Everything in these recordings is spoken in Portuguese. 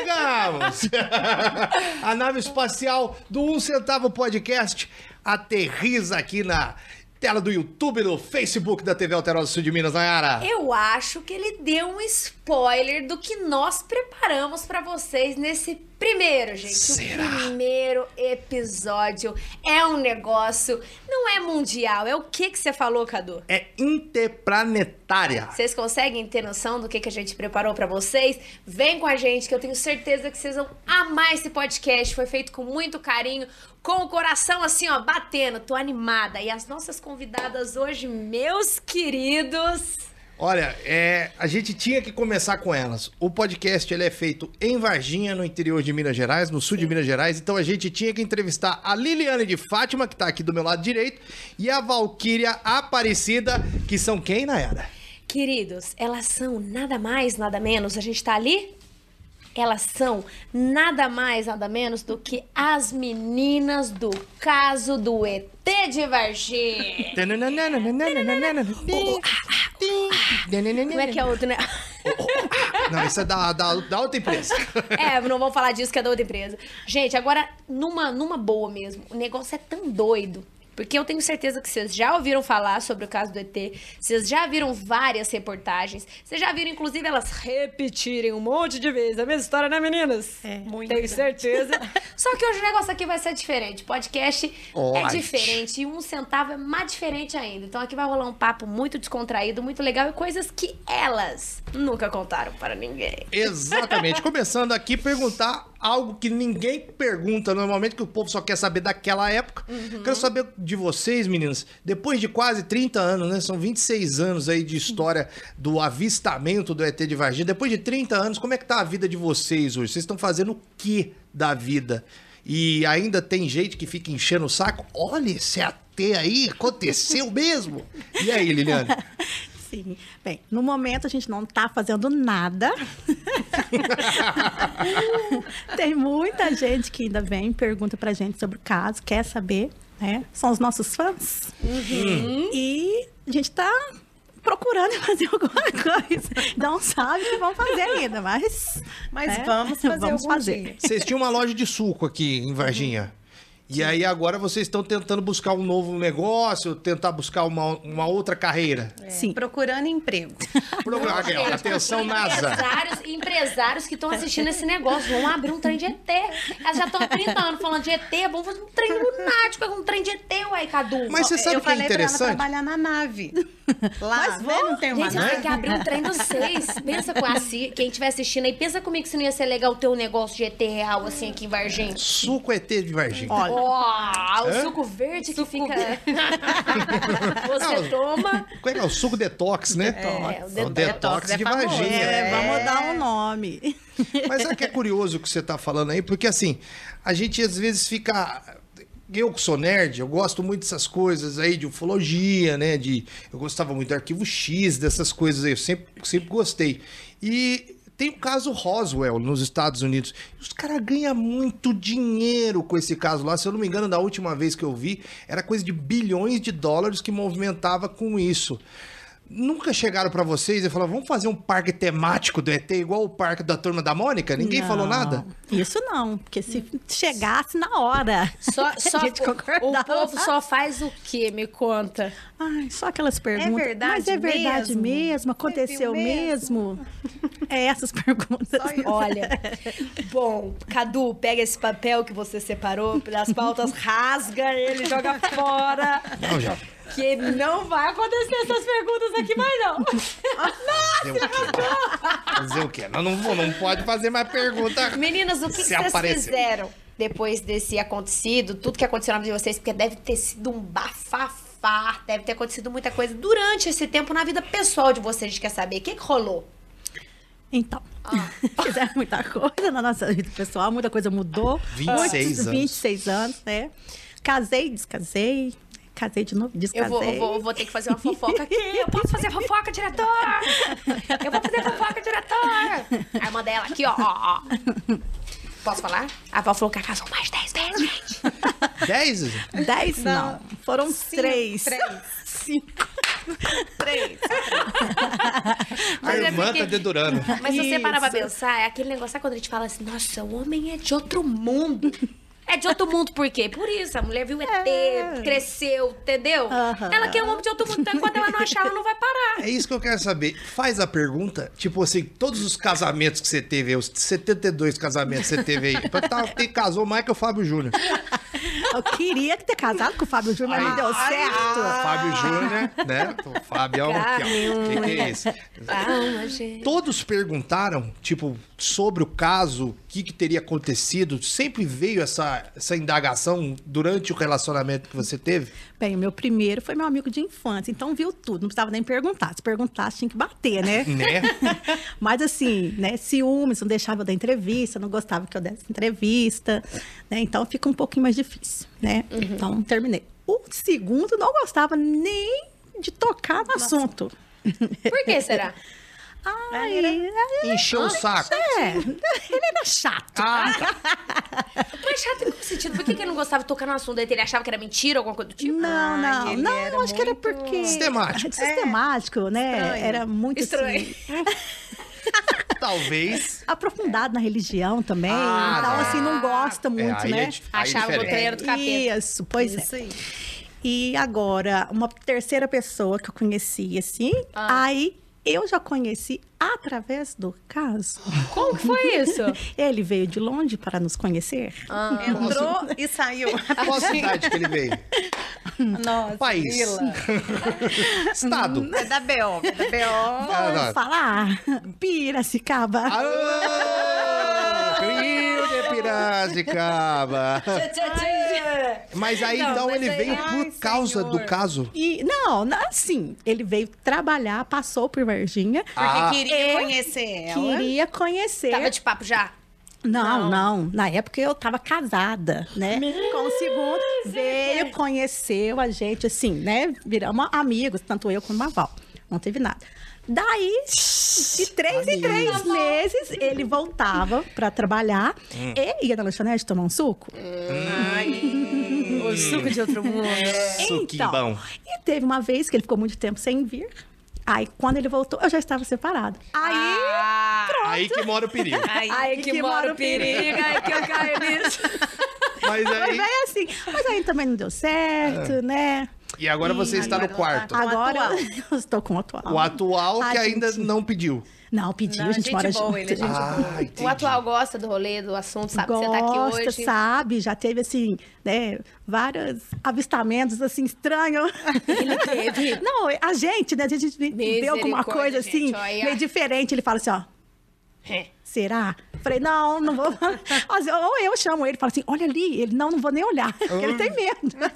Voltamos. a nave espacial do Um Centavo Podcast aterriza aqui na tela do YouTube, do Facebook da TV Alterosa Sul de Minas, Nayara. Eu acho que ele deu um spoiler do que nós preparamos pra vocês nesse primeiro, gente. Será? O primeiro episódio é um negócio, não é mundial. É o que que você falou, Cadu? É interplanetária. Vocês conseguem ter noção do que, que a gente preparou pra vocês? Vem com a gente, que eu tenho certeza que vocês vão amar esse podcast. Foi feito com muito carinho, com o coração assim, ó, batendo. Tô animada. E as nossas convidadas hoje, meus queridos. Olha, é, a gente tinha que começar com elas. O podcast ele é feito em Varginha, no interior de Minas Gerais, no sul de Minas Gerais. Então a gente tinha que entrevistar a Liliane de Fátima, que tá aqui do meu lado direito, e a Valquíria Aparecida, que são quem, Nayara? Queridos, elas são nada mais, nada menos. A gente tá ali? Elas são nada mais, nada menos do que as meninas do caso do ET de Varginha. Como é que é o outro, né? Não, isso é da, da, da outra empresa. É, não vamos falar disso que é da outra empresa. Gente, agora, numa, numa boa mesmo, o negócio é tão doido. Porque eu tenho certeza que vocês já ouviram falar sobre o caso do ET, vocês já viram várias reportagens, vocês já viram, inclusive, elas repetirem um monte de vezes a mesma história, né, meninas? É, muito. Tenho certeza. Só que hoje o negócio aqui vai ser diferente. Podcast é Ótimo. diferente e um centavo é mais diferente ainda. Então aqui vai rolar um papo muito descontraído, muito legal e coisas que elas nunca contaram para ninguém. Exatamente. Começando aqui, perguntar algo que ninguém pergunta normalmente, que o povo só quer saber daquela época. Quero saber de vocês, meninas, depois de quase 30 anos, né? São 26 anos aí de história do avistamento do ET de Varginha. Depois de 30 anos, como é que tá a vida de vocês hoje? Vocês estão fazendo o que da vida? E ainda tem gente que fica enchendo o saco? Olha esse ET aí, aconteceu mesmo? E aí, Liliane? Sim. Bem, no momento a gente não tá fazendo nada. Tem muita gente que ainda vem, pergunta pra gente sobre o caso, quer saber, né? São os nossos fãs. Uhum. E a gente tá procurando fazer alguma coisa. Não sabe o que vão fazer ainda, mas... né? Mas vamos fazer Vamos algum dia. fazer. Vocês tinham uma loja de suco aqui em Varginha. E aí agora vocês estão tentando buscar um novo negócio, tentar buscar uma, uma outra carreira. É. Sim. Procurando emprego. Programa, Gente, atenção, e NASA. Empresários, e empresários que estão assistindo esse negócio vão abrir um trem de ET. Elas já estão há 30 anos falando de ET, vamos fazer um trem lunático, um trem de ET, uai, Cadu. Mas você sabe eu o que é falei pra ela interessante? trabalhar na nave. Lá, Mas né? Não tem uma Gente, você tem nave? que abrir um trem dos seis. Pensa com assim, quem estiver assistindo aí, pensa comigo se não ia ser legal ter um negócio de ET real assim aqui em Varginha. Suco ET de Varginha. Ó, Olha, o Hã? suco verde que fica. você Não. toma. Como é que é? O suco detox, né? É, o o detox. detox É de famoso. Varginha. né? é, É. vamos dar um nome. Mas é que é curioso o que você tá falando aí, porque assim, a gente às vezes fica. Eu que sou nerd, eu gosto muito dessas coisas aí de ufologia, né? De, eu gostava muito do arquivo X, dessas coisas aí, eu sempre, sempre gostei. E tem o caso Roswell nos Estados Unidos. Os caras ganham muito dinheiro com esse caso lá. Se eu não me engano, da última vez que eu vi, era coisa de bilhões de dólares que movimentava com isso. Nunca chegaram pra vocês e falaram, vamos fazer um parque temático do ET, igual o parque da Turma da Mônica? Ninguém Não, falou nada? Isso não, porque se chegasse na hora. Só, só a gente o, o concordava. povo só faz o quê? Me conta. Ai, só aquelas perguntas. verdade Mas é verdade mesmo? mesmo? Aconteceu Teve mesmo? É essas perguntas. Olha, bom, Cadu, pega esse papel que você separou das pautas, rasga ele, joga fora. Não, já. Que não vai acontecer essas perguntas aqui mais, não. Fazer o quê? Fazer o quê? Não, não, vou, não pode fazer mais pergunta. Meninas, o que, que Se vocês apareceu. fizeram depois desse acontecido? Tudo que aconteceu na vida de vocês, porque deve ter sido um bafafá, deve ter acontecido muita coisa durante esse tempo na vida pessoal de vocês. A gente quer saber o que, que rolou. Então, Ah. fizeram muita coisa na nossa vida pessoal, muita coisa mudou. 26 Muitos anos. 26 anos, né? Casei, descasei. Casei de novo, descasei. Eu vou, eu vou- eu vou ter que fazer uma fofoca aqui. Eu posso fazer fofoca, diretor! Eu vou fazer fofoca, diretor! Aí manda ela aqui, ó, ó, ó. Posso falar? A avó falou que ela casou mais 10 vezes, gente. 10? Dez não, foram três. Três. Cinco. Três. A Mas é irmã porque- tá dedurando. Mas se você parar pra Isso. pensar, é aquele negócio, sabe quando a gente fala assim, nossa, o homem é de outro mundo. É de outro mundo, por quê? Por isso, a mulher viu ET, cresceu, entendeu? Aham. Ela quer um homem de outro mundo, então enquanto ela não achar, ela não vai parar. É isso que eu quero saber. Faz a pergunta, tipo assim, todos os casamentos que você teve, aí, os 72 casamentos que você teve aí, tá, quem casou mais que o Fábio Júnior. Eu queria ter casado com o Fábio Júnior, mas não deu Ai, certo. O Fábio Júnior, né? O Fábio é um... que, que é isso? Calma, gente. Todos perguntaram, tipo, sobre o caso, o que, que teria acontecido. Sempre veio essa, essa indagação durante o relacionamento que você teve? Bem, o meu primeiro foi meu amigo de infância, então viu tudo, não precisava nem perguntar. Se perguntasse, tinha que bater, né? Né? Mas assim, né, ciúmes, não deixava eu dar entrevista, não gostava que eu desse entrevista, né? Então fica um pouquinho mais difícil, né? Uhum. Então terminei. O segundo não gostava nem de tocar no assunto. Por que será? Ah, Ai, é, Encheu o saco. é, ele era chato. Ah, tá. Mas chato em que sentido? Por que que ele não gostava de tocar no assunto? Ele achava que era mentira ou alguma coisa do tipo? Não, Ai, não, ele não, era acho que era muito porque. É, sistemático. Sistemático, né? Estranho. Era muito Estranho. assim, Talvez. aprofundado na religião também. Ah, então, tá. assim, não gosta muito, aí né? é di- aí é Achava que o diferente. trem era do capeta. Isso, pois Isso é. aí. E agora, uma terceira pessoa que eu conheci, assim, Ah. aí eu já conheci através do caso. Como que foi isso? Ele veio de longe para nos conhecer. Entrou e saiu. Qual a cidade que ele veio? Nossa, País. Vila. Estado. É da BO, é da BO. Ah, Vamos tá. falar? Piracicaba. Ah, Rio de Piracicaba. Mas aí Não, então mas ele aí- veio Ai, por causa senhor. do caso. E, não, não, assim, ele veio trabalhar, passou por Varginha, Porque Ah. queria Eu conhecer ela. queria conhecer. Tava de papo já? Não, não, Na época eu tava casada, né? Com o segundo, veio, conheceu a gente, assim, né? Viramos amigos, tanto eu como a Val. Não teve nada. Daí, de três em três meses, ele voltava pra trabalhar e ia na lanchonete tomar um suco. Ai, o suco de outro mundo. É. Então, Suquinho bom. e teve uma vez que ele ficou muito tempo sem vir. Aí, quando ele voltou, eu já estava separada. Aí, Ah, Aí que mora o perigo. Ai, Ai, que, mora o perigo, ai, que eu caio nisso. Mas foi aí. bem assim. Mas aí também não deu certo, né? E agora você está no agora quarto. tá com- Agora atual. eu estou com o atual. O atual A que ainda gente- não pediu. Não, pediu, Não, a gente, gente mora boa, junto. ele é gente Ah, entendi. O atual gosta do rolê, do assunto, sabe? que Gosta, você tá aqui hoje. sabe? Já teve, assim, né, vários avistamentos, assim, estranhos. Ele teve. Não, a gente, né, a gente vê alguma Misericórdia, coisa, assim, gente, olha. meio diferente. Ele fala assim, ó, É. será? Eu Falei, não, não vou. Às vezes, Ou eu chamo ele, falo assim, olha ali. Ele, não, não vou nem Ah. olhar, porque ele tem medo.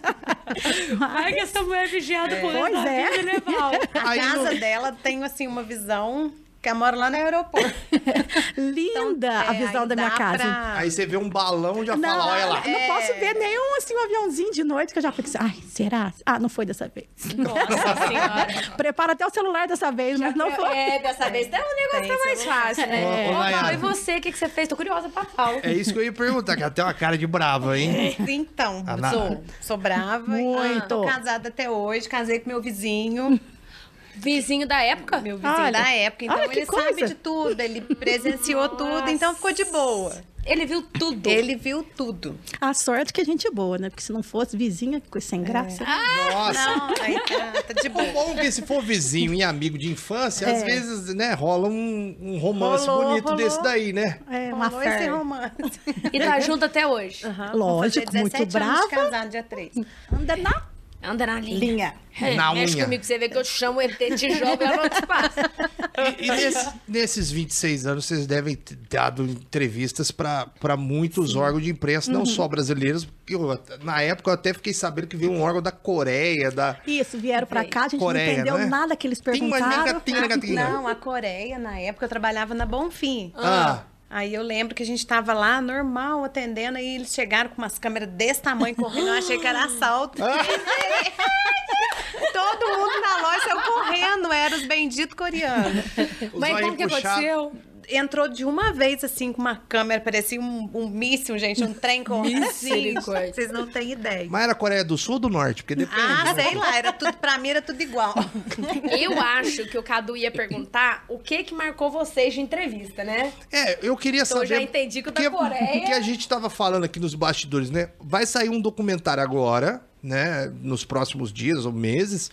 Ai, que essa mulher é vigiada por Pois essa é. vida, né, Val? A Aí casa não- dela tem, assim, uma visão que eu moro lá no aeroporto. Linda Então, a é, visão aí da minha dá casa. pra- Aí você vê um balão e já Não, é, fala, olha lá. não É. posso ver nenhum assim, um aviãozinho de noite que eu já fico assim, ai, será? Ah, não foi dessa vez. Nossa senhora. Prepara até o celular dessa vez, mas não foi. É, dessa vez tá um negócio tá mais fácil, né? Ô, ô, Ô, Paulo, Nayara. e você, o que, que você fez? Tô curiosa pra Paulo. É isso que eu ia perguntar, que até uma cara de brava, hein? Então, Ah, na- sou, sou brava. Muito. Tô casada até hoje, casei com meu vizinho, Vizinho da época? meu vizinho Olha. da época. Então, Olha Ah, que ele sabe coisa. de tudo, ele presenciou tudo, então ficou de boa. Ele viu tudo. Ele viu tudo. A sorte que a gente é boa, né? Porque se não fosse vizinha, que coisa É. sem graça. Ah, Nossa. Não, aí tá, tá de O boa. bom é que se for vizinho e amigo de infância, às É. vezes, né, rola um, um romance Rolou, bonito rolou. desse daí, né? É, uma Rolou esse fé. romance. E tá junto até hoje. Lógico, Vou fazer muito 17 anos de brava. casado, dia 3. Anda na Anda na linha. linha. É, Na mexe unha. comigo, você vê que eu te chamo ET, te jogo e ela não te passa. E, e nesse- nesses 26 anos, vocês devem ter dado entrevistas para muitos órgãos de imprensa, Uhum. não só brasileiros. porque eu- na época, eu até fiquei sabendo que veio um órgão da Coreia, da... Isso, vieram pra cá, a gente Coreia, não entendeu não é? nada que eles Tem uma perguntaram. negativa, negativa. Não, a Coreia, na época, eu trabalhava na Bonfim. Ah. Aí eu lembro que a gente tava lá, normal, atendendo, aí eles chegaram com umas câmeras desse tamanho correndo, eu achei que era assalto. Ah. Todo mundo na loja saiu correndo, eram os benditos coreanos. Os Mas olhinhos como que puxados. aconteceu? entrou de uma vez, assim, com uma câmera, parecia um, um míssil, gente, um trem com... Misericórdia. Vocês não têm ideia. Mas era Coreia do Sul ou do Norte? Porque depende. né? Ah, sei lá, era tudo, pra mim era tudo igual. Eu acho que o Cadu ia perguntar o que que marcou vocês de entrevista, né? É, eu queria Então, eu saber. já entendi que o da porque- Coreia- Porque a gente tava falando aqui nos bastidores, né? Vai sair um documentário agora, né? Nos próximos dias ou meses.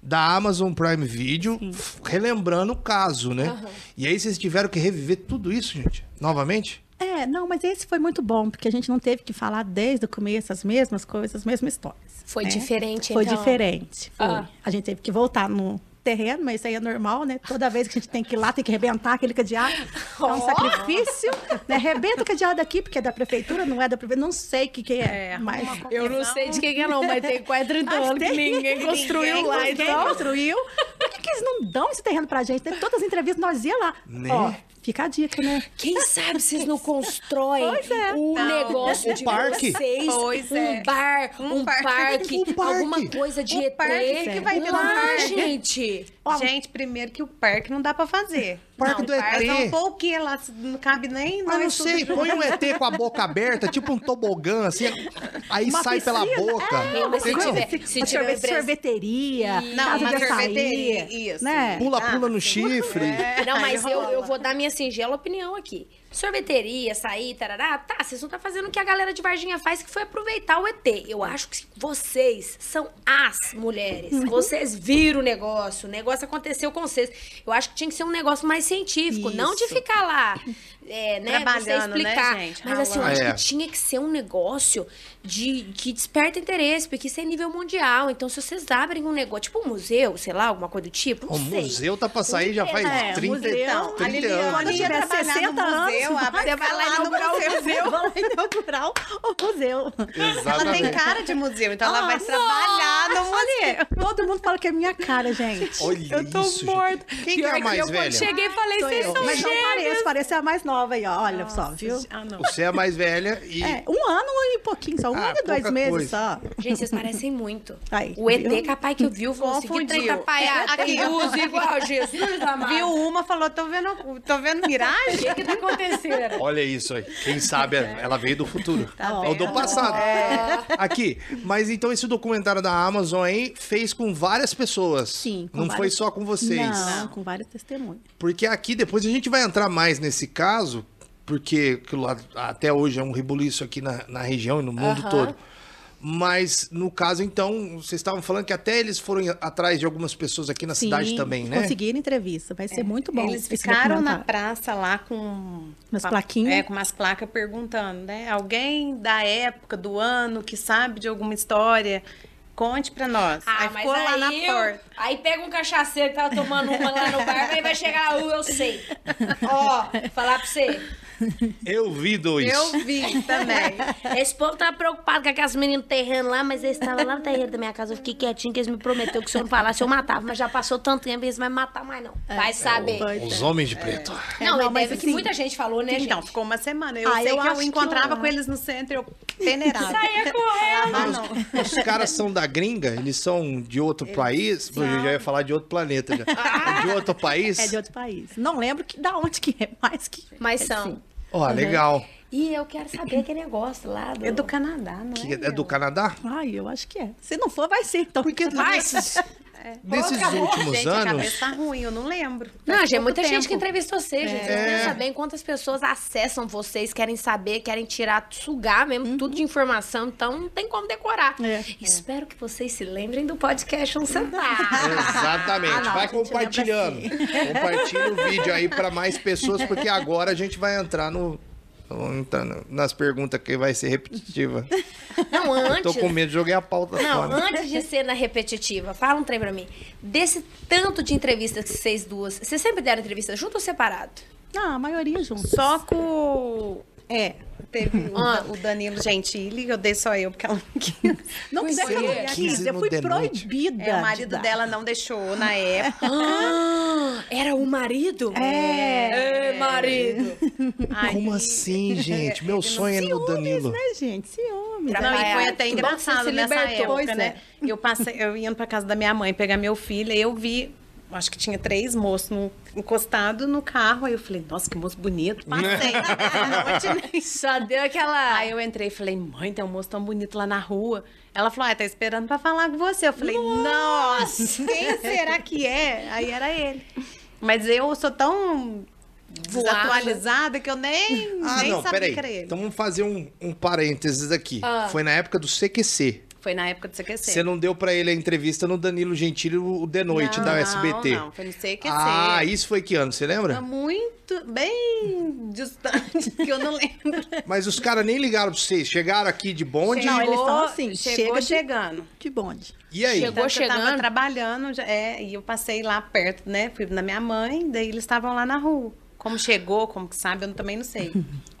Da Amazon Prime Video, f- relembrando o caso, né? E aí vocês tiveram que reviver tudo isso, gente? Novamente? É, não, mas esse foi muito bom, porque a gente não teve que falar desde o começo as mesmas coisas, as mesmas histórias. Foi diferente, Foi então? diferente. Foi. Ah. A gente teve que voltar no terreno, mas isso aí é normal, né? Toda vez que a gente tem que ir lá, tem que arrebentar aquele cadeado. É um Ó. sacrifício. Né? Arrebenta o cadeado aqui, porque é da prefeitura, não é da prefeitura, não sei o que, que é. É, mas Eu não sei de quem que é não, mas tem quase 30 Acho anos que que tem. ninguém construiu Ninguém- lá, ninguém então... construiu. Por que, que eles não dão esse terreno pra gente? né? Todas as entrevistas nós ia lá. Né? Ó, fica a dica, né? Quem sabe vocês não constroem Pois é. um Não. negócio Um de parque. vocês, Pois um é. bar, um, Um parque, parque. Um parque. alguma coisa de Um ET. parque que vai ter um lá, parque. gente. Ó, Gente, primeiro que o parque não dá pra fazer. Parque não, do ET. parque Não, pô, o que lá? Não cabe nem... Ah, nós não tudo sei, junto. põe um ET com a boca aberta, tipo um tobogã, assim, aí Uma sai pela piscina, boca. é, Mas se Entendeu? tiver- se tiver uma sorve- Brasil- sorveteria, Não, casa uma de açaí, sorveteria, isso. Ah, Né? Pula, pula no chifre. É, Não, mas Aí eu, rola. eu vou dar minha singela opinião aqui. Sorveteria, sair, tarará, tá, vocês não tá fazendo o que a galera de Varginha faz, que foi aproveitar o ET. Eu acho que vocês são as mulheres. Uhum. Vocês viram o negócio, o negócio aconteceu com vocês. Eu acho que tinha que ser um negócio mais científico, não de Isso. ficar lá, é, né, você Trabalhando, né, explicar. gente? Mas assim, eu Ralando. acho É. que tinha que ser um negócio de que desperta interesse, porque isso é nível mundial. Então, se vocês abrem um negócio, tipo um museu, sei lá, alguma coisa do tipo, não O sei. museu tá pra sair já faz É, 30, e museu, Então, tal, a 30 Liliana anos. Quando ia tiver trabalhar 60 no museu, anos, ah, vai você ficar vai lá lá inaugurar o no museu. Vai lá inaugurar o museu. Ela tem Exatamente. cara de museu, então ela vai Ah, trabalhar no museu. Todo mundo fala que é minha cara, gente. Olha Eu tô isso, gente. morta. Quem que é a mais eu velha? quando cheguei e falei, vocês Eu, são mas não gêmeos. pareço, pareço a mais nova aí, ó. Olha só, viu? Ah, não. Você é a mais velha e. É, um ano e pouquinho, só um Ah, ano e dois pouca meses coisa. só. Gente, vocês parecem muito. Aí, o ET, viu? capaz que eu viu, conseguiu Confundiu. atrapalhar. Tem luz igual Jesus amado. Viu uma, falou, tô vendo, tô vendo miragem? O que que tá acontecendo? Olha isso aí. Quem sabe ela veio do futuro. Tá Ou do vendo? passado. Aqui. Mas então esse documentário da Amazon aí fez com várias pessoas. Sim. com Não foi vários- só com vocês. Não, com vários testemunhos. Porque aqui depois a gente vai entrar mais nesse caso, porque aquilo lá até hoje é um rebuliço aqui na, na região e no mundo Aham. todo. Mas no caso, então, vocês estavam falando que até eles foram atrás de algumas pessoas aqui na cidade Sim, também, né? Conseguiram entrevista. Vai ser muito Tá bom. Eles esse ficaram na documentário. praça lá com... Umas pa- plaquinhas. É, com umas placas perguntando, né? Alguém da época, do ano, que sabe de alguma história, conte pra nós. Ah, aí ficou lá na eu- porta. Ah, aí pega um cachaceiro que tava tomando uma lá no bar, aí vai chegar lá, "Uh, eu sei. Ó, falar pra você. Eu vi dois. Eu vi também. Esse povo tá preocupado com aquelas meninas do terreno lá, mas eles estavam lá no terreno da minha casa. Eu fiquei quietinho, que eles me prometeram que se eu não falasse, eu matava. Mas já passou tanto tempo, eles não vão me matar mais, não. Vai saber. Foi, Os homens de preto. Não, É, mas não, mas deve que assim- muita gente falou, né, Então, gente? ficou uma semana. Eu Ah, sei eu que acho eu que encontrava eu- com eles no centro, eu peneirava. Saía correndo. Falava, Ah, não. Os caras são da gringa, eles são de outro país. Pô, Eu já ia falar de outro planeta já. É de outro país? É de outro país. Não lembro que, da onde que é, mas que. Mas é, são. sim. Ó, legal. E eu quero saber aquele negócio lá do... É do Canadá, não é? Que é do Canadá? Ai, eu acho que é. Se não for, vai ser. Então, Porque nesses, nesses últimos Gente, a anos. cabeça tá ruim, eu não lembro. Não, Faz gente, é é pouco muita gente que tempo. entrevistou você, gente. Vocês É. querem saber em quantas pessoas acessam vocês, querem saber, querem tirar, sugar mesmo, tudo de informação. Então, não tem como decorar. É. Espero que vocês se lembrem do podcast Um Sentar. Exatamente. Ah, não, vai a gente compartilhando. Compartilha o vídeo aí para mais pessoas, porque agora a gente vai entrar no. vamos entrar no- nas perguntas que vai ser repetitiva. Não, antes... Tô com medo de jogar a pauta Não, fora. antes de ser na repetitiva, fala um trem pra mim. Desse tanto de entrevistas que vocês duas... Vocês sempre deram entrevista junto ou separado? Não, ah, a maioria junto. Só com. É. Teve o, Ah. o Danilo Gentili, eu dei só eu, porque ela não quis. Não Pois quiser que eu é. não Quis quis. e Eu não fui denúncia. proibida. É, o de marido dar. dela não deixou na época. Ah, era o marido? É. Ei, marido. Aí- Como assim, gente? Meu sonho é no Danilo. Né, gente? Ciúmes. Não, e foi Que bom até que você engraçado se nessa libertou. época, Pois é. né? Eu passei, eu ia pra casa da minha mãe pegar meu filho, e eu vi acho que tinha três moços no- encostados no carro. Aí eu falei, nossa, que moço bonito. Passei. Só deu aquela. Aí eu entrei e falei, mãe, tem um moço tão bonito lá na rua. Ela falou, ah, tá esperando pra falar com você. Eu falei, nossa, quem será que é? Aí era ele. Mas eu sou tão desatualizada que eu nem, Ah, nem não, sabia peraí. que era ele. Então vamos fazer um, um parênteses aqui. Ah. Foi na época do CQC. Foi na época do CQC. Você não deu pra ele a entrevista no Danilo Gentili o de noite Não, da SBT. Não, foi no CQC. Ah, isso foi que ano, você Tá lembra? muito bem distante, que eu não lembro. Mas os caras nem ligaram pra vocês, chegaram aqui de bonde. Não, eles Chegou- são assim, Chegou chega de- chegando. De bonde. E aí? Chegou. Tanto que Eu chegando. tava trabalhando, já- é, e eu passei lá perto, né? Fui na minha mãe, daí eles estavam lá na rua. Como chegou, como que sabe, eu também não sei.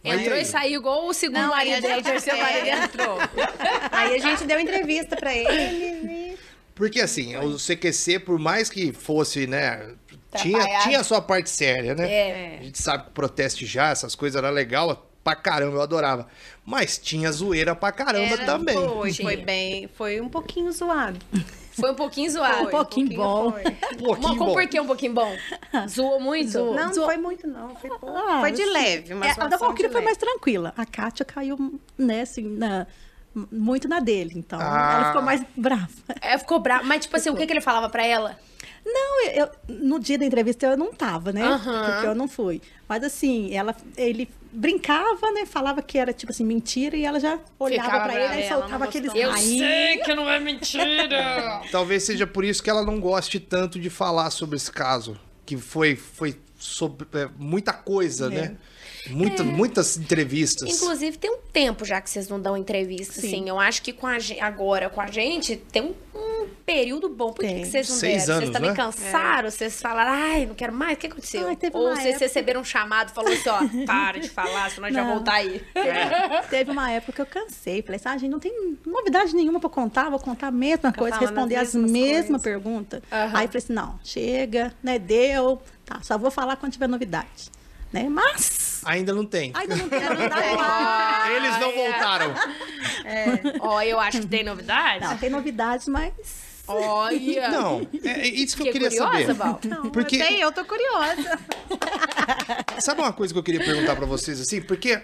Mas Entrou aí? e saiu igual o segundo Não, aí marido, a aí o gente- terceiro é, marido entrou. entrou. Aí a gente deu entrevista pra ele. e- Porque assim, o CQC, por mais que fosse, né? Tinha, Atrapalhado. tinha a sua parte séria, né? Tá É. A gente sabe que protesto já, essas coisas era legal pra caramba, eu adorava. Mas tinha zoeira pra caramba Era- um também. Foi, foi Tinha. bem, foi um pouquinho zoado. Foi um pouquinho zoado. Um pouquinho Um bom. Mas pouquinho como bom. por que um pouquinho bom? Zoou muito? Zoou. Não, Zo- não foi muito, não. Foi, pouco. Ah, foi de assim, leve, é, mas. a da Valkyria foi mais tranquila. A Kátia caiu, né, assim, na- muito na dele. Então, Ah. ela ficou mais brava. É, ficou bravo. Mas, tipo assim, o que, que ele falava pra ela? Não, eu, eu- no dia da entrevista eu não tava, né? Aham. Porque eu não fui. Mas assim, ela, ele brincava, né? Falava que era tipo assim mentira e ela já olhava Ficava pra ele brava. e Ela não soltava gostou. aqueles Eu "Aí". sei que não é mentira. Talvez seja por isso que ela não goste tanto de falar sobre esse caso, que foi, foi sobre é, muita coisa, né? Muita, Muitas entrevistas. É. Inclusive, tem um tempo já que vocês não dão entrevista, Sim. assim. Eu acho que com a gen- agora com a gente tem um, um período bom. Por que, Tem. É. que vocês não Seis deram? anos, vocês também né? cansaram? Vocês falaram, ai, não quero mais, o que aconteceu? Ai, teve Ou uma vocês época- receberam um chamado e falou assim, ó, para de falar, senão a gente vai Não. voltar aí. É. Teve uma época que eu cansei. Falei assim, ah, gente, não tem novidade nenhuma pra contar, vou contar a mesma Fica coisa, falando responder as as mesmas mesmas coisas. perguntas. Aham. Aí falei assim, não, chega, né? Deu, tá, só vou falar quando tiver novidade. Né? Mas Ainda não tem. ainda não quero tem. dar Eles não é. voltaram. Ó, eu acho que tem novidade. Não, tem novidades, mas. Olha. Não, é é isso que eu queria Fiquei curiosa, saber. Val. Porque- Porque... Até eu tô curiosa. Sabe uma coisa que eu queria perguntar pra vocês assim? Porque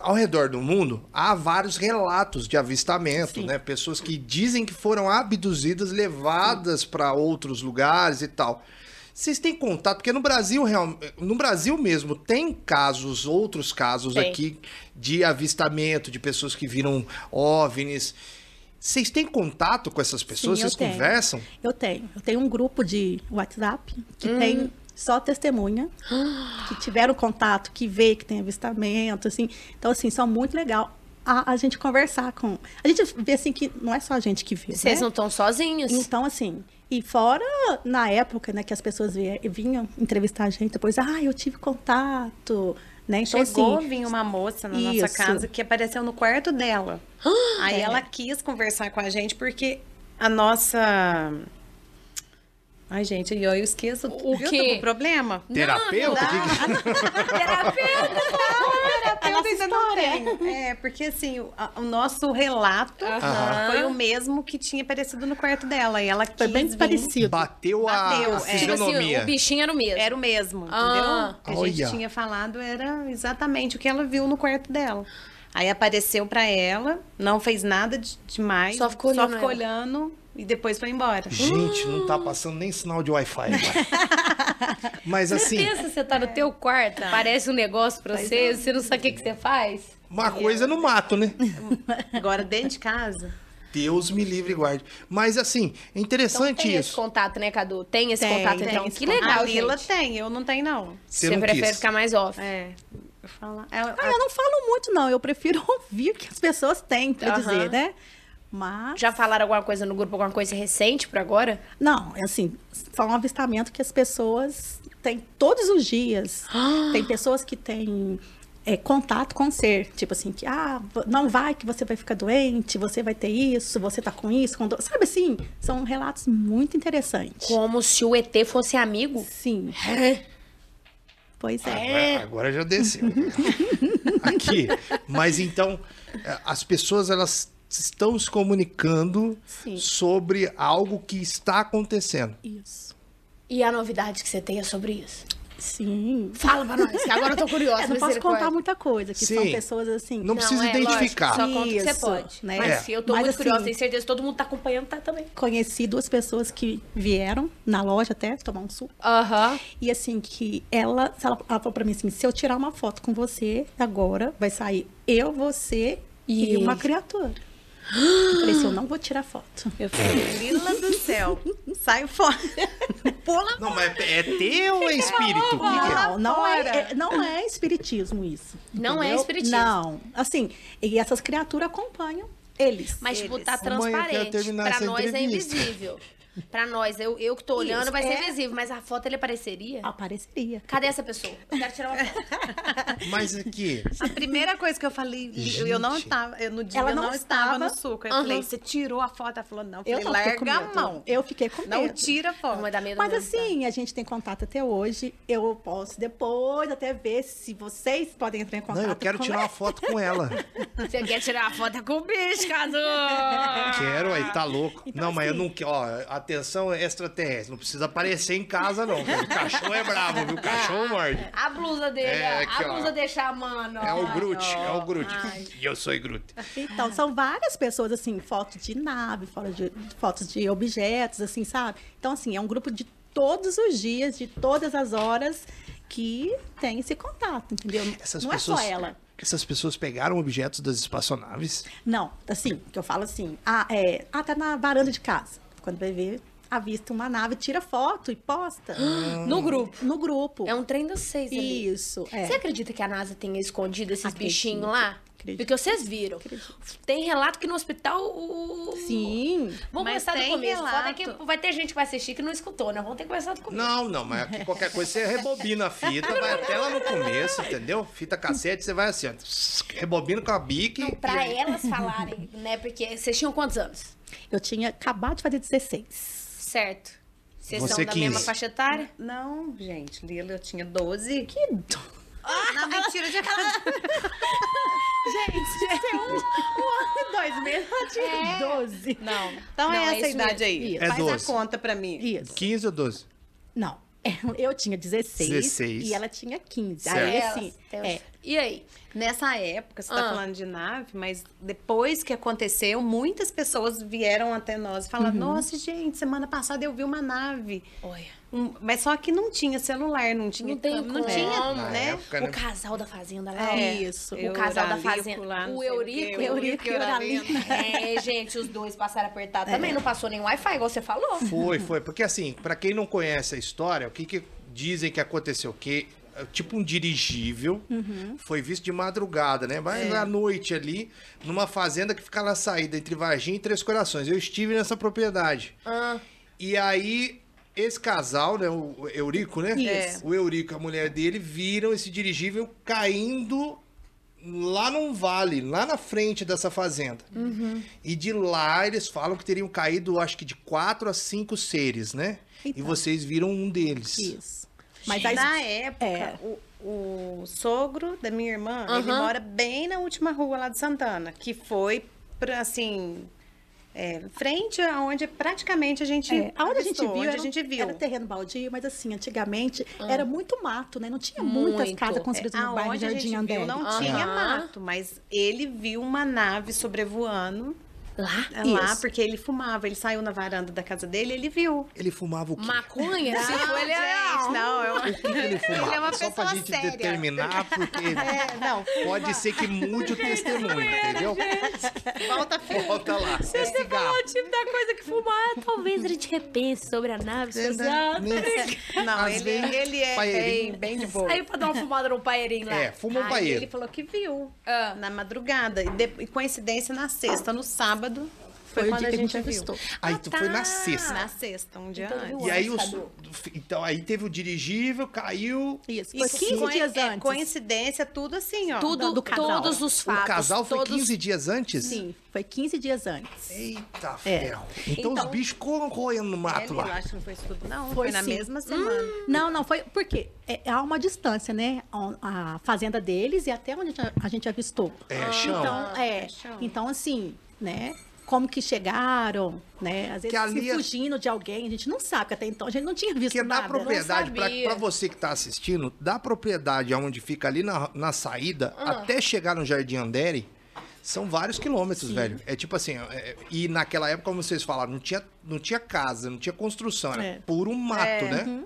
ao redor do mundo há vários relatos de avistamento, né? Pessoas que dizem que foram abduzidas, levadas pra outros lugares e tal. Vocês têm contato? Porque no Brasil, real- no Brasil mesmo, tem casos, outros casos Tem. aqui de avistamento, de pessoas que viram OVNIs. Vocês têm contato com essas pessoas? Sim, eu Vocês tenho. conversam? Eu tenho. Eu tenho um grupo de WhatsApp que Hum. tem só testemunha, que tiveram contato, que vê, que tem avistamento, assim. Então, assim, são muito legal a, a gente conversar com. A gente vê, assim, que não é só a gente que vê. Vocês né? não estão sozinhos. Então, assim, e fora na época, né, que as pessoas vie- vinham entrevistar a gente, depois, ah, eu tive contato, né? Então, Chegou, assim, vinha uma moça na nossa Isso. casa que apareceu no quarto dela. Aí ela quis conversar com a gente porque a nossa. Ai, gente, eu, eu esqueço. O viu? quê? Tô com problema? Terapeuta? não Que- Então, Terapeuta. Eu ainda não tenho. É, porque assim, o, a- o nosso relato Aham. foi o mesmo que tinha aparecido no quarto dela. E ela foi quis bem vir- parecido. Bateu a, Bateu, a Tipo é. assim, fisionomia. o bichinho era o mesmo. um Era o mesmo, Ah. entendeu? O que a gente Olha. tinha falado era exatamente o que ela viu no quarto dela. Aí apareceu pra ela, não fez nada de, demais. Só ficou olhando ficou ela. olhando e depois foi embora. Gente, não tá passando nem sinal de Wi-Fi agora. Mas assim, Pensa, você tá no teu quarto, parece um negócio pra você, um você não sabe o que, que você faz. uma coisa no mato, né? Agora, dentro de casa, Deus me livre e guarde. Mas assim, é Então interessante tem esse isso. contato, né, Cadu? Tem esse Tem, contato, tem então. esse que contato. legal, a Lila gente. tem, eu não tenho, não. Você você não prefere quis. ficar mais off. É, eu falar. ela- Ah, eu não falo muito, não. Eu prefiro ouvir o que as pessoas têm pra Aham. dizer, né? Mas. Já falaram alguma coisa no grupo, alguma coisa recente por agora? Não, é assim, são um avistamento que as pessoas têm todos os dias. Tem pessoas que têm é, contato com o ser. Tipo assim, que ah, vo- não vai que você vai ficar doente, você vai ter isso, você tá com isso, com dor. Sabe assim? São relatos muito interessantes. Como se o ET fosse amigo? Sim, pois é. Agora, agora já desceu. né? Aqui. Mas então, é, as pessoas elas estão se comunicando Sim. sobre algo que está acontecendo. Isso. E a novidade que você tem é sobre isso? Sim. Fala pra nós, que agora eu tô curiosa. Eu É, não posso misericórdia. contar muita coisa, que são Sim. pessoas assim. Não precisa é, lógico, identificar. só conta o que você Isso, pode. né? Mas É. eu tô Mas muito assim- curiosa, tenho certeza que todo mundo tá acompanhando, tá também. Conheci duas pessoas que vieram na loja até tomar um suco. Aham. E assim, que ela, se ela, ela falou pra mim assim: se eu tirar uma foto com você agora, vai sair eu, você e, E uma ele? criatura. Eu falei assim: eu não vou tirar foto. "Hum, Eu falei, Lila do céu, sai fora. Pula. Não, mas é, é teu ou é espírito? O que que é? Não, não fora. é, é- não é espiritismo isso. Não é entendeu? espiritismo. Não. Assim, e essas criaturas acompanham eles. Mas, tipo, tá Mãe, eu quero transparente. terminar Pra essa nós é entrevista. invisível. Pra nós, eu, eu que tô olhando, Isso, vai ser é. invisível. Mas a foto, ele apareceria? Apareceria. Cadê essa pessoa? Eu quero tirar uma foto. Mas aqui. A primeira coisa que eu falei, Li- eu não Gente. estava, eu, no dia Ela eu não não, estava, estava. no suco. Eu Aham. falei, você tirou a foto? Ela falou, não. Eu Eu falei, não fiquei com larga a medo. mão. Eu fiquei com Não medo. tira a foto. Uma da meia da Mas manhã, assim, a gente tem contato até hoje. Eu posso depois até ver se vocês podem entrar em Não, contato. eu quero com tirar uma ela. foto com ela. tá? Você quer tirar a foto com o bicho, Cadu? Quero, aí tá louco. Então, não, mas eu assim- não quero. Ó, atenção é extraterrestre. Não precisa aparecer em casa, não. cara. O cachorro é bravo, viu? O cachorro morde. A blusa dele, É, ó. aqui, a ó. blusa deixa a mano. É o ó. Groot, Ah, é o Groot. E eu sou Groot. Então, são várias pessoas, assim, foto de nave, foto de, fotos de objetos, assim, sabe? Então, assim, é um grupo de todos os dias, de todas as horas, que tem esse contato, entendeu? Essas não pessoas. é só ela. Essas pessoas pegaram objetos das espaçonaves. Não, assim, que eu falo assim, ah, é, ah, tá na varanda de casa. Quando vai ver, avista uma nave, tira foto e posta. Ah. No grupo. No grupo. É um trem das seis ali. Isso, é. Você acredita que a NASA tenha escondido esses Acredito, bichinhos lá? acredito. Porque vocês viram. Tem relato que no hospital... o- Sim. Vamos Mas começar do tem começo. O Foda é que relato. vai ter gente que vai assistir que não escutou, né? Vamos ter que começar do começo. assim? Não, não, mas aqui qualquer coisa você rebobina a fita, vai até lá no começo, entendeu? Fita cassete, você vai assim, ó, rebobina com a bique. Não, pra elas falarem, né? Porque vocês tinham quantos anos? Eu tinha acabado de fazer 16. Certo. Vocês Você são da mesma 15. faixa etária? Não, gente, Lila, eu tinha 12. Que do... Ah, Não, mentira, de é Um, dois meses, eu tinha 12. Não. Então é essa isso mesmo. idade aí. Isso. É Faz 12. a conta pra mim. Isso. 15 ou 12? Não. Eu tinha 16, 16. e ela tinha 15. Aí, Certo. assim, Elas- é, E aí? Nessa época, você Ah. tá falando de nave, mas depois que aconteceu, muitas pessoas vieram até nós e falaram: Uhum. Nossa, gente, semana passada eu vi uma nave. Olha. Um- mas só que não tinha celular, não tinha. Não tem câmera, não como. tinha, Na né? época, né? O casal da fazenda lá. É, ó. isso. O Eu- casal da Euralico fazenda. lá, não o sei o Eurico. quê, Eurico e Euralico. É, gente, os dois passaram apertado também. Não passou nem Wi-Fi, igual você falou. Foi, foi. Porque assim, pra quem não conhece a história, o que, que dizem que aconteceu? Que eh, tipo um dirigível foi visto de madrugada, né? Mas à noite ali, numa fazenda que fica na saída entre Varginha e Três Corações. Eu estive nessa propriedade. Ah, E aí, esse casal, né? O Eurico, né? Isso. O Eurico e a mulher dele viram esse dirigível caindo lá num vale, lá na frente dessa fazenda. Uhum. E de lá eles falam que teriam caído, acho que de quatro a cinco seres, né? E Então. vocês viram um deles. isso. Mas aí, na época, É. o, o sogro da minha irmã, ele Aham. mora bem na última rua lá de Santana, que foi pra, assim. é, frente aonde praticamente a gente é, aonde a gente avistou, viu, onde era, um, a gente viu. Ah. era terreno baldio, mas assim, antigamente era muito mato, né? Não tinha muitas Muito. casas construídas no bairro É, Aonde a Jardim gente André. viu não Aham. tinha mato, mas ele viu uma nave sobrevoando lá? é, lá, Isso. porque ele fumava. Ele saiu na varanda da casa dele ele viu. Ele fumava o quê? Maconha? Não, Tipo, ele é- gente, não, eu... O que que ele fumava? Ele é uma Só pra pessoa gente séria. determinar, porque É, não, pode ser que mude o testemunho, entendeu? volta Volta lá. É cigarro. tipo da coisa que fumar, talvez ele te repense sobre a nave espacial. Não, Às ele, vezes, ele é paeirinho. bem, bem de boa. Saiu pra dar uma fumada no paeirinho lá. É, fuma um Aí paeiro. ele falou que viu Ah. na madrugada. E, de- e coincidência na sexta, no sábado, Foi foi, o quando dia a que gente avistou. viu. Aí tu então foi na tá. sexta. Na sexta, um dia Então ele antes. viu E aí, Ué, os- Cadu. então, aí teve o dirigível, caiu. Isso, foi Isso 15 coi- dias é, antes. Coincidência, tudo assim, ó. Tudo, do casal. todos os fatos. O casal foi todos... 15 dias antes? Sim, foi 15 dias antes. Eita ferro. Então, os Então- bichos corroendo no É, mato Lila, lá. acho que não foi isso tudo, não. Foi, Foi na sim. mesma semana. Hum, Não, não, foi porque é, há uma distância, né? A, a fazenda deles e até onde a gente avistou. É, chão. Então, é. chão. Então, assim, né? como que chegaram, né? Às Que vezes ali se é- fugindo de alguém, a gente não sabe, porque até então a gente não tinha visto Porque dá nada. propriedade, pra, sabia. pra você que tá assistindo, dá propriedade aonde fica ali na, na saída, Ah. até chegar no Jardim Andere, são vários quilômetros, velho. É tipo assim, é- é- e naquela época, como vocês falaram, não tinha, não tinha casa, não tinha construção, era É. uhum. puro mato, né?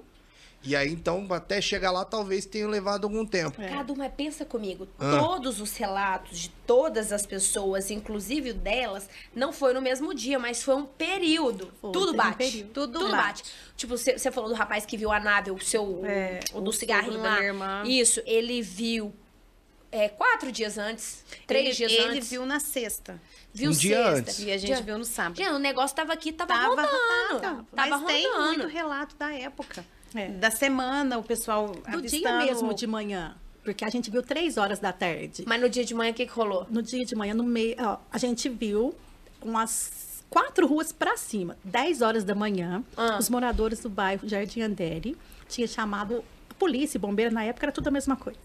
E aí, então, até chegar lá, talvez tenha levado algum É. tempo. Cada uma pensa comigo. Ah. Todos os relatos de todas as pessoas, inclusive o delas, não foi no mesmo dia, mas foi um período. Foi, tudo teve um bate. período. Tudo, Tudo bate. Tipo, você você falou do rapaz que viu a nave, o seu É, o o do cigarrinho sogro da lá. minha irmã. Isso, ele viu é, quatro dias antes, ele, três dias ele antes. viu na sexta. viu Um dia sexta, antes. E a gente dia- viu no sábado. Gente, o negócio tava aqui, tava, rodando. Tava, mas tem muito rodando. relato da época. É. Da semana, o pessoal Do avistando. dia mesmo de manhã, porque a gente viu três horas da tarde. Mas no dia de manhã, o que, que rolou? No dia de manhã, no meio, ó, a gente viu umas quatro ruas pra cima, 10 horas da manhã, Ah. os moradores do bairro Jardim Andere tinha chamado a polícia e bombeiro na época era tudo a mesma coisa.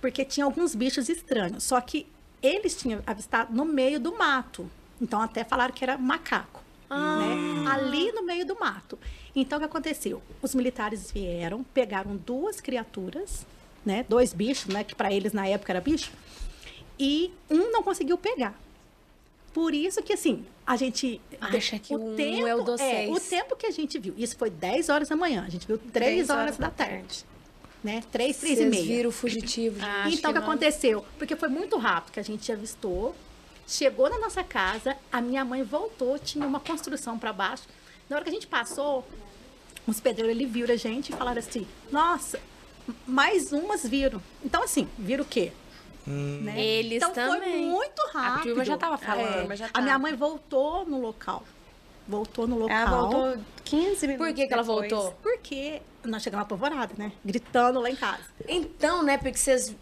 Porque tinha alguns bichos estranhos, só que eles tinham avistado no meio do mato. Então até falaram que era macaco. né? Ali no meio do mato. Então o que aconteceu? Os militares vieram, pegaram duas criaturas, né? Dois bichos, né? Que para eles na época era bicho e um não conseguiu pegar. Por isso que, assim, a gente... Acha que um é o do seis. O tempo que a gente viu, isso foi 10 horas da manhã, a gente viu 3, Três horas, horas da da tarde. Né? 3, 3 e meia. o fugitivo. gente? Ah, acho então, o que que não. aconteceu? Porque foi muito rápido que a gente avistou, chegou na nossa casa, a minha mãe voltou, tinha uma construção para baixo. Na hora que a gente passou, os pedreiros ele viram a gente e falaram assim, nossa, mais umas viram. Então, assim, viram o quê? Né? Eles então foi também. muito rápido. A turma já tava falando. É, A turma já A minha tava. mãe voltou no local. Voltou no local. Ela voltou 15 minutos Por que que ela depois. voltou? Porque nós chegamos apavorados, né? Gritando lá em casa. Então, né, porque vocês.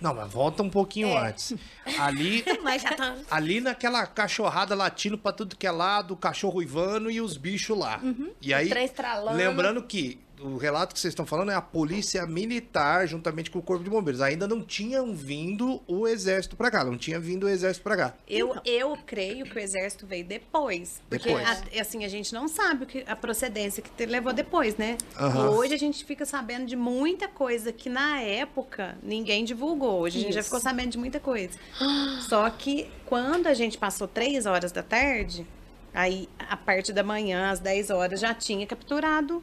Não, mas volta um pouquinho É. antes. Ali, Mas já tá. ali naquela cachorrada latindo pra tudo que é lado, o cachorro uivando e os bichos lá. E aí, Uhum. O trem estralando. lembrando que o relato que vocês estão falando é a polícia militar juntamente com o corpo de bombeiros. Ainda não tinham vindo o exército pra cá, não tinha vindo o exército pra cá. Eu, eu creio que o exército veio depois. Porque, Depois. a- assim, a gente não sabe o que, a procedência que te levou depois, né? Aham. Hoje a gente fica sabendo de muita coisa que, na época, ninguém divulgou. Hoje a gente já Isso. ficou sabendo de muita coisa. Só que, quando a gente passou três horas da tarde, aí, a parte da manhã, às 10 horas, já tinha capturado.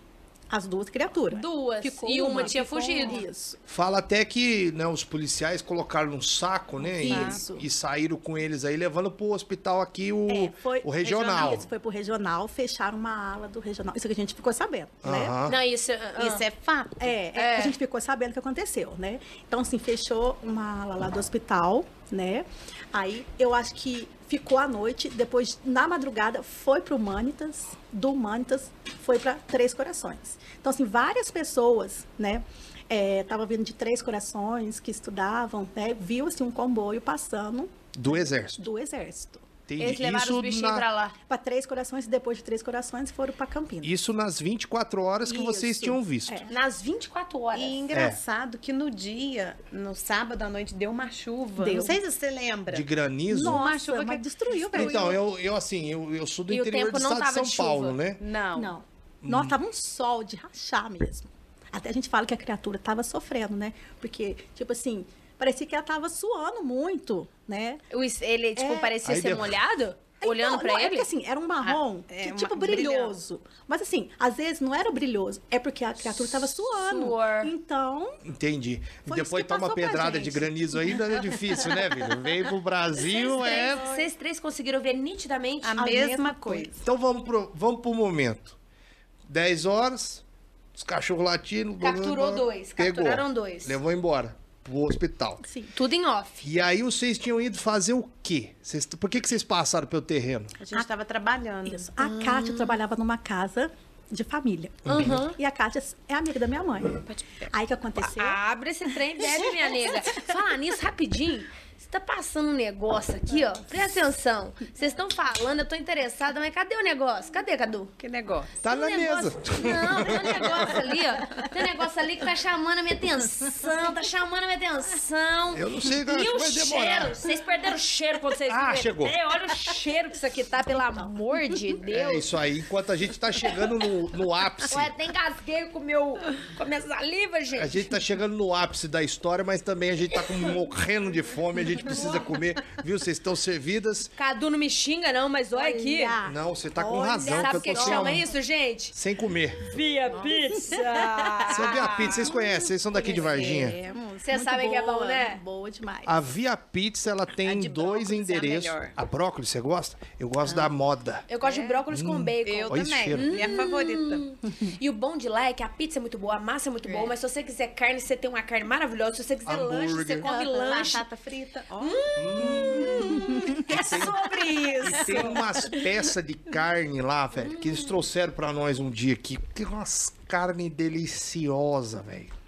As duas criaturas. Duas. E uma tinha ficou um fugido. uma. Isso. Fala até que né, os policiais colocaram num saco, né? e- Isso. E, saíram com eles aí, levando pro hospital aqui o, É, foi- o regional. Isso, foi pro regional, fecharam uma ala do regional. Isso que a gente ficou sabendo, né? Aham. Não, isso. ah, Isso é fato. É, é, É. a gente ficou sabendo o que aconteceu, né? Então, assim, fechou uma ala lá do hospital, né? Aí, eu acho que ficou à noite, depois, na madrugada, foi pro Humanitas, do Humanitas, foi para Três Corações. Então, assim, várias pessoas, né? Estavam vindo de Três Corações, que estudavam, né? Viu, assim, um comboio passando Do exército. do Exército. Entendi. Eles levaram os bichinhos na- pra lá. Para Três Corações, e depois de Três Corações, foram para Campinas. Isso nas 24 horas que vocês Isso. tinham visto. É. Nas 24 horas. E engraçado que no dia, no sábado à noite, deu uma chuva. Deu. Não sei se você lembra. De granizo. uma Nossa, chuva mas que- destruiu, pelo Então, eu, eu assim, eu, eu sou do E o interior tempo do não estado de tava São de chuva. Paulo, né? Não. Hum. Não. Nossa, tava um sol de rachar mesmo. Até a gente fala que a criatura tava sofrendo, né? Porque, tipo assim, parecia que ela tava suando muito, né? O is- Ele, tipo, É. parecia Aí ser deu- molhado? Olhando Não, pra não, É ele? porque, assim, era um marrom, Ah, é, que, uma- tipo, brilhoso. Mas, assim, às vezes não era brilhoso. É porque a criatura tava suando. Suor. Então, Entendi. Foi isso Depois que tá uma passou pra pedrada de gente. granizo ainda é difícil, né, filho? Veio pro Brasil, Vocês é. três- Vocês três conseguiram ver nitidamente? A, Ah, mesma, coisa. Então vamos pro, vamos pro momento. 10 horas, os cachorros latinos. blá, blá, blá, Capturou blá, dois, capturaram dois. Levou embora pro hospital. assim, Tudo em off. E aí vocês tinham ido fazer o quê? Vocês- por que, que vocês passaram pelo terreno? A gente estava trabalhando. isso. A Kátia trabalhava numa casa de família. E a Kátia é amiga da Ah, minha mãe. Aí, o que aconteceu? Abre esse trem e bebe, minha nega. Falar nisso rapidinho. Você tá passando um negócio aqui, ó. Presta atenção. Vocês estão falando, eu tô interessada, mas cadê o negócio? Cadê, Cadu? Que negócio. Tá na Tem um negócio- mesa. Não, tem um negócio ali, ó. Tem um negócio ali que tá chamando a minha atenção, tá chamando a minha atenção. Eu não sei, cara, E acho o que vai demorar. cheiro? Vocês perderam o cheiro quando vocês Ah, me chegou. meteram? Olha o cheiro que isso aqui tá, pelo amor de É Deus. isso aí, enquanto a gente tá chegando no, no ápice. Ué, até engasguei com, o meu, com a minha saliva, A gente. gente tá chegando no ápice da história, mas também a gente tá com- morrendo de fome, a gente precisa comer, viu? Vocês estão servidas. Cadu não me xinga, não, mas olha aqui. Olha. Não, você tá com Olha, razão, Sabe o que que, eu que tô sem, chama isso, gente? sem comer. Via Pizza! Isso é Via Pizza, vocês conhecem, vocês são daqui de Varginha. Temos, Cê muito sabe que é bom, boa, né? Boa demais. A Via Pizza, ela tem de dois brócolis é a endereços. melhor. a brócolis, você gosta? Eu gosto Ah. da moda. Eu gosto de brócolis Hum. com bacon. Eu Olha esse também. cheiro. Minha favorita. E o bom de lá é que a pizza é muito boa, a massa é muito boa, mas se você quiser carne, você tem uma carne maravilhosa. Se você quiser lanche, você Hambúrguer. come lanche. Batata frita. Ó. É sobre isso. Tem umas peças de carne lá, velho, que eles trouxeram pra nós um dia aqui. Tem umas carne deliciosa, velho.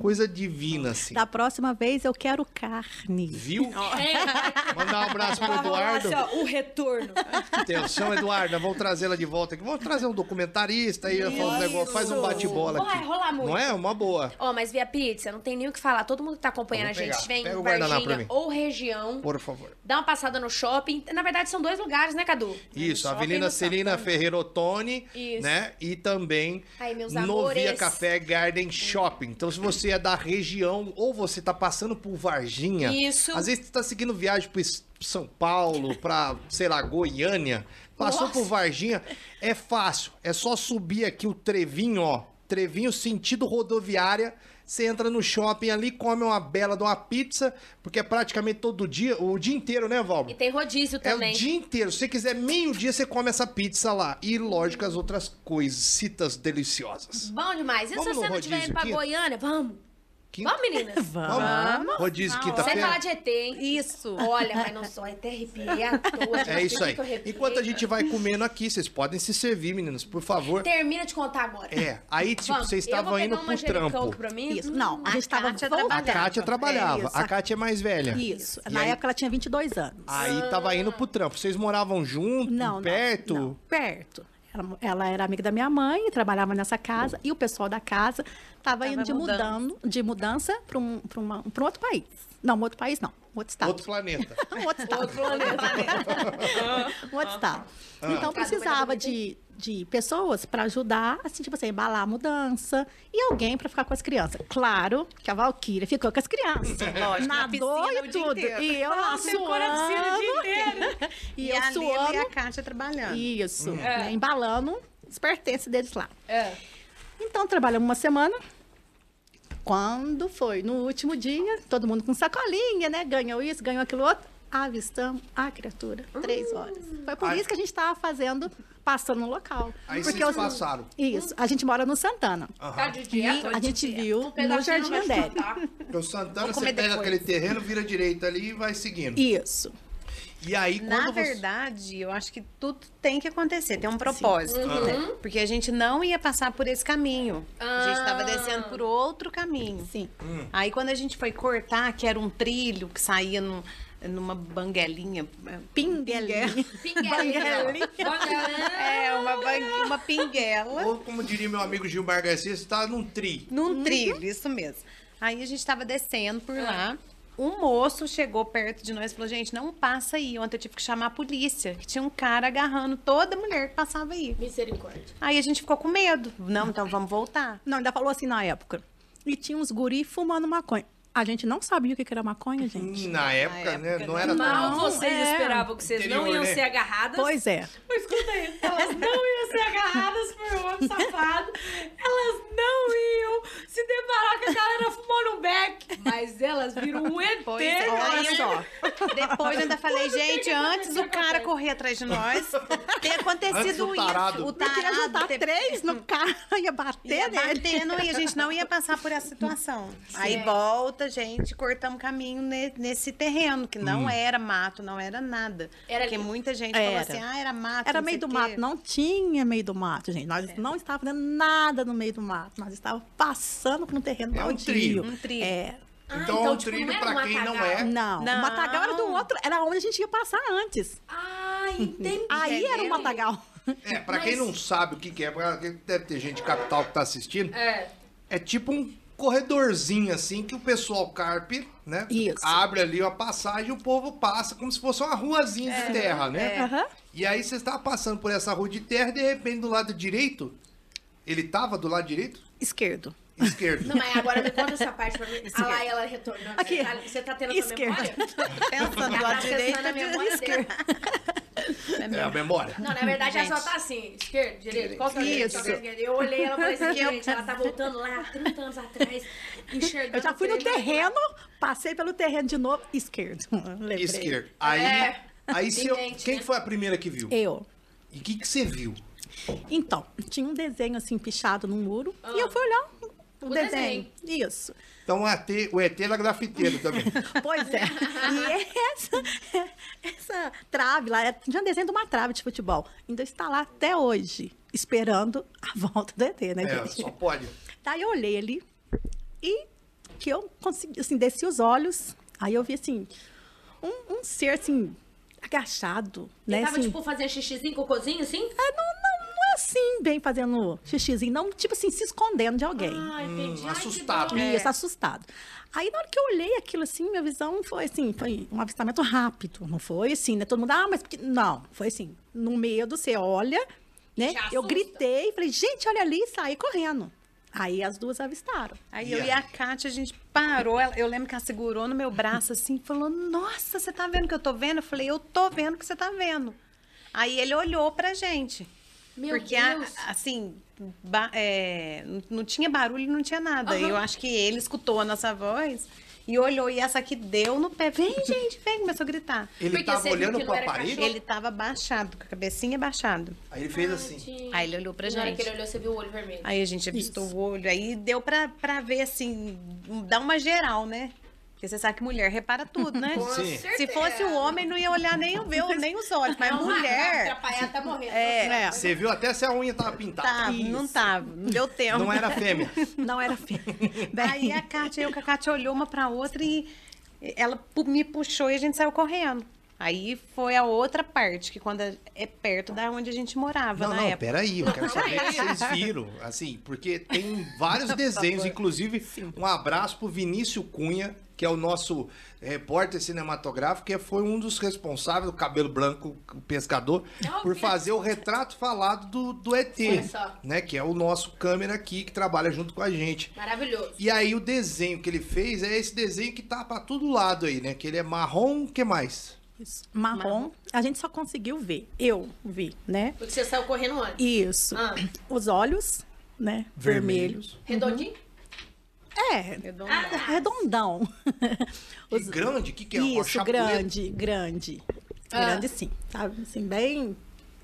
Coisa divina, assim. Tá Da próxima vez eu quero carne. Viu? Mandar um abraço pro Ela falou Eduardo. assim, ó, o retorno. Atenção, Eduardo, nós vamos trazê-la de volta aqui. Vamos trazer um documentarista aí, ela falou um negócio, faz um bate-bola Vai aqui. rolar muito. Não é? Uma boa. Ó, mas via pizza, não tem nem o que falar. Todo mundo que tá acompanhando a Vamos pegar. gente, vem Pega o em guardanapo pra mim. Varginha ou região. Por favor. Dá uma passada no shopping. Na verdade, são dois lugares, né, Cadu? Isso, Shopping e Avenida no Celina Ferreira Ottoni, Isso. né? E também Ai, meus no amores. Via Café Garden Shopping. Então, se você é da região ou você tá passando por Varginha, Isso. às vezes você tá seguindo viagem pro es- São Paulo, pra, sei lá, Goiânia, passou Nossa. por Varginha, é fácil. É só subir aqui o Trevinho, ó. Trevinho sentido rodoviária. Você entra no shopping ali, come uma bela de uma pizza, porque é praticamente todo dia, o dia inteiro, né, Valber? E tem rodízio É também. o dia inteiro. Se você quiser meio-dia, você come essa pizza lá. E, lógico, as outras coisas, citas deliciosas. Bom demais. E Vamos se você no não tiver rodízio indo pra aqui? Goiânia? Vamos. Quinta- Vamos, meninas. Vamos. Tá Rodízio Sem falar quinta-feira. de ET, hein? Isso. Olha, mas não só, é até arrepiei à toa. gente. É isso Por aí. que que eu arrepiei? Enquanto a gente vai comendo aqui, vocês podem se servir, meninas, por favor. Termina de contar agora. É, aí, tipo, Vamos, vocês eu vou estavam pegar indo um pro manjericão trampo. aqui Pra mim? Hum, Isso, não, a gente a estava Kátia voltando. A Kátia É trabalhava. isso. A Kátia é mais velha. Isso. é E Na aí- época ela tinha 22 anos. Aí tava indo pro trampo. Vocês moravam junto, Não, perto? Não, não, perto. Ela, ela era amiga da minha mãe, trabalhava nessa casa e o pessoal da casa estava indo de mudando. mudando, de mudança para um, pra uma- pra um outro país. Não, um outro país não, um outro estado. Outro planeta. Um outro estado. né? um outro Ah. estado. Então precisava de, de pessoas para ajudar, assim, tipo assim, embalar a mudança e alguém para ficar com as crianças. Claro que a Valquíria ficou com as crianças. Lógico, na Nadou piscina e o dia tudo. inteiro. E eu lá suando. E, E, eu a Lila suando. e a Kátia trabalhando. Isso, né, embalando os pertences deles lá. É. Então, trabalhamos uma semana. Quando foi? No último dia, todo mundo com sacolinha, né? Ganhou isso, ganhou aquilo outro. Avistamos a criatura. Três horas. Foi por Ai. isso que a gente estava fazendo, passando no local. Aí Porque vocês os- passaram. Isso. A gente mora no Santana. Tá de Um E dieta? a gente viu no Jardim André. Tá. Porque o Santana, você comer pega depois. aquele terreno, vira direito ali e vai seguindo. Isso. E aí, quando Na você- verdade, eu acho que tudo tem que acontecer, tem um propósito. Uhum. né? Porque a gente não ia passar por esse caminho. A Ah. gente estava descendo por outro caminho. Sim. Aí quando a gente foi cortar, que era um trilho que saía num- numa banguelinha. Pinguelinha. Pinguelinha. É, uma, ban- uma pinguela. Ou como diria meu amigo Gilmar Garcia, você tá num tri. Num trilho, isso mesmo. Aí a gente tava descendo Ah. por lá. Um moço chegou perto de nós e falou: gente, não passa aí. Ontem eu tive que chamar a polícia, que tinha um cara agarrando toda mulher que passava aí. Misericórdia. Aí a gente ficou com medo. Não, então vamos voltar. Não, ainda falou assim na época. E tinha uns guri fumando maconha. A gente não sabia o que que era maconha, gente. Na época, né? Não era Mal tão. vocês é. esperavam que vocês não Interior, iam né? ser agarradas. Pois é. Mas escuta aí, elas não iam ser agarradas por um homem safado. Elas não iam se deparar com a galera fumando um beck. Mas elas viram um ET. Pois é, olha aí eu- Depois eu ainda falei, gente, antes o cara correr atrás de nós, tem Antes acontecido o tarado. isso. O Eu queria tarado juntar ter- três né? no carro, ia bater ia nele. batendo e a gente não ia passar por essa situação. Aí volta, gente, cortamos caminho ne- nesse terreno, que não era mato, não era nada. Era Porque ali. muita gente falou Era. assim, ah, era mato. Era não meio sei do o quê. É. mato, não tinha meio do mato, gente. Nós não estávamos fazendo nada no meio do mato. Nós estávamos passando por um terreno É um baldio. trilho. Um trilho. É. então, é então, um tipo, trilho não era pra um quem não matagal. é. Não, Não. o matagal era do outro, era onde a gente ia passar antes. Ah, entendi. Aí era o Entendeu? matagal. É, pra quem Mas- não sabe o que, que é, porque deve ter gente de capital que tá assistindo, é, É. tipo um corredorzinho assim que o pessoal carpe, né? Isso. Abre ali uma passagem e o povo passa como se fosse uma ruazinha de terra, né? é. É. Aham. E aí você está passando por essa rua de terra e de repente do lado direito, ele tava do lado direito? Esquerdo. Esquerdo. Não, mas agora me conta essa parte pra mim. Ah lá, ela retornando. Aqui. Você tá, você tá tendo essa Esquerda. memória? Pensa do Tá lado acessando direito, a memória dele. é a memória. Não, na verdade Gente. ela só tá assim, esquerda, direita, qual que é a direita, qual que é a Isso. esquerda? Eu olhei ela e falei assim, Que eu- gente, ela tá voltando lá, 30 anos atrás, enxergando. Eu já fui no o trem. terreno, passei pelo terreno de novo, esquerdo. Lembrei. Esquerdo. Aí, É. aí seu, Evidente, quem né? foi a primeira que viu? Eu. E o que, que você viu? Então, tinha um desenho assim pichado no muro e Ah. eu fui olhar o, O desenho. Isso. Então o ET, o ET era grafiteiro também. Pois é. E essa, essa trave lá, tinha um desenho de uma trave de futebol. Ainda está lá até hoje, esperando a volta do ET, né, É, gente? só pode. Daí eu olhei ali e que eu consegui, assim, desci os olhos. Aí eu vi, assim, um, um ser, assim, agachado, Ele né? tava, assim, tipo, fazendo xixizinho, cocôzinho, assim? é, não, não, não é assim, bem fazendo xixizinho, não, tipo assim, se escondendo de alguém. Ah, entendi. Ai, que assustado. dó. Isso, assustado. Aí na hora que eu olhei aquilo assim, minha visão foi assim, foi um avistamento rápido, não foi assim, né? Todo mundo, ah, mas porque... Não, foi assim, no medo, você olha, né? Já Eu assusta. gritei, falei, gente, olha ali, e saí correndo. Aí as duas avistaram. Aí Yeah. eu e a Kátia, a gente parou. ela- eu lembro que ela segurou no meu braço assim e falou: Nossa, você tá vendo o que eu tô vendo? Eu falei: Eu tô vendo o que você tá vendo. Aí ele olhou pra gente. Meu porque, a- Deus. assim, ba- é, n- não tinha barulho, não tinha nada. Aham. Eu acho que ele escutou a nossa voz e olhou. E essa aqui deu no pé: Vem, gente, vem. Começou a gritar. Ele Porque tava você viu olhando que não pra era parede, cachorro? Ah, Ele tava baixado, com a cabecinha baixada. aí ele fez assim. Tadinho. Aí ele olhou pra Na hora que gente. ele olhou, você viu o olho vermelho. Aí a gente avistou o olho, aí deu pra, pra ver, assim, dar uma geral, né? Porque você sabe que mulher repara tudo, né? Com Sim. certeza. Se fosse o homem, não ia olhar nem, o meu, nem os olhos, mas Não, mulher... Atrapalhar tá morrendo. É, É, Você viu até se a unha tava pintada. tava, tá, não tava, não deu tempo. Não era fêmea. não era feio. Aí a Kátia, eu com a Kátia olhou uma pra outra e ela pu- me puxou e a gente saiu correndo. Aí foi a outra parte, que quando é perto da onde a gente morava Não, na não, época. peraí, eu quero saber o que vocês viram, assim, porque tem vários desenhos, inclusive um abraço pro Vinícius Cunha, que é o nosso repórter cinematográfico, que foi um dos responsáveis, o cabelo branco, o pescador, Não, por que- fazer o retrato falado do, do ET, Olha só. né, que é o nosso câmera aqui, que trabalha junto com a gente. Maravilhoso. E aí o desenho que ele fez é esse desenho que tá pra todo lado aí, né, que ele é marrom, o que mais? Isso, marrom, a gente só conseguiu ver, eu vi, né? Porque você saiu correndo antes. Isso, Ah. os olhos, né? Vermelhos. Redondinho? É, Redondo. Redondão. E grande? O que, que é? Uma Isso, chapuleta? grande, grande. Ah. Grande sim, sabe? Assim, bem...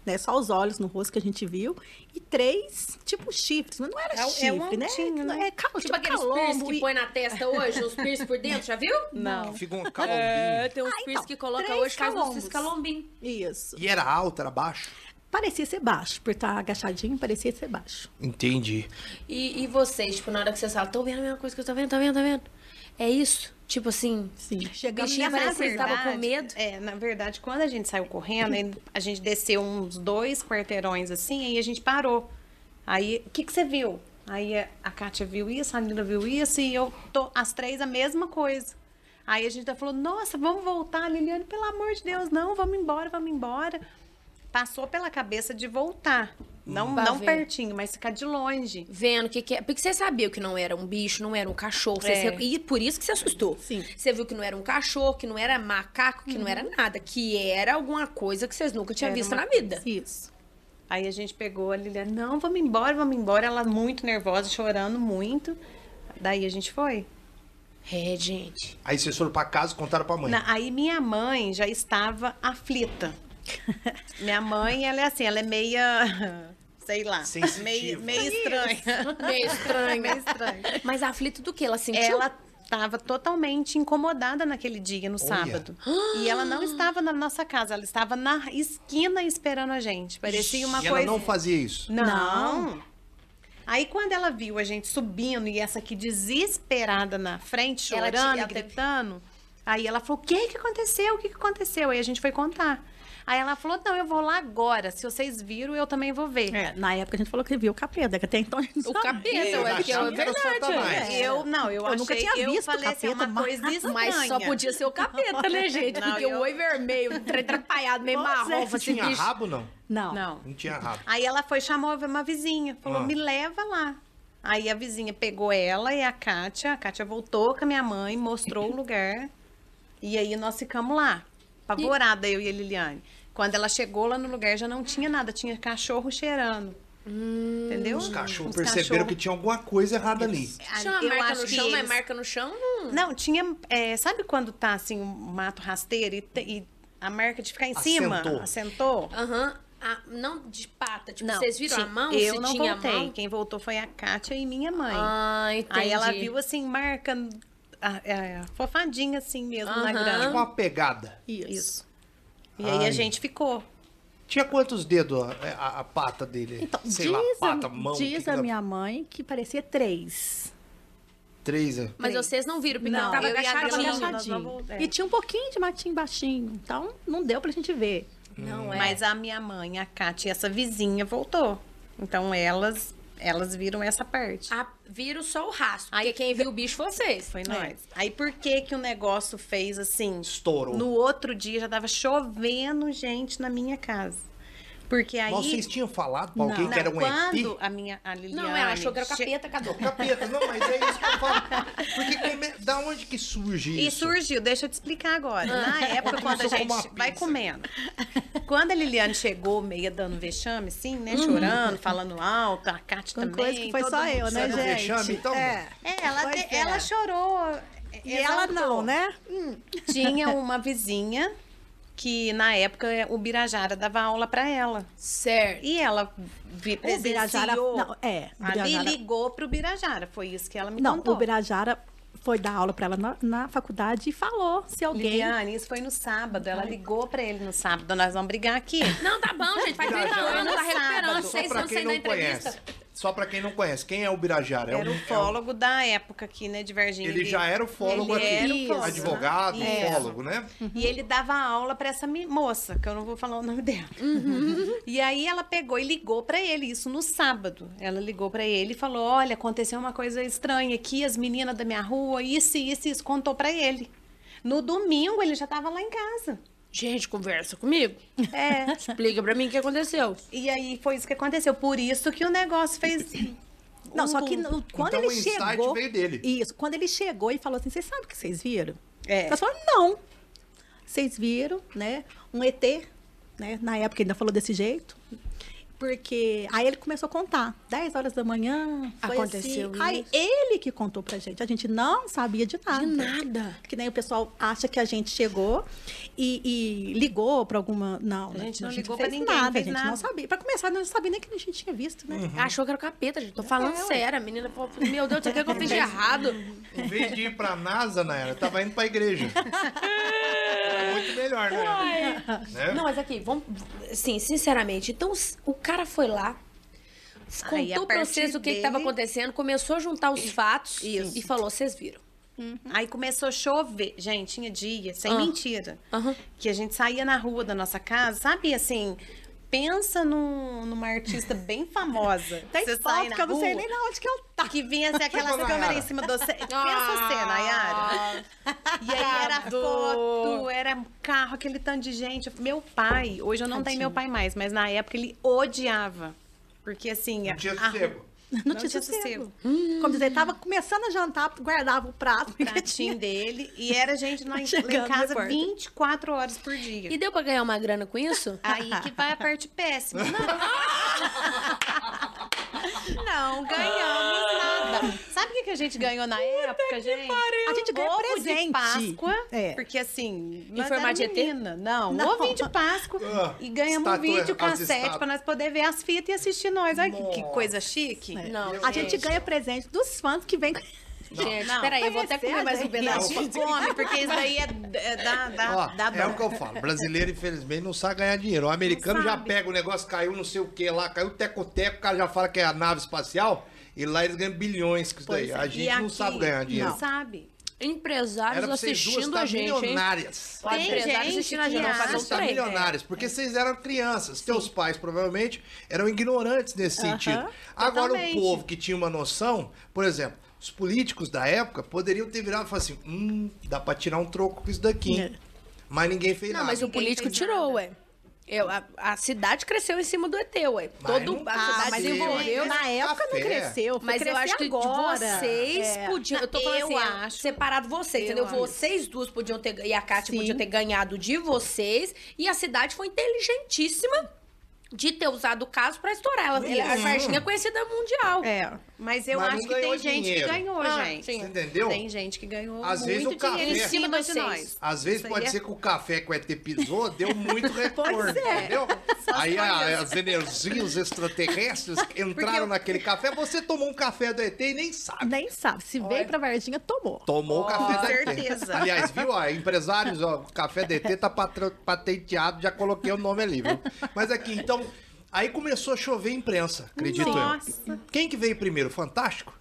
Né, só os olhos no rosto que a gente viu. E três, tipo chifres. Mas não era É o- é chifre, um né? altinho, né? É cal, tipo, Tipo aqueles piercing calombo. que E... põe na testa hoje, os piercing por dentro, já viu? Não. Que Fica um calombinho. tem uns piercing então, que coloca três hoje, faz um uns calombos. escalombim. Isso. E era alto, era baixo? Parecia ser baixo. Por estar agachadinho, parecia ser baixo. Entendi. E, e vocês, tipo, na hora que vocês falam, tô vendo a mesma coisa que eu tô vendo, tá vendo, tá vendo? É isso? Tipo assim, Sim. Chegamos bichinho Na parecia que estava com verdade, medo. É, na verdade, quando a gente saiu correndo, aí a gente desceu uns dois quarteirões assim, aí a gente parou. Aí, o que, que você viu? Aí a- a Kátia viu isso, a Nina viu isso, e eu tô, as três a mesma coisa. Aí a gente até falou, nossa, vamos voltar, Liliane, pelo amor de Deus, não, vamos embora, vamos embora. Passou pela cabeça de voltar. Não, Pra não Hum. ver. pertinho, mas ficar de longe. Vendo o que, que é. Porque você sabia que não era um bicho, não era um cachorro. você- É. você- e por isso que você assustou. Sim. Você viu que não era um cachorro, que não era macaco, que não era nada. Que era alguma coisa que vocês nunca tinham Era visto uma na vida. Isso. Aí a gente pegou a Liliane, não, vamos embora, vamos embora. Ela muito nervosa, chorando muito. Daí a gente foi. É, gente. Aí vocês foram pra casa e contaram pra mãe. Na- aí minha mãe já estava aflita. minha mãe, ela é assim, ela é meia, sei lá, Sensitiva. meio, meio estranha. Meio meio estranho. estranha. Mas aflito do que? Ela sentiu? Ela estava totalmente incomodada naquele dia, no Olha. sábado. E ela não estava na nossa casa, ela estava na esquina esperando a gente. Parecia uma e coisa. ela não fazia isso. Não. Aí quando ela viu a gente subindo e essa aqui desesperada na frente, Ela chorando, te- ela e teve- gritando, aí ela falou: "O que que aconteceu? O que que aconteceu?" Aí a gente foi contar. Aí ela falou: "Não, eu vou lá agora. Se vocês viram, eu também vou ver." É, na época a gente falou que viu o capeta, que até então a gente não O sabia. capeta, Eu ué, porque é achava que era Satanás. verdade. É. é. Eu não, eu, Eu achei, nunca tinha eu visto falei assim, é capeta, uma coisa mas- estranha. Mas só podia ser o capeta, né, gente? Não, Porque eu- o oi vermelho, tre- atrapalhado, meio Pois é. marrom, Não assim, tinha bicho. rabo, não? Não. Não. Não tinha rabo. Aí ela foi, chamou uma vizinha, falou: Ah. me leva lá. Aí a vizinha pegou ela e a Kátia. A Kátia voltou com a minha mãe, mostrou o lugar. E aí nós ficamos lá, apavorada, eu e a Liliane. Quando ela chegou lá no lugar, já não tinha nada, tinha cachorro cheirando. Hum. Entendeu? Os cachorros perceberam que tinha alguma coisa errada ali. que Tinha uma marca no chão, mas marca no chão não. Não, tinha. é, sabe quando tá assim, um mato rasteiro e, te- e a marca de ficar em Assentou. cima? Assentou? Aham. Ah, não de pata. Tipo, Não, vocês viram a ti- mão? Eu se não tinha voltei. a mão? Quem voltou foi a Kátia e minha mãe. Ah, entendi. Aí ela viu assim, marca ah, é, fofadinha assim mesmo na Aham. Tipo grama. uma pegada. Isso. E aí Ai. a gente ficou. Tinha quantos dedos a, a- a pata dele? Então, Sei diz, lá, a- pata, mão. diz que a que- minha mãe que parecia três. Três, é. Mas vocês não viram, porque não, tava eu e a agachadinho. Adriana, Tava nós agachadinho. vamos- é. E tinha um pouquinho de matinho baixinho. Então, não deu pra gente ver. Não, é. Mas a minha mãe, a Kátia e essa vizinha voltou. Então elas, elas viram essa parte. Ah, viram só o rastro. Porque quem viu o bicho foi vocês. Foi nós. Aí por que que o negócio fez assim? Estourou. No outro dia já tava chovendo gente na minha casa. Porque aí... Mas vocês tinham falado pra alguém Não, que era um quando ET? a minha a Liliane Não, ela achou que era o che- capeta, cadê? Capeta, não, mas é isso que eu falo. Porque como é- da onde que surge E isso? surgiu, deixa eu te explicar agora. Na época, quando a Começou gente como uma vai pizza. comendo. Quando a Liliane chegou, meia dando vexame, assim, né? Chorando, falando alto, a Kátia Uma também. coisa que foi todo só mundo- eu, né, Sabe o gente? vexame, então? É. É, ela, Pois te- é. ela chorou. E ela não, né? Tinha uma vizinha que, na época, o Birajara dava aula pra ela. Certo. E ela vi, O Birajara- presenciou. não, é, o Ali Birajara- ligou pro Birajara, foi isso que ela me Não, contou. o Birajara foi dar aula pra ela na, na faculdade e falou se alguém... Liliane, isso foi no sábado. Ela ligou pra ele no sábado. Nós vamos brigar aqui. Não, tá bom, gente. Faz 30 Birajara anos, tá no sábado. recuperando. Só Só Seis pra anos quem sem dar não entrevista. conhece. Só pra quem não conhece. Quem é o Birajara? É Era um- o é um- fólogo da época aqui, né, de Varginha. Ele já era o fólogo Ele era o aqui. fólogo, Advogado, né? fólogo, né? E ele dava aula pra essa mi- moça, que eu não vou falar o nome dela. E aí ela pegou e ligou pra ele, isso no sábado. Ela ligou pra ele e falou: "Olha, aconteceu uma coisa estranha aqui, as meninas da minha rua, isso e isso, e isso contou pra ele". No domingo ele já tava lá em casa. Gente, conversa comigo. É. Explica pra mim o que aconteceu. E aí foi isso que aconteceu. Por isso que o negócio fez Não, um só que boom. no- quando Então, o ele insight chegou. veio dele. Isso, quando ele chegou e falou assim: vocês sabem o que vocês viram? É. Elas falaram, não. Vocês viram, né? Um ET, né? Na época ainda falou desse jeito. Porque. Aí ele começou a contar. 10 horas da manhã. Foi Aconteceu assim. Aí isso. ele que contou pra gente. A gente não sabia de De nada. nada. Que nem o pessoal acha que a gente chegou e, e ligou pra alguma. Não, A gente não fez ligou pra ninguém, não nada. fez a gente não nada. sabia. Pra começar, nós não sabia nem que a gente tinha visto, né? Uhum. Achou que era o capeta, gente. Tô é, falando sério. A menina falou, meu Deus, o que que eu fiz de errado? Em vez de ir pra NASA, Nayara, tava indo pra igreja. Era muito melhor, né? Né? Não, mas aqui, vamos. Sim, sinceramente. Então, s- o cara foi lá, Aí, a contou pra partir vocês o que, que tava dele- acontecendo, começou a juntar os fatos Isso. e falou: vocês viram. Uhum. Aí começou a chover. Gente, tinha dia, sem Ah. mentira. Aham. Que a gente saía na rua da nossa casa, sabe assim. Pensa num- numa artista bem famosa. Tem Você sai foto na que eu não sei rua, nem na onde que eu tava. Que vinha assim, aquela Tipo, câmera Nayara. em cima do. Pensa Ah. você, Nayara. E aí era Cadu. foto, era um carro, aquele tanto de gente. Meu pai, hoje eu não tenho meu pai mais, mas na época ele odiava. Porque assim. Não tinha a- a- Um sossego. Não, Não tinha tinha sossego. Hum. Como dizer, tava começando a jantar, guardava o prato. porque tinha- pratinho dele. E era gente lá em, lá em Chegando na casa porta. 24 horas por dia. E deu pra ganhar uma grana com isso? Aí que vai a parte péssima. Não, não ganhamos nada. Sabe o que que a gente ganhou na época, gente? A gente ganhou Ovo presente. de Páscoa, É. porque assim, nós formato de era ET? menina. Não, Não. não. ovinho de Páscoa. Ah, e ganhamos um estátua, vídeo as cassete estátuas. pra nós poder ver as fitas e assistir nós. Olha que- que Nossa. coisa chique. Não, a gente ganha presente dos fãs que vem com- Gente, Não. peraí, eu vou até Parecer, comer mais um gente. pedaço. Não, come, porque isso daí é, é da, da, Ó, da é o banca. que eu falo. Brasileiro, infelizmente, não sabe ganhar dinheiro. O americano Não já sabe. pega o negócio, caiu não sei o que lá, caiu teco-teco, o cara já fala que é a nave espacial, e lá eles ganham bilhões com isso Pois daí. é. A E gente não aqui, sabe ganhar dinheiro. Não sabe. Empresários Era pra vocês duas assistindo estar a gente, hein? milionárias. Ó, né? Tem empresários gente assistindo a gente, que é. vamos fazer acha Vocês um estão trem. milionárias, porque vocês eram crianças. Teus pais, provavelmente, eram ignorantes nesse sentido. Agora, Totalmente. o povo que tinha uma noção, por exemplo, os políticos da época poderiam ter virado e falado assim: hum, dá pra tirar um troco com isso daqui. hein?" Mas ninguém fez Não, nada. Ah, mas o político fez tirou, nada. ué. Eu, a, a cidade cresceu em cima do ET, ué. Mas Todo, não a cresceu, Ah, cidade mas desenvolveu. na Na época não Café. cresceu, foi Mas eu crescer acho que de agora. vocês É. podiam. Eu tô falando Eu assim, acho. separado vocês, Eu entendeu? acho. Vocês duas podiam ter ganho, e a Kátia Sim. podiam ter ganhado de vocês. E a cidade foi inteligentíssima de ter usado o caso pra estourar. Ela, ela- a Sarginha é conhecida mundial. É. Mas eu Mas não acho que ganhou tem gente dinheiro. que ganhou, Ah, gente. sim. Você entendeu? Tem gente que ganhou Às muito vezes o café- dinheiro em cima de Sim, mas nós. Às vezes Isso aí pode é- ser que o café que o ET pisou deu muito retorno, entendeu? Aí a- as energias extraterrestres entraram eu- naquele café. Você tomou um café do ET e nem sabe. Nem sabe. Se veio pra Varginha, tomou. Tomou o café do ET. certeza. Aliás, viu? Ó, empresários, ó, o café do ET tá patro- patenteado, já coloquei o nome ali, viu? Mas aqui, então, aí começou a chover imprensa, acredito eu. Nossa. Quem que veio primeiro? Fantástico?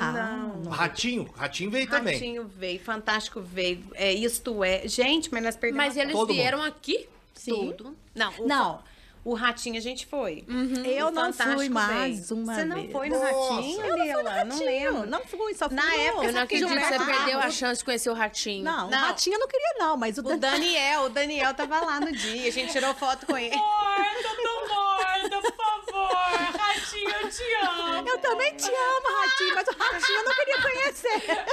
Ah, Ratinho? Ratinho veio também. Ratinho veio, Fantástico veio, é, Isto É. Gente, mas nós perdemos Mas a eles Todo mundo. vieram aqui Sim. tudo. Não, o, Não. Uhum. o Ratinho a gente foi. Eu O não Fantástico fui mais veio. uma Você não vez. foi no Nossa. Ratinho, Eu não fui no Leila? Não Ratinho, lembro. não fui, só fui Na no- época, Eu não só fiz acredito que você Gilberto perdeu a Barros. chance de conhecer o Ratinho. tá Não, Não. o Ratinho eu não queria, não, mas o, O Daniel, o Daniel tava lá no dia, a gente tirou foto com ele. Morta, tô morta, por favor. Ratinho, eu te amo. Eu também te amo, Ratinho, mas o Ratinho eu não queria conhecer.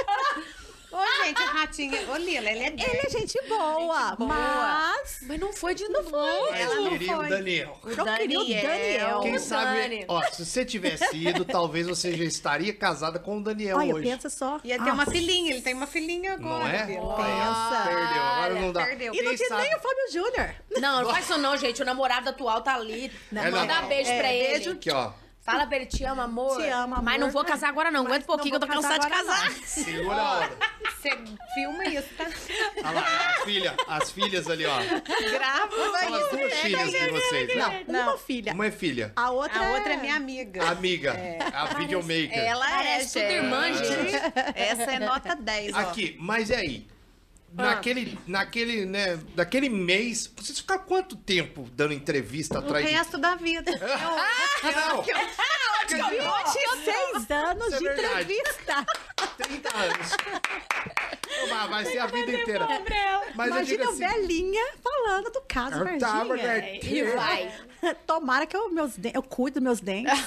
Ô, gente, o Ratinho, ô Lila, ele é Ele é gente boa, Gente boa. mas. Mas não foi de novo. Não Eles Ela não queriam o foi. Daniel. Eu queria o Daniel. Quem O sabe, Dani. ó, se você tivesse ido, talvez você já estaria casada com o Daniel Olha, hoje. pensa só. Ia ter Ah, uma filhinha, ele tem uma filhinha agora. Não é? Lila. Pensa. Perdeu, agora não dá. perdeu. E não Quem tinha sabe? nem o Fábio Júnior. Não, não faz isso não, gente. O namorado atual tá ali. Não, Manda não. É, beijo É, pra ele. beijo. Aqui, ó. Fala pra ele, te amo, amor. Te amo, amor. Mas não vou casar agora não. Aguenta um pouquinho que eu tô Não vou cansada de agora, casar. não. Segura a hora. Você filma isso, tá? Olha lá, a filha, as filhas ali, ó. Grava São as duas é filhas de vocês. né? Não, Não. uma filha. Uma é filha, A outra, A outra é minha amiga. amiga, a videomaker. Ela Parece é, tudo irmã, gente. Essa é nota 10, ó. Aqui, mas e aí? Naquele, naquele, né, naquele mês, vocês ficaram quanto tempo dando entrevista O atrás resto da vida. Ah, de... Não, Seis anos Isso é de verdade. entrevista. 30 anos. Vai- Vai ser a vida inteira. Mas eu Imagina eu digo assim, velhinha falando do caso Eu tava, né? Varginha. E vai. Tomara que eu, meus dentes, eu cuido dos meus dentes.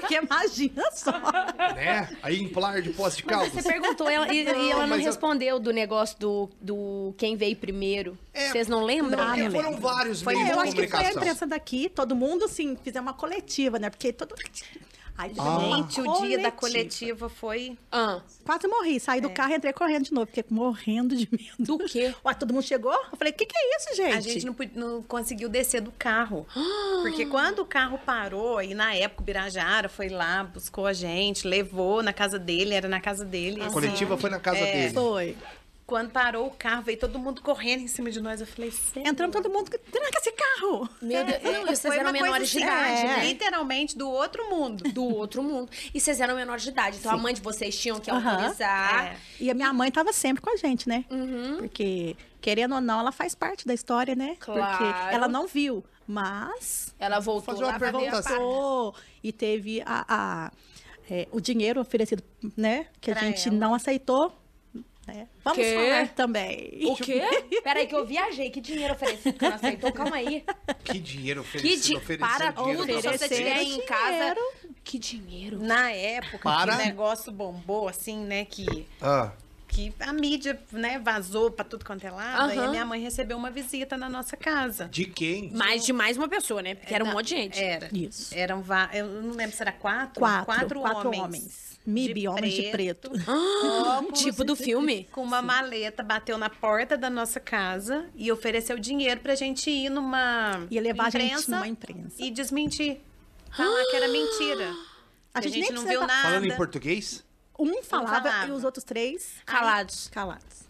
Porque imagina só. né? Aí implar de posse de caldo. Você perguntou ela- e, e ela não mas eu- respondeu do negócio do, do quem veio primeiro. É, Vocês não lembram? não, É, eu foram vários Foi, meios de eu acho que foi a comunicação. imprensa daqui, todo mundo, assim, fizer uma coletiva, né? Porque todo. Ai, fizemos uma Gente, o dia da coletiva foi. Ah, Quase morri. Saí do carro e entrei correndo de novo. Fiquei morrendo de medo. É. do quê? Ué, todo mundo chegou? Eu falei, o que, que é isso, gente? A gente não, pod- não conseguiu descer do carro. Porque quando o carro parou, e na época o Birajara foi lá, buscou a gente, levou na casa dele, era na casa dele. A assim. coletiva foi na casa É. dele. É. Foi. Quando parou o carro, veio todo mundo correndo em cima de nós. Eu falei, "Cê é Entramos todo mundo. Tranca esse carro! Meu Deus, não, e vocês Foi eram uma coisa menores de assim, idade, é, né? É. literalmente do outro mundo. Do outro mundo. E vocês eram menores de idade. Então a mãe de vocês tinham que Aham. autorizar. É. E a minha mãe tava sempre com a gente, né? Uhum. Porque, querendo ou não, ela faz parte da história, né? Claro. Porque ela não viu, mas Ela voltou Fazer uma lá pra ver a pergunta pá- passou e teve a, a- é, o dinheiro oferecido, né? Que Pra a gente ela. não aceitou. né? Vamos Quê? falar também. O quê? Peraí, que eu viajei. Que dinheiro oferecido que ela aceitou? Calma aí. Que dinheiro Que oferecido. di... oferecendo Para dinheiro tudo, pra se você vocês. estiver em Dinheiro. casa... Que dinheiro? Na época, Para. que o negócio bombou, assim, né? Que, Ah, que a mídia, né, vazou pra tudo quanto é lado. E a Aham. minha mãe recebeu uma visita na nossa casa. de quem? Mais de mais uma pessoa, né? Porque era um Não, monte de gente. Era. Isso. Eram va- Eu não lembro se era quatro. Quatro, Quatro, quatro homens. homens. MIB, homens de preto. Um Ah, tipo do filme. Com uma maleta, bateu na porta da nossa casa e ofereceu dinheiro pra gente ir numa. Ia levar a gente numa imprensa. E desmentir. Falar que era mentira. A Que gente nem não precisa viu fa- nada. Falando em português? um falava falava. e os outros três Calados. calados.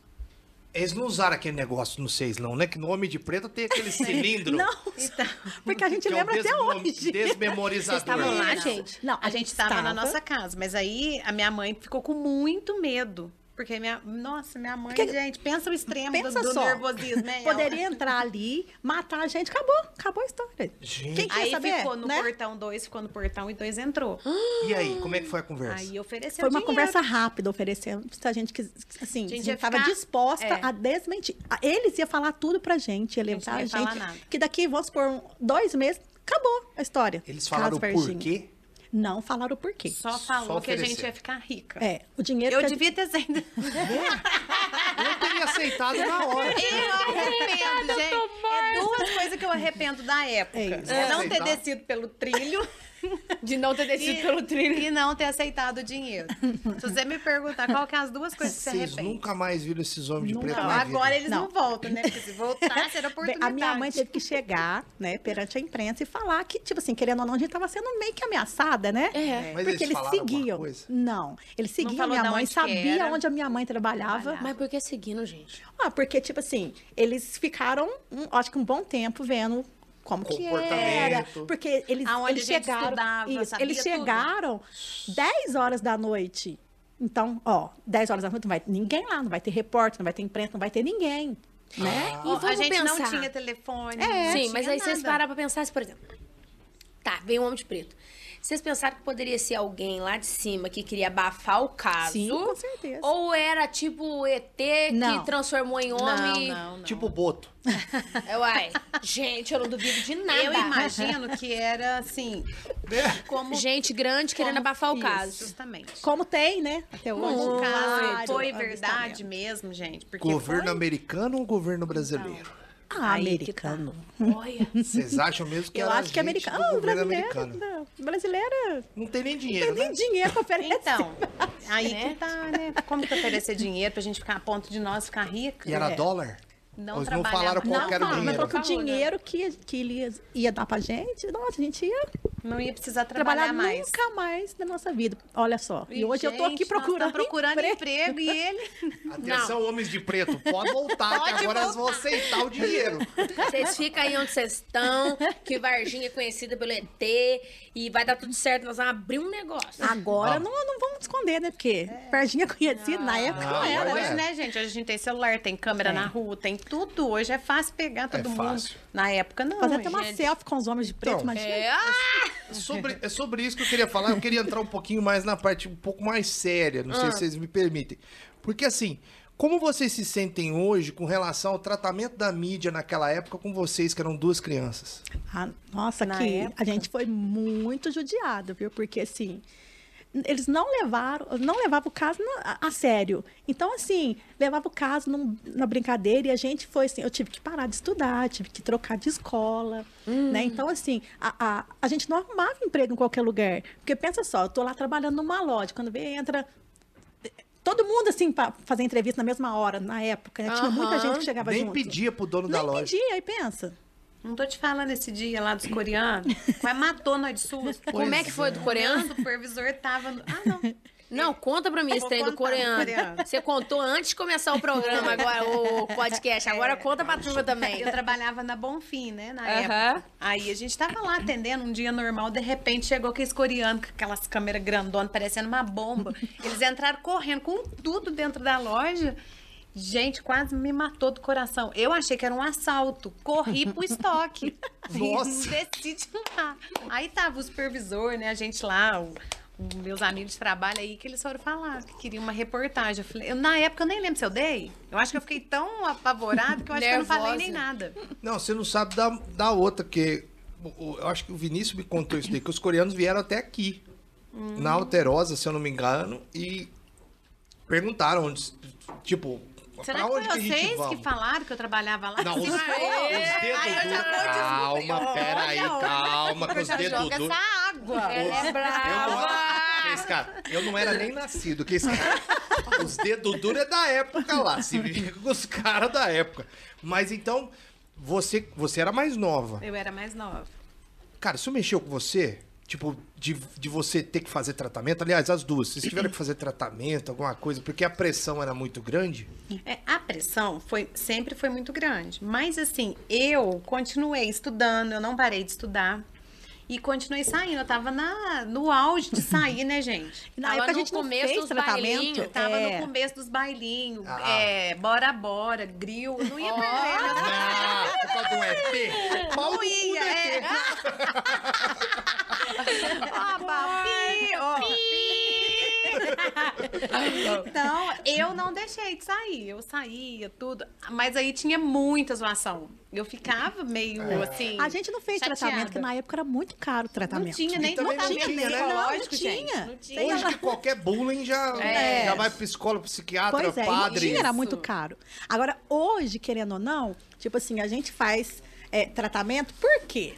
Eles não usaram aquele negócio no seis, não, né? Que no Homem de Preto tem aquele cilindro. Não, Então, porque a gente que é um lembra até desmemo- hoje. Desmemorizador. estavam lá, Não. gente? Não, a gente estava na nossa casa, mas aí a minha mãe ficou com muito medo. Porque minha. Nossa, minha mãe, Porque- gente, pensa o extremo Pensa do, do só. nervosismo, né? Poderia entrar ali, matar a gente, acabou, acabou a história. Gente. Quem quer Aí saber, ficou no né? portão dois, ficou no portão e dois entrou. E aí, como é que foi a conversa? Aí ofereceu Foi uma dinheiro. conversa rápida, oferecendo. Se a gente quis, assim, A gente a gente ia estava ficar- disposta é. a desmentir. A- Eles iam falar tudo pra gente, ia gente levantar a não ia gente. falar nada. Que daqui, vamos por dois meses, acabou a história. Eles falaram o Caso pertinho. porquê? Não falaram o porquê. Só falou Só que a oferecer. gente ia ficar rica. É, o dinheiro Eu que a- devia ter saído. Eu teria aceitado na hora. Eu arrependo, gente. É duas coisas que eu arrependo da época. É isso. É não ter Aceitar. descido pelo trilho De não ter descido pelo trilho. e não ter aceitado o dinheiro. Se você me perguntar qual que é as duas coisas que você Vocês arrepende. nunca mais viram esses homens de Nunca. preto Não, na vida. agora eles não. Não. voltam, né? Porque se voltar, será oportunidade. A minha mãe teve que chegar, né, perante a imprensa e falar que, tipo assim, querendo ou não, a gente tava sendo meio que ameaçada, né? É. Mas Porque eles eles, falaram alguma seguiam. coisa? Não, eles seguiam a falou minha da mãe, onde que sabia era. onde a minha mãe trabalhava. Trabalhava. Mas por que seguindo, gente? Ah, porque, tipo assim, eles ficaram, um- acho que um bom tempo vendo como que era. Comportamento. Porque eles, Aonde eles a gente chegaram. estudava, isso, sabia eles tudo. chegaram 10 horas da noite. Então, ó, 10 horas da noite não vai ter ninguém lá, não vai ter repórter, não vai ter imprensa, não vai ter ninguém. Né? E a vamos gente não pensar. tinha telefone. É, não Sim, tinha mas aí nada. vocês param pra pensar, se, por exemplo. Tá, vem um homem de preto. Vocês pensaram que poderia ser alguém lá de cima que queria abafar o caso? Sim, com certeza. Ou era tipo o ET Não. que transformou em homem? Não, não, não. Tipo o Boto. É, Uai, gente, eu não duvido de nada. Eu imagino que era assim, Né? como Gente grande querendo como- abafar o isso, caso. Justamente. Como tem, né? Até hoje. O caso Vários foi avistamentos. verdade mesmo, gente. Porque Governo foi- americano ou governo brasileiro? Ah, Aí que americano. Olha. Vocês acham mesmo que Eu era acho que é gente americano. do Ah, o governo brasileiro. americano? não, Brasileira. Não tem nem Não dinheiro, tem né? nem dinheiro pra oferecer. Então, aí Né? que tá, né? Como que oferecer dinheiro pra gente ficar a ponto de nós ficar rica? E era É. dólar? Não Ou eles não trabalhava. falaram qual Não que era o falaram, mas dinheiro? falou que o Calor, né? dinheiro que, que ele ia, ia dar pra gente, nossa, a gente ia Não ia precisar trabalhar, trabalhar, mais. nunca mais na nossa vida. Olha só. E, hoje eu tô gente, aqui nós procurando. tá procurando emprego. emprego e ele Atenção, homens de preto, pode voltar, que agora eles vão aceitar o dinheiro. Vocês ficam aí onde vocês estão, que Varginha é conhecida pelo ET e vai dar tudo certo, nós vamos abrir um negócio. Agora não, não vamos esconder, né? Porque É. Pardinha conhecida na época Não, não era. olha- Hoje, é. né, gente? Hoje a gente tem celular, tem câmera na rua, tem tudo. Hoje é fácil pegar todo É mundo. fácil. Na época, não. Fazer até uma gente. selfie com os homens de preto, Então, imagina. É, ah, Sobre, é sobre isso que eu queria falar. Eu queria entrar um pouquinho mais na parte um pouco mais séria. Não sei se vocês me permitem. Porque assim, como vocês se sentem hoje com relação ao tratamento da mídia naquela época com vocês, que eram duas crianças? Ah, nossa, Na que época. a gente foi muito judiado, viu? Porque assim, eles não levaram, não levavam o caso na- a, a sério. Então, assim, levava o caso num- na brincadeira e a gente foi assim, eu tive que parar de estudar, tive que trocar de escola, Hum. né? Então, assim, a, a, a gente não arrumava emprego em qualquer lugar. Porque pensa só, eu tô lá trabalhando numa loja, quando vem, entra. eh, Todo mundo, assim, pra fazer entrevista na mesma hora, na época, né? Tinha muita Aham. gente que chegava Nem junto. pedia pro dono da Nem loja. pedia, aí pensa. Não tô te falando esse dia lá dos coreanos. Mas matou nós de susto. como é que foi do coreano? O supervisor tava. no- Ah, não. Não, conta pra mim esse Vou trem do contar, coreano. coreano. Você contou antes de começar o programa, agora o podcast. Agora conta pra turma também. né? Eu trabalhava na Bonfim, né? Na Aham. época. Aí a gente tava lá atendendo um dia normal, de repente chegou aqueles coreanos com aquelas câmeras grandonas, parecendo uma bomba. Eles entraram correndo com tudo dentro da loja. Gente, quase me matou do coração. Eu achei que era um assalto. Corri pro estoque. Nossa. Desci de lá. Aí tava o supervisor, né? A gente lá, o- os meus amigos de trabalho aí, que eles foram falar que queriam uma reportagem. Eu falei, eu, na época eu nem lembro se eu dei. Eu acho que eu fiquei tão apavorada que eu acho que eu não falei nem Nervosa. nada. Não, você não sabe da, da outra, que o- o- eu acho que o Vinícius me contou isso daí, que os coreanos vieram até aqui, Hum. na Alterosa, se eu não me engano, e perguntaram onde, tipo, Será pra que foi onde que a gente vocês vamos? que, falaram que eu trabalhava lá? Não, os, Sim, os foi eu. Aí eu dedos já vou descobrir. do... Calma, Olha, peraí, olha, calma, com os já dedos joga duros. essa Ela água. é Os- Eu não, brava. que esse cara, eu não era nem nascido, que esse cara, os dedos duros é da época lá, se liga com os caras da época. Mas então, você, você era mais nova. Eu era mais nova. Cara, isso mexeu com você? Tipo, de, de você ter que fazer tratamento? Aliás, as duas. Vocês tiveram que fazer tratamento, alguma coisa, porque a pressão era muito grande? É, a pressão foi, sempre foi muito grande. Mas assim, eu continuei estudando, eu não parei de estudar. E continuei saindo. Eu tava na, no auge de sair, né, gente? E na Tava época a no gente não começo fez dos tratamento. bailinhos, Eu tava É. no começo dos bailinhos. Ah. É, bora, bora, grill. Não ia Ó. perder. né? meus Ah, por causa do ET? Pau no cu do Ia, é. ET. Ah, Ó, papi, ó. Então, eu não deixei de sair. Eu saía, tudo. Mas aí tinha muita zoação. Eu ficava meio assim. É. A gente não fez Chateada. tratamento, porque na época era muito caro o tratamento. não tinha nem também não tratamento tinha, né? psicológico, Não, não gente. tinha. Não tinha. Hoje que qualquer bullying já, É. já vai psicólogo, psiquiatra, Pois é, padre. e tinha, era Isso. muito caro. Agora, hoje, querendo ou não, tipo assim, a gente faz é, tratamento, por quê?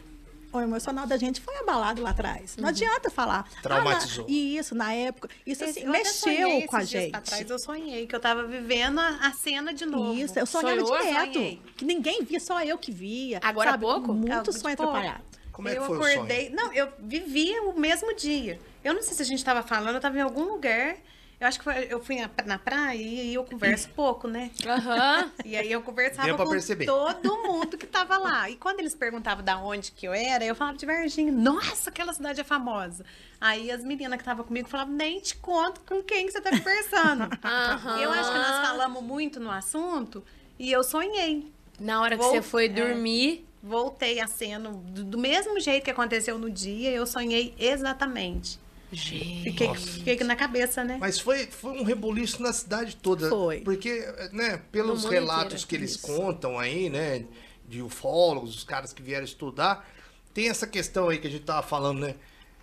O emocional da gente foi abalado lá atrás. Uhum. Não adianta falar. ah, Traumatizou. na- e isso, na época, isso assim, Esse- eu até sonhei mexeu com a esses dias pra gente. trás, eu sonhei que eu tava vivendo a, a cena de novo. Isso, eu sonhava Sonhou, direto. sonhei. Que ninguém via, só eu que via. Agora há sabe? pouco? Muito Algo sonho tipo, atrapalhado. Como é que eu foi o sonho? acordei. Não, eu vivia o mesmo dia. Eu não sei se a gente tava falando, eu tava em algum lugar. Eu acho que foi- eu fui na, na praia e eu converso pouco, né? Aham. E aí eu conversava Deu pra com perceber. todo mundo que tava lá. E quando eles perguntavam da onde que eu era, eu falava de Varginha. Nossa, aquela cidade é famosa. Aí as meninas que estavam comigo falavam, nem te conto com quem que você tá conversando. Aham. Eu acho que nós falamos muito no assunto e eu sonhei. Na hora que Vou- você foi é. dormir, Voltei a cena do, do mesmo jeito que aconteceu no dia, eu sonhei exatamente. gente. Fiquei, fiquei na cabeça, né? Mas foi, foi um rebuliço na cidade toda. Foi. Porque, né, pelos mundo relatos inteiro, que eles isso. contam aí, né, de ufólogos, os caras que vieram estudar, tem essa questão aí que a gente tava falando, né?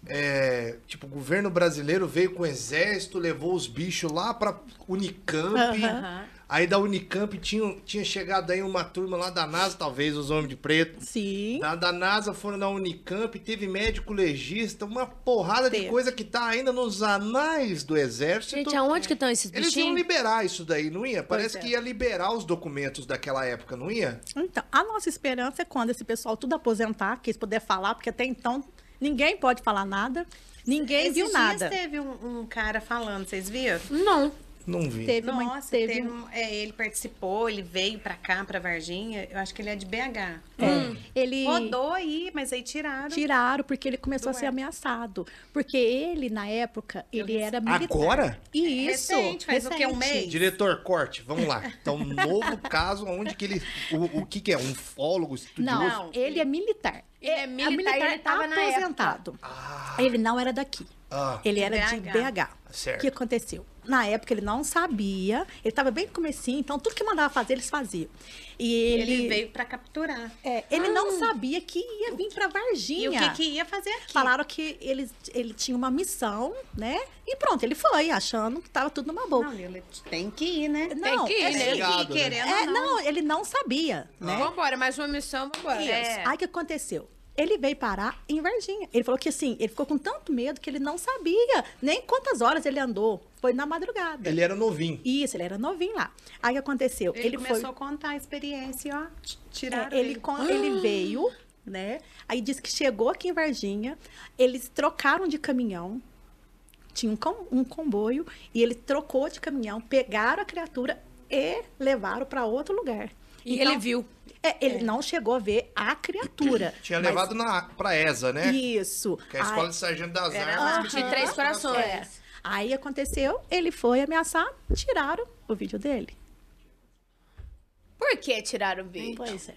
É, tipo, o governo brasileiro veio com o exército, levou os bichos lá pra Unicamp. Aham. Aí da Unicamp tinha, tinha chegado aí uma turma lá da NASA, talvez, os homens de preto. Sim. Da, da NASA foram na Unicamp, teve médico legista, uma porrada de Teve. coisa que tá ainda nos anais do exército. Gente, aonde que estão esses Eles iam bichinhos? liberar isso daí, não ia? Parece é. que ia liberar os documentos daquela época, não ia? Então, a nossa esperança é quando esse pessoal tudo aposentar, que eles puderem falar, porque até então ninguém pode falar nada, ninguém Esses viu dias nada. teve um, um cara falando, vocês viram? Não. Não vi. Teve uma- Nossa, teve teve um- um- é, ele participou, ele veio pra cá, pra Varginha. Eu acho que ele é de BH. um- Ele Rodou aí, mas aí tiraram. tiraram porque ele começou a ser Ué. ameaçado, porque ele na época ele era militar. Agora? E isso. Recente, faz o quê? Um recente. mês? Diretor, corte, vamos lá. Então, um novo caso onde que ele. O, o que, que é? Um fólogo estudioso? Não, Não. ele é militar. Ele é militar e ele tava na época. aposentado. Ele não era daqui. Ah. Ele era de BH. BH. Certo. O que aconteceu? Na época ele não sabia, ele estava bem no comecinho, então tudo que mandava fazer eles faziam. E ele, Ele... veio pra capturar. é, ele não sabia que ia vir para Varginha. E o que, que ia fazer aqui? Falaram que ele, ele tinha uma missão, né? E pronto, ele foi, achando que tava tudo numa boa. Não, Lila, tem que ir, né? Não, que ir, é né? assim, Obrigado, né? querendo é, ou não. não, ele não sabia, né? Vambora, mais uma missão, vambora. Isso. Isso. Aí o que aconteceu? Ele veio parar em Varginha. Ele falou que assim, ele ficou com tanto medo que ele não sabia nem quantas horas ele andou. Foi na madrugada. Ele era novinho. Isso, ele era novinho lá. Aí o que aconteceu? Ele, Ele, começou foi. a contar a experiência, ó. t- É, Tiraram ele, con- Ah! ele veio, né? Aí disse que chegou aqui em Varginha, eles trocaram de caminhão. Tinha um, com- um comboio e ele trocou de caminhão, pegaram a criatura e levaram para outro lugar. E Então, ele viu. é, ele não chegou a ver a criatura. Tinha mas- levado na, pra ESA, né? Isso. Que é a escola de sargento das Era armas. lá. que De tinha três isso nas corações. costas. Aí aconteceu, ele foi ameaçar, tiraram o vídeo dele. Por que tiraram o vídeo? Pois é.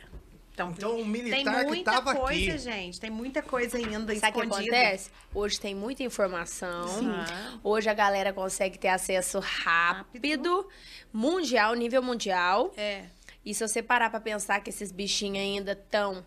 Então, Então, o tem militar que muita tava coisa, aqui. gente. Tem muita coisa ainda Sabe o que escondida. acontece? Hoje tem muita informação. Hoje a galera consegue ter acesso rápido, mundial, nível mundial. É. E se você parar pra pensar que esses bichinhos ainda estão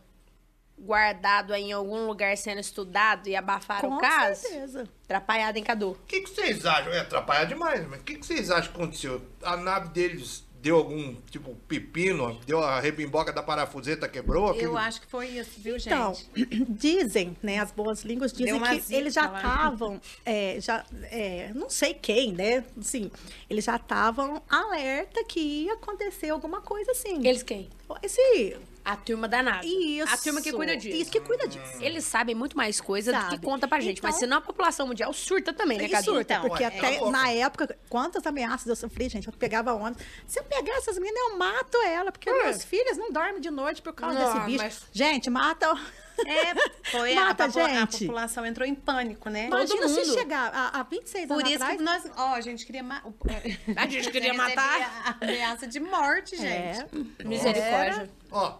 guardados em algum lugar sendo estudado e abafaram Com o caso, certeza. atrapalhado em Cadu. O que, que vocês acham? É atrapalhar demais, mas o que, que vocês acham que aconteceu? A nave deles deu algum, tipo, pepino? Deu a rebimboca da parafuseta, quebrou? Eu Aquilo- acho que foi isso, viu, gente? Então, dizem, né, as boas línguas Deu dizem uma que zica eles já lá. estavam, é, já, é, não sei quem, né, assim, eles já estavam alerta que ia acontecer alguma coisa assim. Eles quem? Esse. A turma danada. Isso. A turma que cuida disso. Isso que cuida disso. Ah. Eles sabem muito mais coisa do que Sabe. conta pra gente. mas Então- senão a população mundial surta também, né, E Cadu? surta, então, porque é, ué, até cala a boca. na época, quantas ameaças eu sofri, gente. Eu pegava ônibus. Se eu pegar essas meninas, eu mato ela, porque É. minhas filhas não dormem de noite por causa Não, desse bicho. mas- Gente, mata. o- Ah, É, foi Mata, a, popu- a gente. população entrou em pânico, né? Todo Imagina se mundo. chegar a, a 26 Por anos isso atrás. que nós, ó, a gente queria ma- é, A gente queria Você matar. recebia a ameaça de morte, gente. É. Misericórdia. Ó,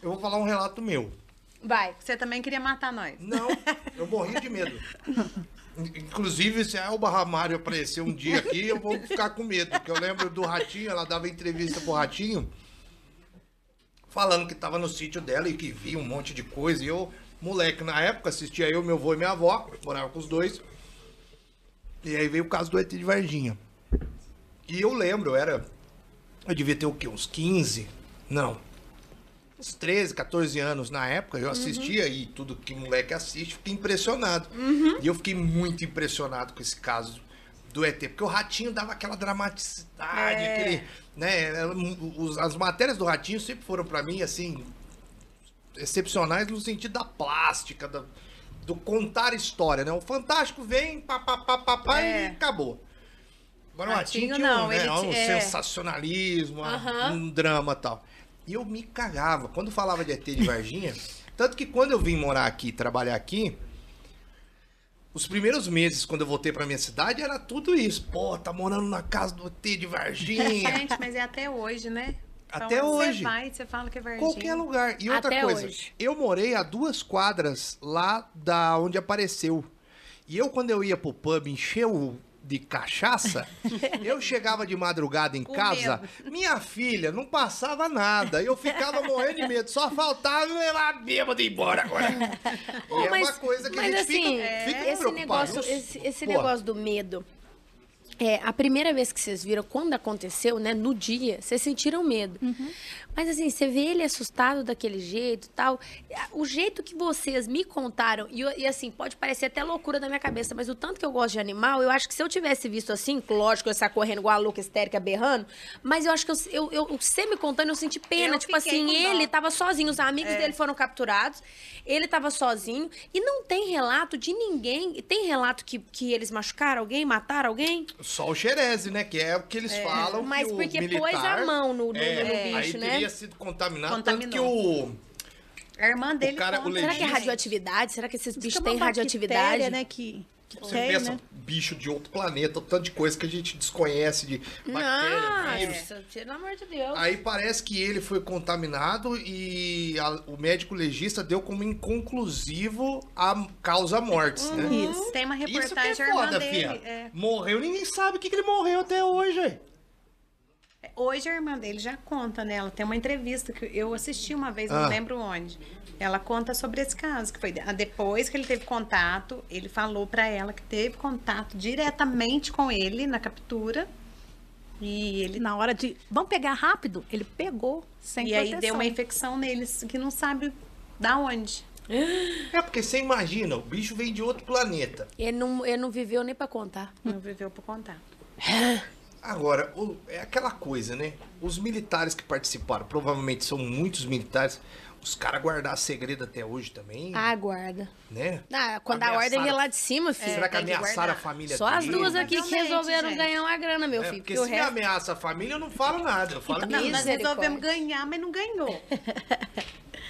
eu vou falar um relato meu. Vai. Você também queria matar nós. Não, eu morri de medo. Inclusive, se a Elba Ramário aparecer um dia aqui, eu vou ficar com medo. Porque eu lembro do Ratinho, ela dava entrevista pro Ratinho, falando que tava no sítio dela e que via um monte de coisa. E eu, moleque, na época, assistia eu, meu avô e minha avó, morava com os dois. E aí veio o caso do ET de Varginha. E eu lembro, eu era. Eu devia ter o quê? Uns 15? Não. Uns 13, 14 anos na época, eu assistia e tudo que moleque assiste, fiquei impressionado. E eu fiquei muito impressionado com esse caso do ET, porque o Ratinho dava aquela dramaticidade, aquele, né, era um- os- as matérias do Ratinho sempre foram pra mim assim excepcionais no sentido da plástica, da- do contar história, né? O Fantástico vem, pá, pá, pá, pá, pá, e É. acabou. Agora o Ratinho Ratinho tinha um, não, né, ele um ti- é. sensacionalismo, Aham. um drama e tal. E eu me cagava. Quando falava de ET de Varginha, tanto que quando eu vim morar aqui, trabalhar aqui, os primeiros meses, quando eu voltei pra minha cidade, era tudo isso. Pô, tá morando na casa do ET de Varginha. Gente, mas é até hoje, né? Até hoje. Você vai, você fala que é verdade. Qualquer lugar. E outra Até coisa, hoje. eu morei a duas quadras lá da onde apareceu. E eu, quando eu ia pro pub, encheu de cachaça, eu chegava de madrugada em Com casa, minha filha não passava nada. Eu ficava morrendo de medo, só faltava eu ir lá bêbado e ir embora agora. E é uma coisa que a mas gente assim, fica, fica esse preocupado. negócio, Eu- esse, esse Pô, negócio do medo. É, a primeira vez que vocês viram, quando aconteceu, né? No dia, vocês sentiram medo. Uhum. Mas assim, você vê ele assustado daquele jeito tal. O jeito que vocês me contaram, e, eu- e, assim, pode parecer até loucura da minha cabeça, mas o tanto que eu gosto de animal, eu acho que se eu tivesse visto assim, lógico, eu ia sair correndo igual a louca histérica berrando, mas eu acho que eu, eu, eu- você me contando, eu senti pena. Eu tipo fiquei assim, com dó. É. ele tava sozinho, os amigos dele foram capturados, ele tava sozinho e não tem relato de ninguém. Tem relato que, que eles machucaram alguém, mataram alguém? Só o xereze, né? Que é o que eles falam. que mas o porque militar, pôs a mão no- no- é, no aí bicho, né? teria sido contaminado. Tanto que Contaminou. o. A irmã dele cara- o conta. Será que é Legítimo. radioatividade? Será que esses Diz que bichos é uma têm radioatividade? bactéria, né? Que, que Você tem, pensa, né? bicho de outro planeta, o tanto de coisa que a gente desconhece de Ah, bactéria, vírus. Nossa, pelo amor de Deus. Aí parece que ele foi contaminado e a- o médico legista deu como inconclusivo a causa mortes, né? Isso. Tem uma Isso que é Uhum. reportagem da irmã foda, dele. fia. é. Morreu, ninguém sabe o que, que ele morreu até hoje. Hoje a irmã dele já conta, né? Ela tem uma entrevista que eu assisti uma vez, Ah. não lembro onde. Ela conta sobre esse caso, que foi de- ah, depois que ele teve contato, ele falou pra ela que teve contato diretamente com ele na captura. E ele Ele, na hora de. Vamos pegar rápido? Ele pegou, sem e proteção. aí deu uma infecção neles que não sabe da onde. É porque você imagina, o bicho vem de outro planeta. Ele, não, ele não viveu nem pra contar. Não viveu pra contar. Agora, o- é aquela coisa, né? Os militares que participaram, provavelmente são muitos militares, os caras guardar segredo até hoje também, Ah, Aguarda. né? Ah, quando a Ameaçaram- ordem veio lá de cima, filho. É. Será que tem que ameaçaram a guardar. família Só as dele? duas aqui que Realmente, resolveram gente. ganhar uma grana, meu É, filho. porque porque o se me resto... ameaça a família, eu não falo nada. Eu falo Não, Não, que nós Misericórdia. resolvemos ganhar, mas não ganhou.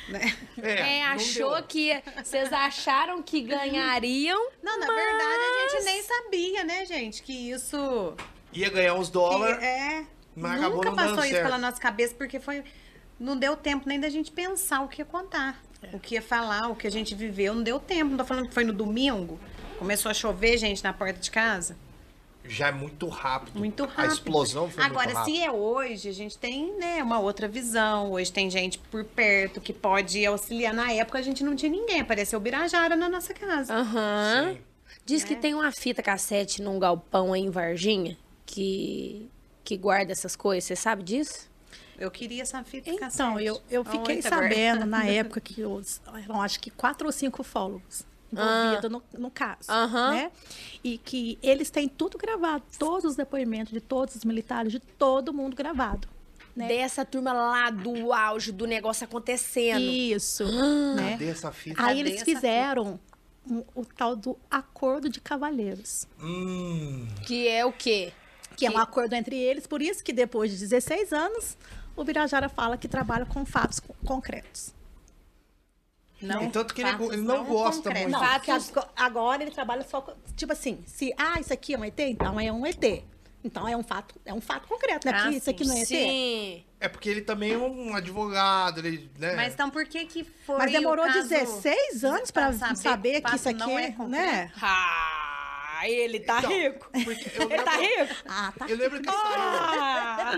Né? É, não achou deu. que. Vocês acharam que ganhariam. Não, na verdade a gente nem sabia, né, gente, que isso. Ia ganhar uns que- dólares. é. mas acabou nunca não passou dando isso certo. pela nossa cabeça, porque foi. Não deu tempo nem da gente pensar o que ia contar. É. O que ia falar, o que a gente viveu, não deu tempo. Não tô falando que foi no domingo. Começou a chover, gente, na porta de casa. Já é muito rápido. Muito rápido. A explosão foi Agora, muito rápido. se é hoje, a gente tem né, uma outra visão. Hoje tem gente por perto que pode auxiliar. Na época, a gente não tinha ninguém. Apareceu o Birajara na nossa casa. Aham. Sim. Diz que tem uma fita cassete num galpão aí em Varginha que. que guarda essas coisas. Você sabe disso? Eu queria essa fita Então, cassete. eu, eu fiquei Aonde agora? sabendo na época que os, eram acho que quatro ou cinco ufólogos envolvidos no, no caso, Aham. né? E que eles têm tudo gravado, todos os depoimentos de todos os militares, de todo mundo gravado. né? Dessa turma lá do auge do negócio acontecendo. Isso, né? Cadê essa fita? Aí eles essa fita? fizeram um- o tal do acordo de cavalheiros, Hum, Que é o quê? que é um acordo entre eles, por isso que depois de 16 anos, o Birajara fala que trabalha com fatos co- concretos. Não, tanto que ele- fatos ele não gosta muito. Não, Não, fatos- porque ag- agora ele trabalha só com, tipo assim, se ah, isso aqui é um ET, então é um ET. Então é um fato, é um fato concreto, né? Ah, Porque isso aqui não é ET. Sim. é porque ele também é um advogado, ele, né? Mas então por que que foi Mas demorou o caso 16 anos pra saber, o que fato isso aqui não é, concreto? né? Ah, ele tá Então, rico. porque eu Ele tá lembro- rico. Ah, tá. Eu lembro que saiu, Ah,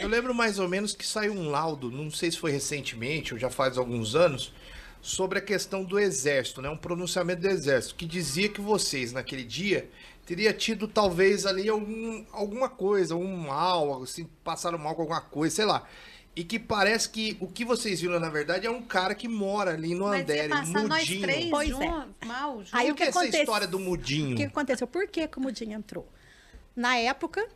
eu lembro mais ou menos que saiu um laudo, não sei se foi recentemente ou já faz alguns anos, sobre a questão do exército, né? Um pronunciamento do exército que dizia que vocês naquele dia teria tido talvez ali algum, alguma coisa, um mal, assim, passaram mal com alguma coisa, sei lá. E que parece que o que vocês viram na verdade é um cara que mora ali no Mas ia Andere, passar nós três mudinho. Pois é. juntos, mal, juntos. Aí Por o que essa acontece- história do mudinho? O que aconteceu? Por que que o Mudinho entrou? Na época,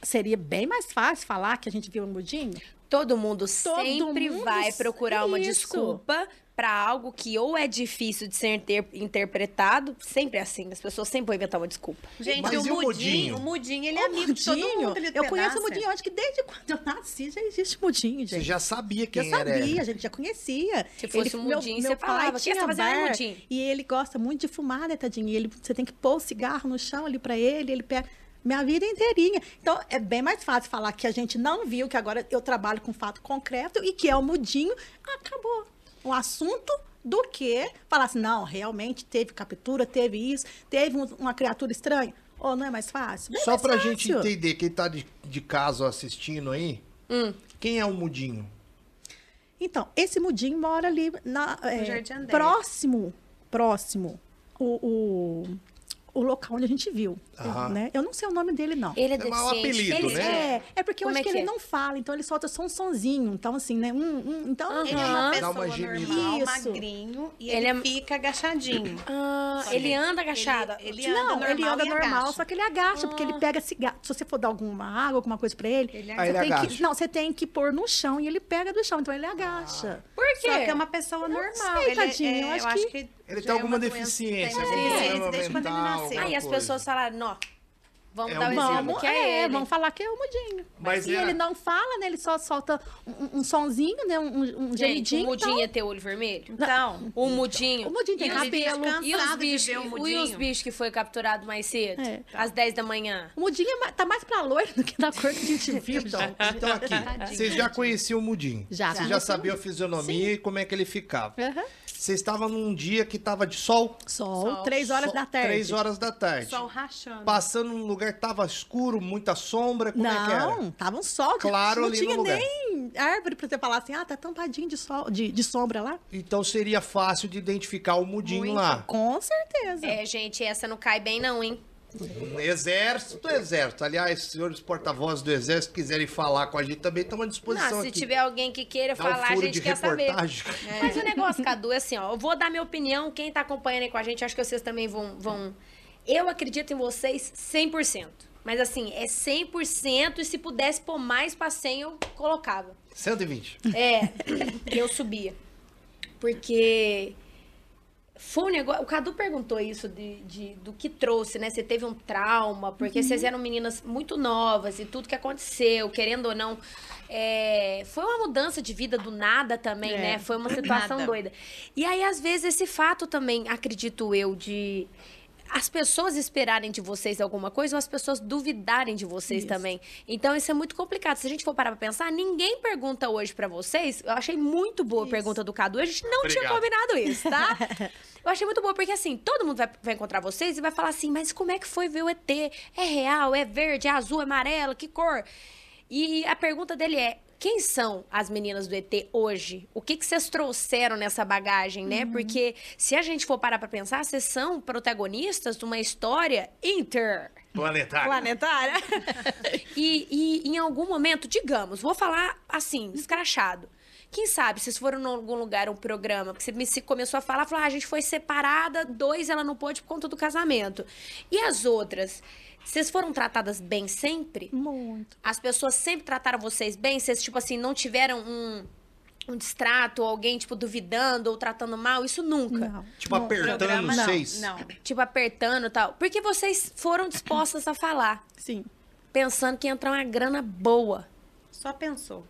seria bem mais fácil falar que a gente viu o Mudinho. Todo mundo sempre mundo vai procurar uma isso. desculpa pra algo que ou é difícil de ser inter- interpretado, sempre é assim, as pessoas sempre vão inventar uma desculpa. Gente, Mas e o o Mudinho, Mudinho? o Mudinho, ele é O amigo de todo Mudinho, mundo. ele é eu conheço pedaça. o Mudinho, eu acho que desde quando eu nasci já existe Mudinho, Você gente. já sabia quem eu era sabia, ele. a gente já conhecia. Se fosse um Mudinho, você pai falava, "O que você tá fazendo, bar, Mudinho?" E ele gosta muito de fumar, né, tadinho? E ele, você tem que pôr o cigarro no chão ali pra ele, ele pega... Minha vida inteirinha. Então, é bem mais fácil falar que a gente não viu, que agora eu trabalho com fato concreto e que é o mudinho. Acabou. O assunto do que falar assim, não, realmente teve captura, teve isso, teve um- uma criatura estranha. Ou não é mais fácil? Bem Só mais pra fácil. gente entender, quem tá de, de casa assistindo aí, Hum. quem é o Mudinho? Então, esse mudim mora ali na, é, Jardim André. próximo, próximo, o, o, o local onde a gente viu, Aham. né? Eu não sei o nome dele, não. Ele é, É mau deficiente. apelido, ele né? É, é porque eu Como é acho que, que ele é? não fala, então ele solta só um sonzinho, então assim, né? Hum, hum, então, Ele é uma Aham. Dá pessoa uma gemida. normal, Isso. magrinho, e Ele ele, é- fica agachadinho. Ah, Só ele que anda agachado. ele- é- ele não, anda ele normal anda e normal, agacha. só que ele agacha, porque ele pega cigarro. Se você for dar alguma água, alguma coisa pra ele, Ele Aí ele você tem que, agacha. Ah. não, você tem que pôr no chão e ele pega do chão, então ele agacha. Por quê? Só que é uma pessoa normal. sei, ele é- tadinho, eu é, acho que- Ele já tem é alguma uma doença- deficiência, Tem algum deficiência problema desde quando ele mental, nasceu. alguma Aí as coisa. pessoas falaram, não, vamos É dar um um exemplo. Vamos, que é, é, ele. vamos falar que é o Mudinho. Mas Mas é- ele não fala, né? Ele só solta um, um sonzinho, né? Um, um- um Gente, gemidinho. o Mudinho é- então- ia ter olho vermelho? Então, O Mudinho... O Mudinho tem E os cabelo. bichos E os Cansado de bichos, ver o e os Mudinho. bichos que foi capturado mais cedo? Tá. É. Às 10 da manhã. O Mudinho é ma- tá mais pra loiro do que da cor que a gente viu. Então, então aqui, vocês já conheciam o Mudinho. Já. Vocês já Conheci sabiam a fisionomia e como é que ele ficava. Aham. Vocês estavam num dia que tava de sol. Sol, três horas sol- da tarde. Três horas da tarde. sol rachando. Passando num lugar que tava escuro, muita sombra, como é que Não, era? tava um sol. de- Claro não ali tinha no lugar. nem árvore pra você falar assim, ah, tá tampadinho de, sol, de, de sombra lá. Então seria fácil de identificar o Mudinho Muito. lá. Com certeza. É, gente, essa não cai bem não, hein? Exército, exército. Aliás, senhores porta-vozes do exército quiserem falar com a gente também, estamos à disposição Não, se aqui. tiver alguém que queira Dá um falar, a furo gente de quer reportagem. saber. Mas o negócio, Cadu, é assim, ó. Eu vou dar minha opinião. Quem tá acompanhando aí com a gente, acho que vocês também vão. vão... Eu acredito em vocês 100%. Mas assim, é 100% e se pudesse pôr mais pra 100, eu colocava. 120. É, eu subia. Porque foi um negócio. O Cadu perguntou isso de, de- do que trouxe, né? Você teve um trauma, porque vocês eram meninas muito novas e tudo que aconteceu, querendo ou não. é, foi uma mudança de vida do nada também, É, né? Foi uma do situação nada. doida. E aí, às vezes, esse fato também, acredito eu, de. As pessoas esperarem de vocês alguma coisa ou as pessoas duvidarem de vocês também. Então, isso é muito complicado. Se a gente for parar pra pensar, ninguém pergunta hoje pra vocês. Eu achei muito boa a pergunta do Cadu. A gente não tinha Obrigado. combinado combinado isso, tá? Eu achei muito boa, porque assim, todo mundo vai, vai encontrar vocês e vai falar assim, mas como é que foi ver o ET? É real? É verde? É azul? É amarelo? Que cor? E a pergunta dele é, quem são as meninas do ET hoje? O que, que vocês trouxeram nessa bagagem, né? Porque se a gente for parar pra pensar, vocês são protagonistas de uma história inter... Planetário. Planetária. e, e em algum momento, digamos, vou falar assim, escrachado. Quem sabe, vocês foram em algum lugar, um programa, que você me se começou a falar, falou, ah, a gente foi separada, dois ela não pôde por conta do casamento. E as outras? Vocês foram tratadas bem sempre? Muito. As pessoas sempre trataram vocês bem? Vocês, tipo assim, não tiveram um, um distrato, ou alguém, tipo, duvidando ou tratando mal? Isso nunca. Não. Tipo, apertando não, vocês. Não. Tipo, apertando e tal. Porque vocês foram dispostas a falar, Sim. pensando que ia entrar uma grana boa. Só pensou.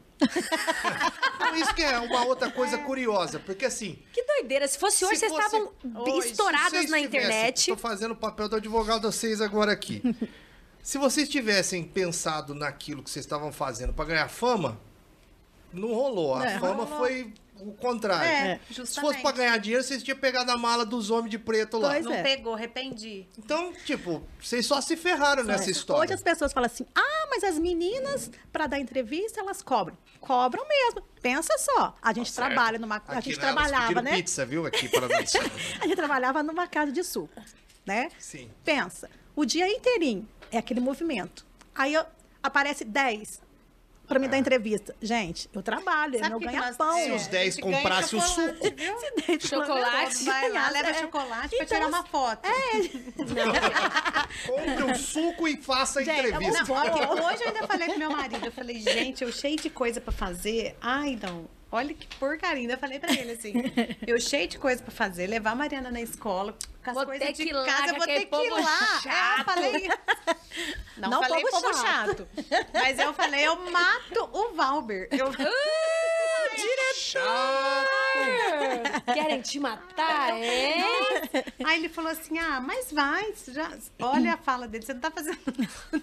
Então, isso que é uma outra coisa curiosa, porque assim. Que doideira. Se fosse hoje, se vocês fosse- estavam Hoje, se estouradas vocês na tivessem- internet. Tô fazendo o papel do advogado de vocês agora aqui. se vocês tivessem pensado naquilo que vocês estavam fazendo pra ganhar fama, não rolou. A É. fama foi o contrário. É, Se fosse justamente. pra ganhar dinheiro, vocês tinham pegado a mala dos homens de preto lá. Pois Não é. pegou, arrependi. Então, tipo, vocês só se ferraram nessa história. É, Hoje as pessoas falam assim: ah, mas as meninas, para dar entrevista, elas cobram. Cobram mesmo. Pensa só. A gente trabalha numa. a Tá Aqui, gente né, elas trabalhava, pediram né? pizza, viu? Aqui para nós. A gente trabalhava numa casa de suco, né? Sim. Pensa, o dia inteirinho é aquele movimento. Aí eu- aparece 10 para É. me dar entrevista. Gente, eu trabalho, é eu Sabe não o que que ganho nós- pão. Se os É, 10 a gente ganha comprassem o chocolate, suco. viu? Chocolate. Vai lá, ganhasse, leva é. chocolate pra Então, tirar uma foto. É, Compre um suco e faça a Gente, eu entrevista. vou- hoje eu ainda falei pro meu marido, eu falei, gente, eu cheio de coisa pra fazer. Ai, não. Olha que porcaria. Ainda falei pra ele assim, eu cheio de coisa pra fazer, levar a Mariana na escola, com as Vou coisas ter de que ir lá, casa, com eu vou ter aquele que ir povo lá. É, eu falei. Não, Não falei povo povo chato. Mas eu falei, eu mato o Valber. Eu... Querem te matar, é? Aí ele falou assim: ah, mas vai, você já... olha a fala dele, você não tá fazendo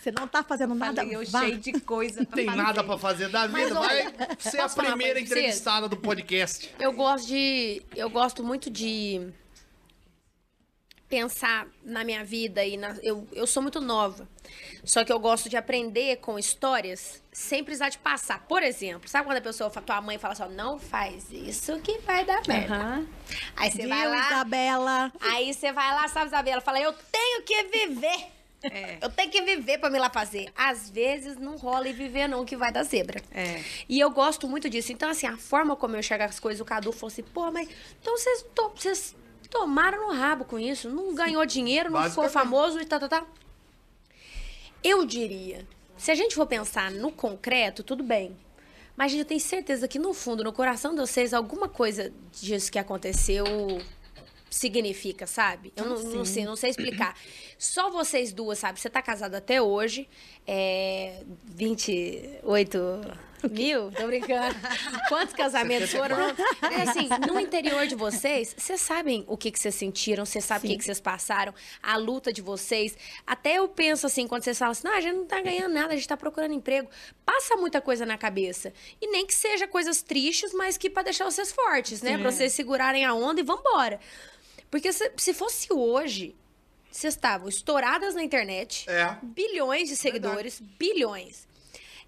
Você não tá fazendo nada. Falei, eu vá. cheio de coisa pra Não tem fazer. nada pra fazer da vida. Mas, Vai olha, ser a posso falar primeira uma coisa pra vocês? entrevistada do podcast. Eu gosto de. Eu gosto muito de pensar na minha vida e na- eu, eu sou muito nova. Só que eu gosto de aprender com histórias sem precisar de passar. Por exemplo, sabe quando a pessoa, fa- tua mãe fala assim, ó, não faz isso que vai dar merda. Aham. Aí você Viu, vai lá, Isabela? aí você vai lá, sabe, Isabela, fala, eu tenho que viver. É. Eu tenho que viver pra me lá fazer. Às vezes não rola e viver não que vai dar zebra. É. E eu gosto muito disso. Então, assim, a forma como eu enxergo as coisas, o Cadu falou assim, pô, mas então vocês, to- vocês tomaram no rabo com isso. Não ganhou dinheiro, não ficou Basicamente. famoso e tá, tal, tal, tal. Eu diria, se a gente for pensar no concreto, tudo bem. Mas gente, eu tenho certeza que no fundo, no coração de vocês, alguma coisa disso que aconteceu significa, sabe? Eu não, não sei, não sei explicar. Só vocês duas, sabe? Você tá casada até hoje, é 28 mil? Tô brincando. Quantos casamentos foram? Mas, assim, no interior de vocês, vocês sabem o que, que vocês sentiram, vocês sabem o que, que vocês passaram, a luta de vocês. Até eu penso assim, quando vocês falam assim, não, a gente não tá ganhando nada, a gente tá procurando emprego. Passa muita coisa na cabeça. E nem que seja coisas tristes, mas que pra deixar vocês fortes, né? Pra vocês segurarem a onda e vambora. Porque se, se fosse hoje, vocês estavam estouradas na internet, É. bilhões de seguidores, bilhões.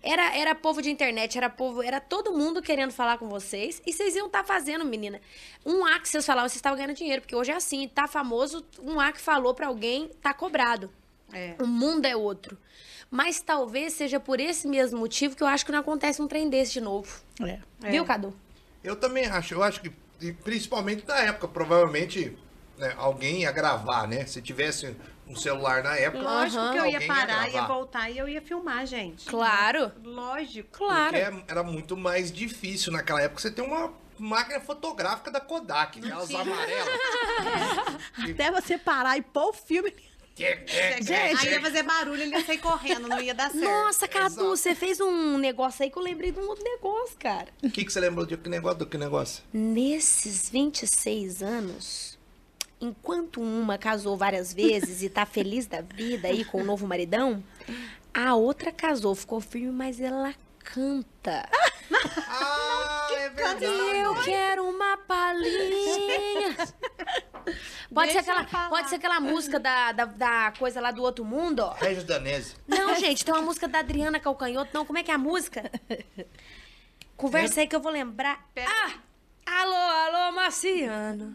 Era, era povo de internet, era povo, era todo mundo querendo falar com vocês. E vocês iam estar fazendo, menina. Um A que vocês falavam, vocês estavam ganhando dinheiro, porque hoje é assim, tá famoso, um A que falou pra alguém, tá cobrado. É. O mundo é outro. Mas talvez seja por esse mesmo motivo que eu acho que não acontece um trem desse de novo. É. Viu, Cadu? Eu também acho. Eu acho que, e principalmente na época, provavelmente né, alguém ia gravar, né? Se tivesse um celular na época. Lógico que eu ia alguém parar, ia gravar. voltar e eu ia filmar, gente. Claro. Lógico. Claro. Porque é- era muito mais difícil naquela época. Você tem uma máquina fotográfica da Kodak, né? As amarelas. Até você parar e pôr o filme. É, Aí ia fazer barulho, ele ia sair correndo, não ia dar certo. Nossa, Cadu, Exato. você fez um negócio aí que eu lembrei de um outro negócio, cara. O que, que você lembrou de que negócio? Do que negócio? Nesses 26 anos, enquanto uma casou várias vezes e tá feliz da vida aí com o novo maridão, a outra casou, ficou firme, mas ela canta. Ah, é verdade. Eu quero uma palhinha. Pode, ser Deixa eu aquela, falar. pode ser aquela música da, da, da coisa lá do outro mundo, ó. Regis Danese. Não, gente, tem uma música da Adriana Calcanhoto. Não, como é que é a música? Conversa aí que eu vou lembrar. Pera. Ah! Alô, alô, Marciano.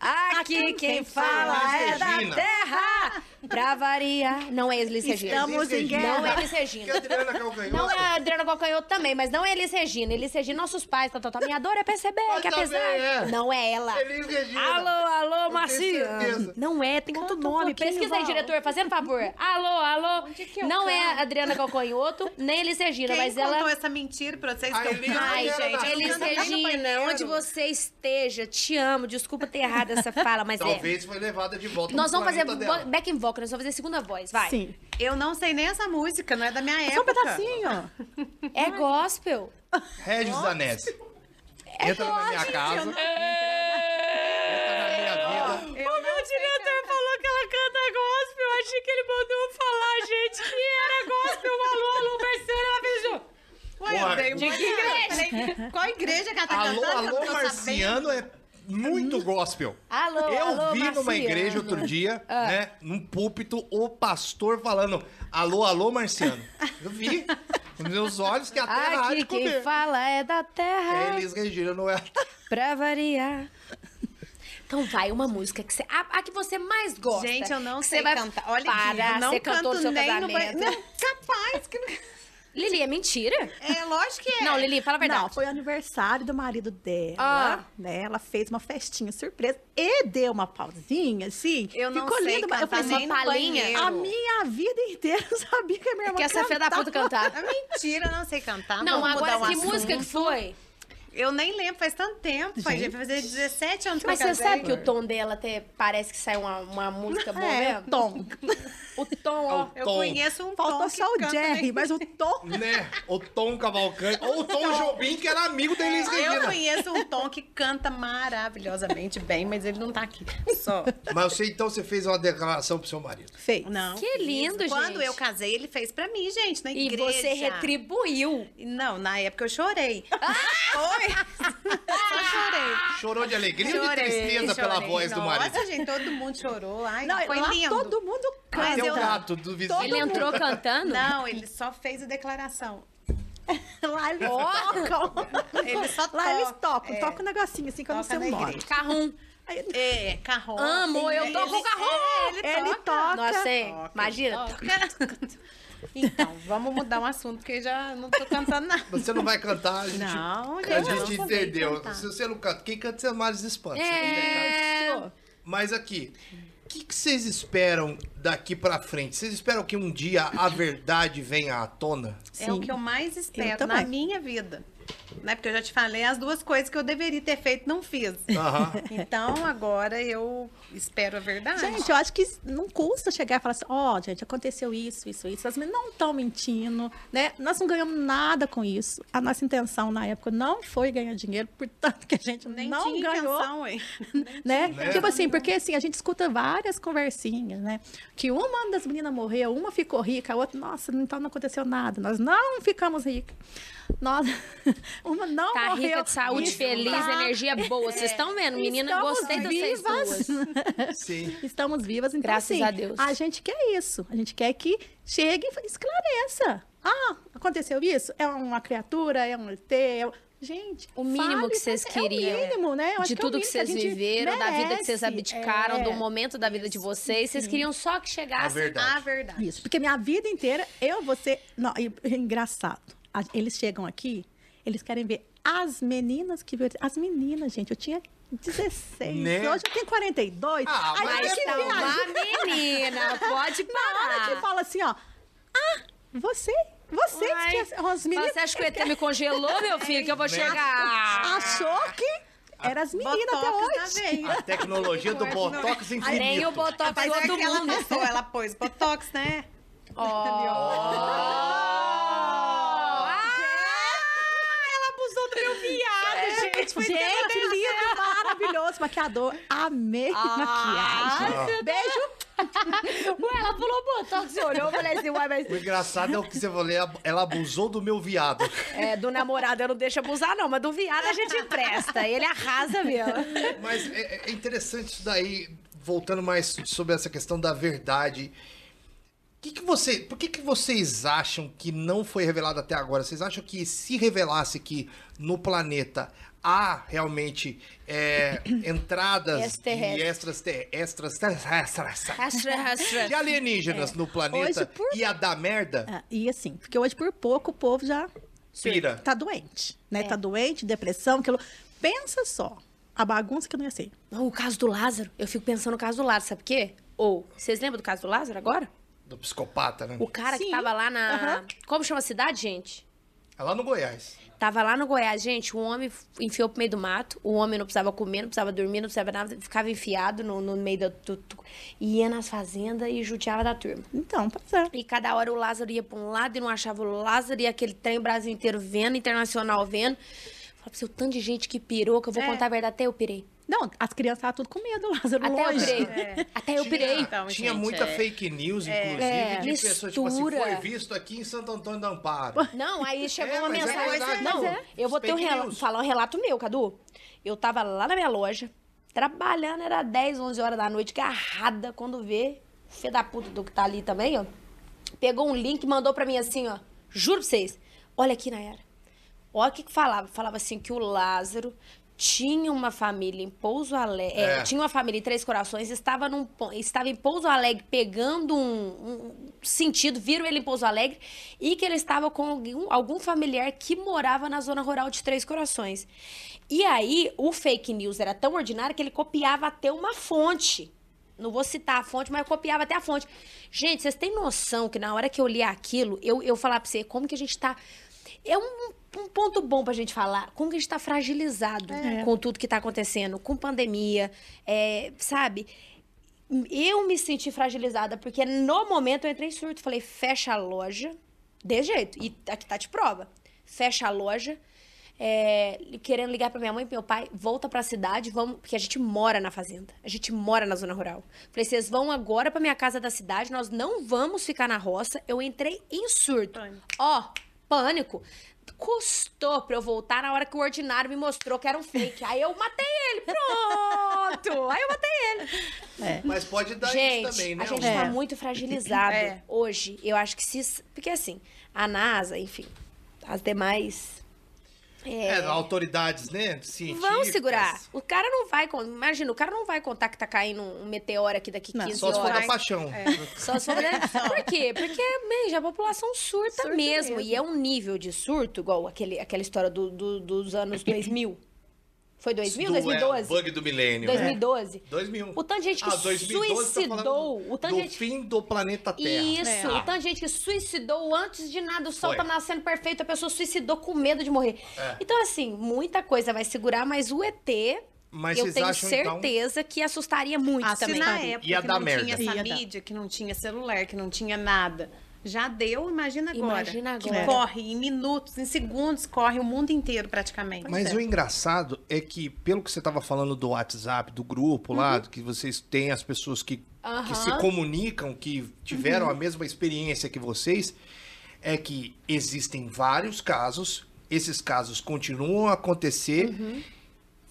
Aqui quem quem fala fala é é da Regina. terra. Pra variar. Não é Elis Regina. Estamos em guerra. Não é Elis Que Regina. a Adriana Calcanhoto. Não é a Adriana Calcanhoto também, mas não é Elis Regina. Elis Regina, nossos pais, tá, tá, tá. Minha dor é perceber Mas que apesar... também é. Não é ela. Elis Regina. Alô, Eu alô, tenho Marcia. certeza. Não é, tem outro um nome. pouquinho, Pesquisa aí, Val. diretor, fazendo favor. Alô, alô. que eu Não é canto? a Adriana Calcanhoto, nem Elis Regina, Quem mas contou ela... é essa mentira pra vocês A que eu Elis Ai, Regina gente, é da- eu Elis canto até no Regina, banheiro. onde você esteja, te amo. Desculpa ter errado essa fala, mas é. Talvez foi levada de volta Nós pro vamos fazer planeta dela. bo- back in vocal, nós vamos fazer segunda voz, vai. Sim. Eu não sei nem essa música, não é da minha época. Só um pedacinho. É gospel. Regis Danese. É Entra na minha casa. Entra na minha vida. o meu diretor falou que ela canta gospel. Eu achei que ele mandou falar, gente, que era gospel. O aluno, o Marcelo, ela fez. Ué, Porra, eu dei uma... de que igreja? Falei, qual igreja que ela tá Alô, cantando? que eu não alô, tô Marciano é muito gospel. Alô, Eu alô, vi numa Marciano. Ah. igreja outro dia, né, num púlpito, o pastor falando alô, alô, Marciano. Eu vi. Com meus olhos que a terra há de Aqui Ah, quem comer. fala é da terra, É Elis Regina, não é? pra variar. Então vai uma música que você... A, a que você mais gosta. Gente, eu não que sei você vai cantar. Olha Para, aqui, eu não você canto cantou no seu nem casamento. no banheiro. Não, capaz que não... Lili, é mentira? É, lógico que é. Não, Lili, fala a verdade. Não, foi o aniversário do marido dela. Ah. Né? Ela fez uma festinha surpresa e deu uma pausinha, assim. Eu não Ficou sei lindo, mas cantar eu falei, nem assim, no palinha. banheiro. Ah, a minha vida inteira eu sabia que a minha irmã que essa fé da cantava. puta cantar. É mentira, eu não sei cantar. Não, Vamos agora mudar o que música que assunto. foi? Eu nem lembro, faz tanto tempo. Faz, Gente. vai fazer 17 anos que Mas eu você casei. sabe que o tom dela até parece que sai uma, uma música boa né? É, mesmo? Tom. O tom, ó. Eu Tom. conheço um Faltou tom só que o canta Jerry, bem. mas o Tom. Né? O Tom Cavalcante. Ou o Tom Jobim, que era amigo da Elis Eu Regina. conheço um Tom que canta maravilhosamente bem, mas ele não tá aqui. Só. Mas você, então, você fez uma declaração pro seu marido. Fez. Não. Que lindo, Quando é Quando gente. eu casei, ele fez pra mim, gente, na E igreja. você retribuiu. Não, na época eu chorei. Oi! Só chorei. Chorou de alegria ou de Chorei, tristeza pela chorei. voz do marido? Nossa, gente, todo mundo chorou. Ai, Não, foi lá lindo. Tá todo mundo Mas Até canta. o eu- um gato do vizinho. Ele entrou cantando? Não, ele só fez a declaração. Lá eles Ó. tocam. Eles só Lá eles tocam, tocam. é. Tocam um negocinho assim que eu não Toca sei o na nome. igreja. Carrum. Aí- É, carrom. Amo, eu toco Ele- carrom. é, Ele, Ele toca. Nossa, é. Toca, imagina. toca. Então, vamos mudar um assunto, porque eu já não tô cantando nada. Você não vai cantar, a gente, Não, a gente, é eu gente não sei entendeu. cantar. Se você não canta, quem canta é Maris Espanto. É... Mas aqui, o que, que vocês esperam daqui pra frente? Vocês esperam que um dia a verdade venha à tona? É Sim. o que eu mais Eu espero também. na minha vida. Né? Porque eu já te falei as duas coisas que eu deveria ter feito, não fiz. Aham. Então, agora eu espero a Ah, verdade. Gente, eu acho que não custa chegar e falar assim, ó, gente, aconteceu isso, isso, isso. As meninas não estão mentindo, né? Nós não ganhamos nada com isso. A nossa intenção na época não foi ganhar dinheiro, portanto que a gente nem não tinha ganhou, intenção, hein? né? Né? Tipo assim, porque assim, a gente escuta várias conversinhas, né? Que uma das meninas morreu, uma ficou rica, a outra, nossa, então não aconteceu nada. Nós não ficamos ricas. Nós, uma não Tá morreu. rica de saúde, Isso, feliz, tá. energia boa. Vocês estão vendo? Menina, Estamos gostei dessas vivas. duas. Sim. Assim, Estamos vivas, então Graças assim, a Deus. a gente quer isso. A gente quer que chegue e esclareça. Ah, aconteceu isso? É uma criatura? É um ET? É... um- Gente, O mínimo fale, que vocês é o queriam. mínimo, né? Eu acho de que é o tudo que mínimo a vocês gente viveram, da vida que vocês merece. abdicaram, É. do momento da vida de vocês. Vocês queriam só que A chegasse. verdade. A verdade. Isso, porque minha vida inteira, eu, você... Não, e- é engraçado. A- Eles chegam aqui, eles querem ver as meninas que... viveram- As meninas, gente, eu tinha... 16. Né? Hoje eu tenho 42. Ah, Aí mas tem Mas que tá viajar. uma menina, pode Na hora que parar. fala assim, ó. Ah, você. Você Ai, que é as meninas. Você acha que o ET me congelou, meu filho? Que eu vou Né? chegar. Achou que eram as meninas até Botox na hoje. veia. A tecnologia do Botox infinito. Nem o Ah, botox Mas é todo aquela mundo. pessoa, ela pôs botox, né? Oh. Ela abusou do meu viado, gente. Foi Gente, lindo, maravilhoso. Maquiador, amei Ah. maquiagem. Beijo. Ué, ela pulou o botox e olhou. Eu falei assim, ué, mas O engraçado é o que você falou, ela- ela abusou do meu viado. é, do namorado eu não deixo abusar, não. Mas do viado a gente empresta. Ele arrasa mesmo. Mas é, é interessante isso daí, voltando mais sobre essa questão da verdade. Que que você, por que, que vocês acham que não foi revelado até agora? Vocês acham que se revelasse que no planeta há realmente é, entradas de Extraterrestres. extras, ter- extras, extras, Rastra, rastra. de alienígenas no planeta, Hoje, por- ia dar merda? Ah, E assim, porque hoje por pouco o povo já Pira. tá doente, né? É. Tá doente, depressão, aquilo. Pensa só, a bagunça que não ia ser. Não, o caso do Lázaro. Eu fico pensando no caso do Lázaro, sabe por quê? Ou, vocês lembram do caso do Lázaro agora? Do psicopata, né? O cara que Sim. tava lá na. Aham. Como chama a cidade, gente? É lá no Goiás. Tava lá no Goiás, gente, um homem enfiou pro meio do mato, o homem não precisava comer, não precisava dormir, não precisava nada, ficava enfiado no, no meio do, do, do- Ia nas fazendas e judiava da turma. Então, pois é. E cada hora o Lázaro ia pra um lado e não achava o Lázaro, e aquele trem Brasil inteiro vendo, internacional vendo. Fala pra você, o tanto de gente que pirou, que eu vou É. contar a verdade, até eu pirei. Não, as crianças estavam tudo com medo, Lázaro, Até eu longe. pirei. É. Até eu pirei. Então, Tinha gente, muita é. fake news, inclusive, É, de pessoas, tipo assim, mistura. foi visto aqui em Santo Antônio do Amparo. Não, aí chegou É, uma mas é mensagem. verdade, não, mas é. eu vou ter um Fake relato, news. falar um relato meu, Cadu. Eu tava lá na minha loja, trabalhando, era 10, 11 horas da noite, garrada, quando vê, o fê da puta do que tá ali também, ó. Pegou um link e mandou pra mim assim, ó. Juro pra vocês. Olha aqui, Nayara. Olha o que que falava. Falava assim que o Lázaro tinha uma família em Pouso Alegre. É. tinha uma família em Três Corações, estava, num, po- estava em Pouso Alegre pegando um, um sentido, viram ele em Pouso Alegre, e que ele estava com algum, algum familiar que morava na zona rural de Três Corações. E aí, o fake news era tão ordinário que ele copiava até uma fonte. Não vou citar a fonte, mas eu copiava até a fonte. Gente, vocês têm noção que na hora que eu li aquilo, eu, eu falar pra você como que a gente tá. É um, um ponto bom pra gente falar. Como que a gente tá fragilizado com tudo que tá acontecendo, com pandemia, é, sabe? Eu me senti fragilizada, porque no momento eu entrei em surto. Falei, fecha a loja. De jeito. E aqui tá de prova. Fecha a loja. é, querendo ligar pra minha mãe e pro meu pai, volta pra cidade, vamos. Porque a gente mora na fazenda. A gente mora na zona rural. Falei, vocês vão agora pra minha casa da cidade, nós não vamos ficar na roça. Eu entrei em surto. Pânico. Ó, pânico. Custou pra eu voltar na hora que o ordinário me mostrou que era um fake. Aí eu matei ele, pronto! Aí eu matei ele. Mas pode dar Gente, isso também, né? a gente Um- tá É. muito fragilizado É. hoje. Eu acho que se. Porque assim, a NASA, enfim, as demais. É, autoridades, né? Científicas. Vão segurar. O cara não vai. con- Imagina, o cara não vai contar que tá caindo um meteoro aqui daqui Não, 15 Só se for horas. da paixão. é. Só se for da- Por quê? Porque, gente, a população surta mesmo, E é um nível de surto, igual aquele, aquela história do- do- dos anos 2000. Foi 2000? Do- é, 2012? o bug do milênio. né? 2012. 2000. O tanto de gente que Ah, 2012, tá falando suicidou. do- o tanto de do gente fim do planeta Terra. Isso, Ah, o tanto de gente que suicidou antes de nada, o sol Foi. tá nascendo perfeito, a pessoa suicidou com medo de morrer. É. Então, assim, muita coisa vai segurar, mas o ET, Mas eu vocês tenho acham, então- certeza que assustaria muito Ah, se também. na época Ia que dar não merda. tinha essa Ia dar. mídia, que não tinha celular, que não tinha nada. Já deu, imagina agora. Imagina Que agora. corre em minutos, em segundos, corre o mundo inteiro praticamente. é. Mas o engraçado é que, pelo que você estava falando do WhatsApp, do grupo Uhum. lá, do que vocês têm as pessoas que, que Aham. se comunicam, que tiveram Uhum. a mesma experiência que vocês, é que existem vários casos, esses casos continuam a acontecer Uhum.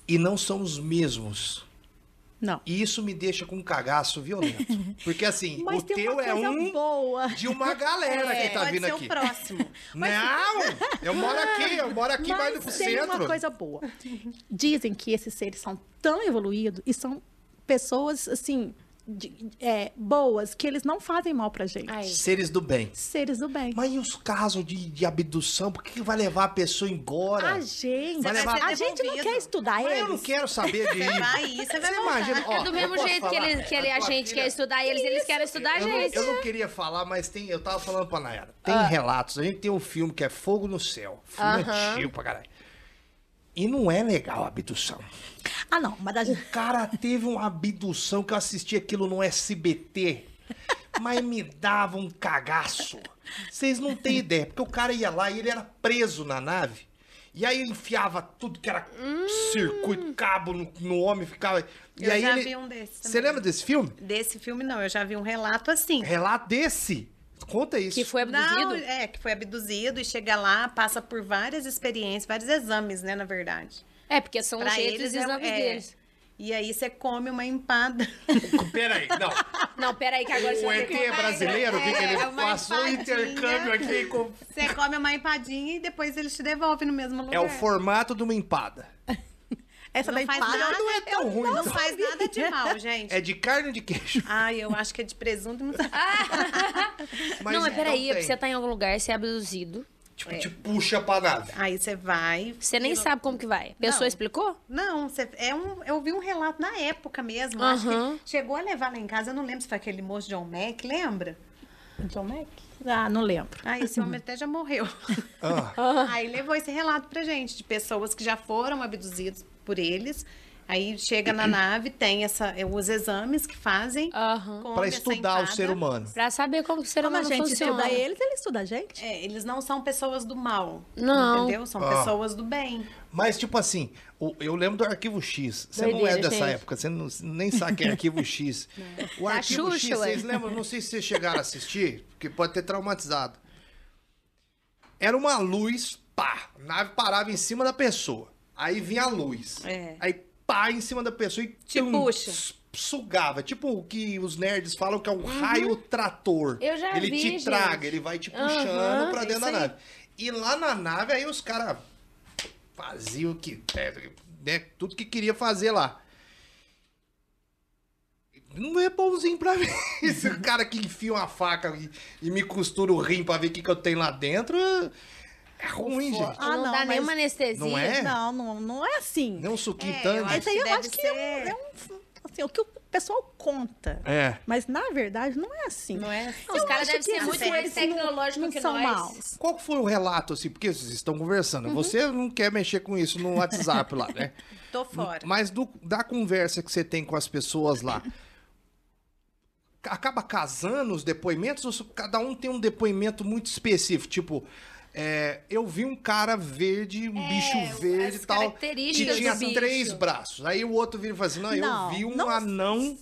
e não são os mesmos. Não. E isso me deixa com um cagaço violento. Porque assim, Mas o tem teu uma é coisa um boa. É, de uma galera que tá Pode vindo ser um aqui. o próximo. Não! Eu moro aqui, eu moro aqui mais no tem centro. uma coisa boa. Dizem que esses seres são tão evoluídos e são pessoas, assim, de- é, boas, que eles não fazem mal pra gente. Ai. Seres do bem. Seres do bem. Mas e os casos de, de abdução? Por que, que vai levar a pessoa embora? Ah, A gente, Vai levar- a gente não devolvido. quer estudar Mas eu não eles. quero saber de Você vai ir, você vai voltar. imagina, ó, É do eu mesmo posso jeito que, falar, ele, que ele- a tua gente filha- quer estudar eles, eles querem estudar né? a eu não, gente. Ah. eu não queria falar, mas tem, eu tava falando pra Nayara. Tem relatos, a gente tem um filme que é Fogo no Céu. Filme Aham. antigo pra caralho. E não é legal a abdução. Ah, não, mas a gente. O cara teve uma abdução que eu assisti aquilo no SBT. Mas me dava um cagaço. Vocês não têm ideia, porque o cara ia lá e ele era preso na nave. E aí enfiava tudo que era circuito, cabo no, no homem, ficava. E Eu aí já ele... vi um desses Você também. lembra desse filme? Desse filme, não. Eu já vi um relato assim. Relato desse. Conta isso. Que foi Não, abduzido. é, que foi abduzido e chega lá, passa por várias experiências, vários exames, né, na verdade. É, porque são os Pra jeitos e eles os é- nomes é. deles. E aí você come uma empada. Peraí, não. Não, peraí, que agora O vai ET ter que é contar. brasileiro, o que que ele É uma passou o empadinha. intercâmbio aqui com. Você come uma empadinha e depois eles te devolvem no mesmo lugar. É o formato de uma empada. Essa Não daí faz para- nada, não é tão eu- ruim, Não não. faz nada de mal, gente. É de carne ou de queijo? Ai, eu acho que é de presunto. Não... Mas então não, mas peraí, é tem. porque você tá em algum lugar, você é abduzido. Tipo, te puxa pra nave. Aí você vai. Você nem sabe como que vai. A pessoa Não. explicou? Não, você, é um, eu vi um relato na época mesmo. Acho Aham. que chegou a levar lá em casa. Eu não lembro se foi aquele moço John Mack, lembra? John Mack? Ah, não lembro. Ah, esse homem até já morreu. Ah. Aí levou esse relato pra gente, de pessoas que já foram abduzidas por eles. Aí chega na nave, tem essa, é, os exames que fazem. é Aham. come Pra essa estudar o empada. ser humano. Pra saber como que o ser Como a humano gente funciona. estuda eles, ele estuda a gente. É, eles não são pessoas do mal. Não. Entendeu? São Ah. pessoas do bem. Mas, tipo assim, o- eu lembro do Arquivo X. Você não é Doideira, dessa gente. época, você não- nem sabe que é Arquivo X. O Da Arquivo Xuxa, X, ué. vocês lembram? Não sei se vocês chegaram a assistir, porque pode ter traumatizado. Era uma luz, pá, a nave parava em cima da pessoa. Aí vinha a luz. É. Aí pá em cima da pessoa e Te puxa. s- sugava. Tipo o que os nerds falam que é um Uhum. raio trator. Eu já ele vi, te gente. traga, ele vai te puxando Aham, pra é dentro da isso aí. nave. E lá na nave, aí os caras fazia o que né, tudo que queria fazer lá. Não é bonzinho pra mim. Esse cara que enfia uma faca e, e me costura o rim pra ver o que, que eu tenho lá dentro é ruim, gente. Ah, não, não, dá mas- nenhuma anestesia. Não é? Não, não, não é assim. Não um suquinho É, eu tangue. acho Esse aí eu Deve acho que é um, ser. é um- assim, o que o pessoal conta. É. Mas na verdade não é assim. Não é? Os Eu caras devem acho que ser esses muito mais seres não- tecnológicos não que são nós. maus. Qual que foi o relato, assim? Porque vocês estão conversando. Você não quer mexer com isso no WhatsApp lá, né? Tô fora. Mas do- da conversa que você tem com as pessoas lá, acaba casando os depoimentos ou se cada um tem um depoimento muito específico? Tipo, é, eu vi um cara verde, É, um bicho verde as e tal, que características tinha do bicho. três braços. Aí o outro vira e fala assim, não, Não, eu vi um não- anão...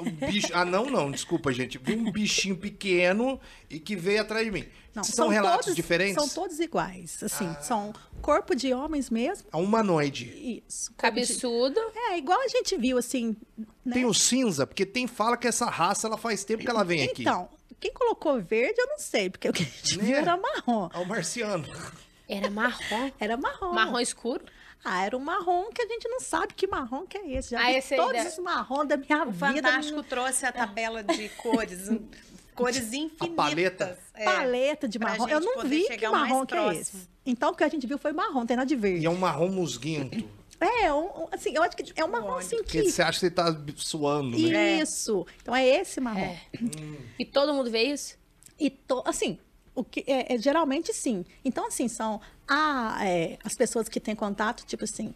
Um bicho, anão não, desculpa, gente. Vi um bichinho pequeno e que veio atrás de mim. Não, são, relatos todos, diferentes? Ah. São todos iguais. Assim, são corpo de homens mesmo. A É humanoide. Isso. corpo de- Cabeçudo. É, igual a gente viu, assim. né? Tem o cinza, porque tem fala que essa raça ela faz tempo que ela vem aqui. Então, quem colocou verde, eu não sei, porque o que a gente Né? viu era marrom. É o marciano. Era marrom. Era marrom. Marrom escuro. Ah, era um marrom que a gente não sabe que marrom que é esse. Já Ah, vi esse aí todos deve- os marrom da minha O vida. é. Fantástico trouxe a tabela de cores, um, cores infinitas. paleta. É. paleta de pra marrom. gente Eu não poder vi que chegar o mais marrom que é próximo. esse. Então, o que a gente viu foi marrom, não tem nada de E verde. é um marrom musguento. É, um, um- assim, eu acho que é um marrom assim Que que... você acha que você tá suando, né? Isso. Então, é esse marrom. E todo mundo vê isso? E, to- assim, o que, é, é, geralmente sim. Então, assim, são a, é, as pessoas que têm contato, tipo assim,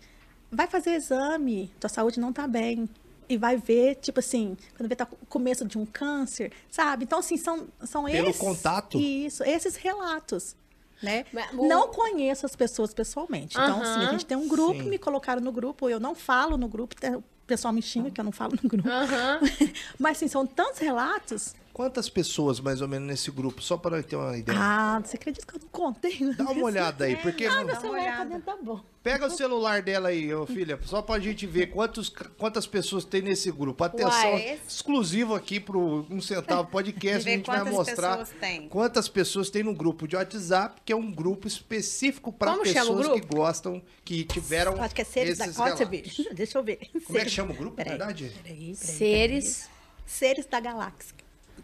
vai fazer exame, tua saúde não tá bem. E vai ver, tipo assim, quando vê tá com o começo de um câncer, sabe? Então, assim, são, são Pelo esses. contato? Isso, esses relatos. Né? Mas o- Não conheço as pessoas pessoalmente. Aham. Então, assim, a gente tem um grupo, Sim. me colocaram no grupo, eu não falo no grupo, o pessoal me xinga que eu não falo no grupo. Aham. Mas, assim, são tantos relatos Quantas pessoas, mais ou menos, nesse grupo? Só para eu ter uma ideia. ah, você acredita que eu não contei? Dá uma olhada aí, porque... Ah, meu uma celular tá olhada. dentro da boca. Pega o celular dela aí, ô filha, só pra gente ver quantos, quantas pessoas tem nesse grupo. Atenção, Uai, esse- exclusivo aqui pro Um Centavo Podcast, a Ver gente vai quantas mostrar pessoas tem. quantas pessoas tem no grupo de WhatsApp, que é um grupo específico para Como chama o pessoas que grupo? gostam, que tiveram Acho que é seres da esses galáxia. relatos. bicho. Deixa eu ver. Como é que chama o grupo, Peraí. verdade? Peraí, peraí. Seres. Seres da galáxia.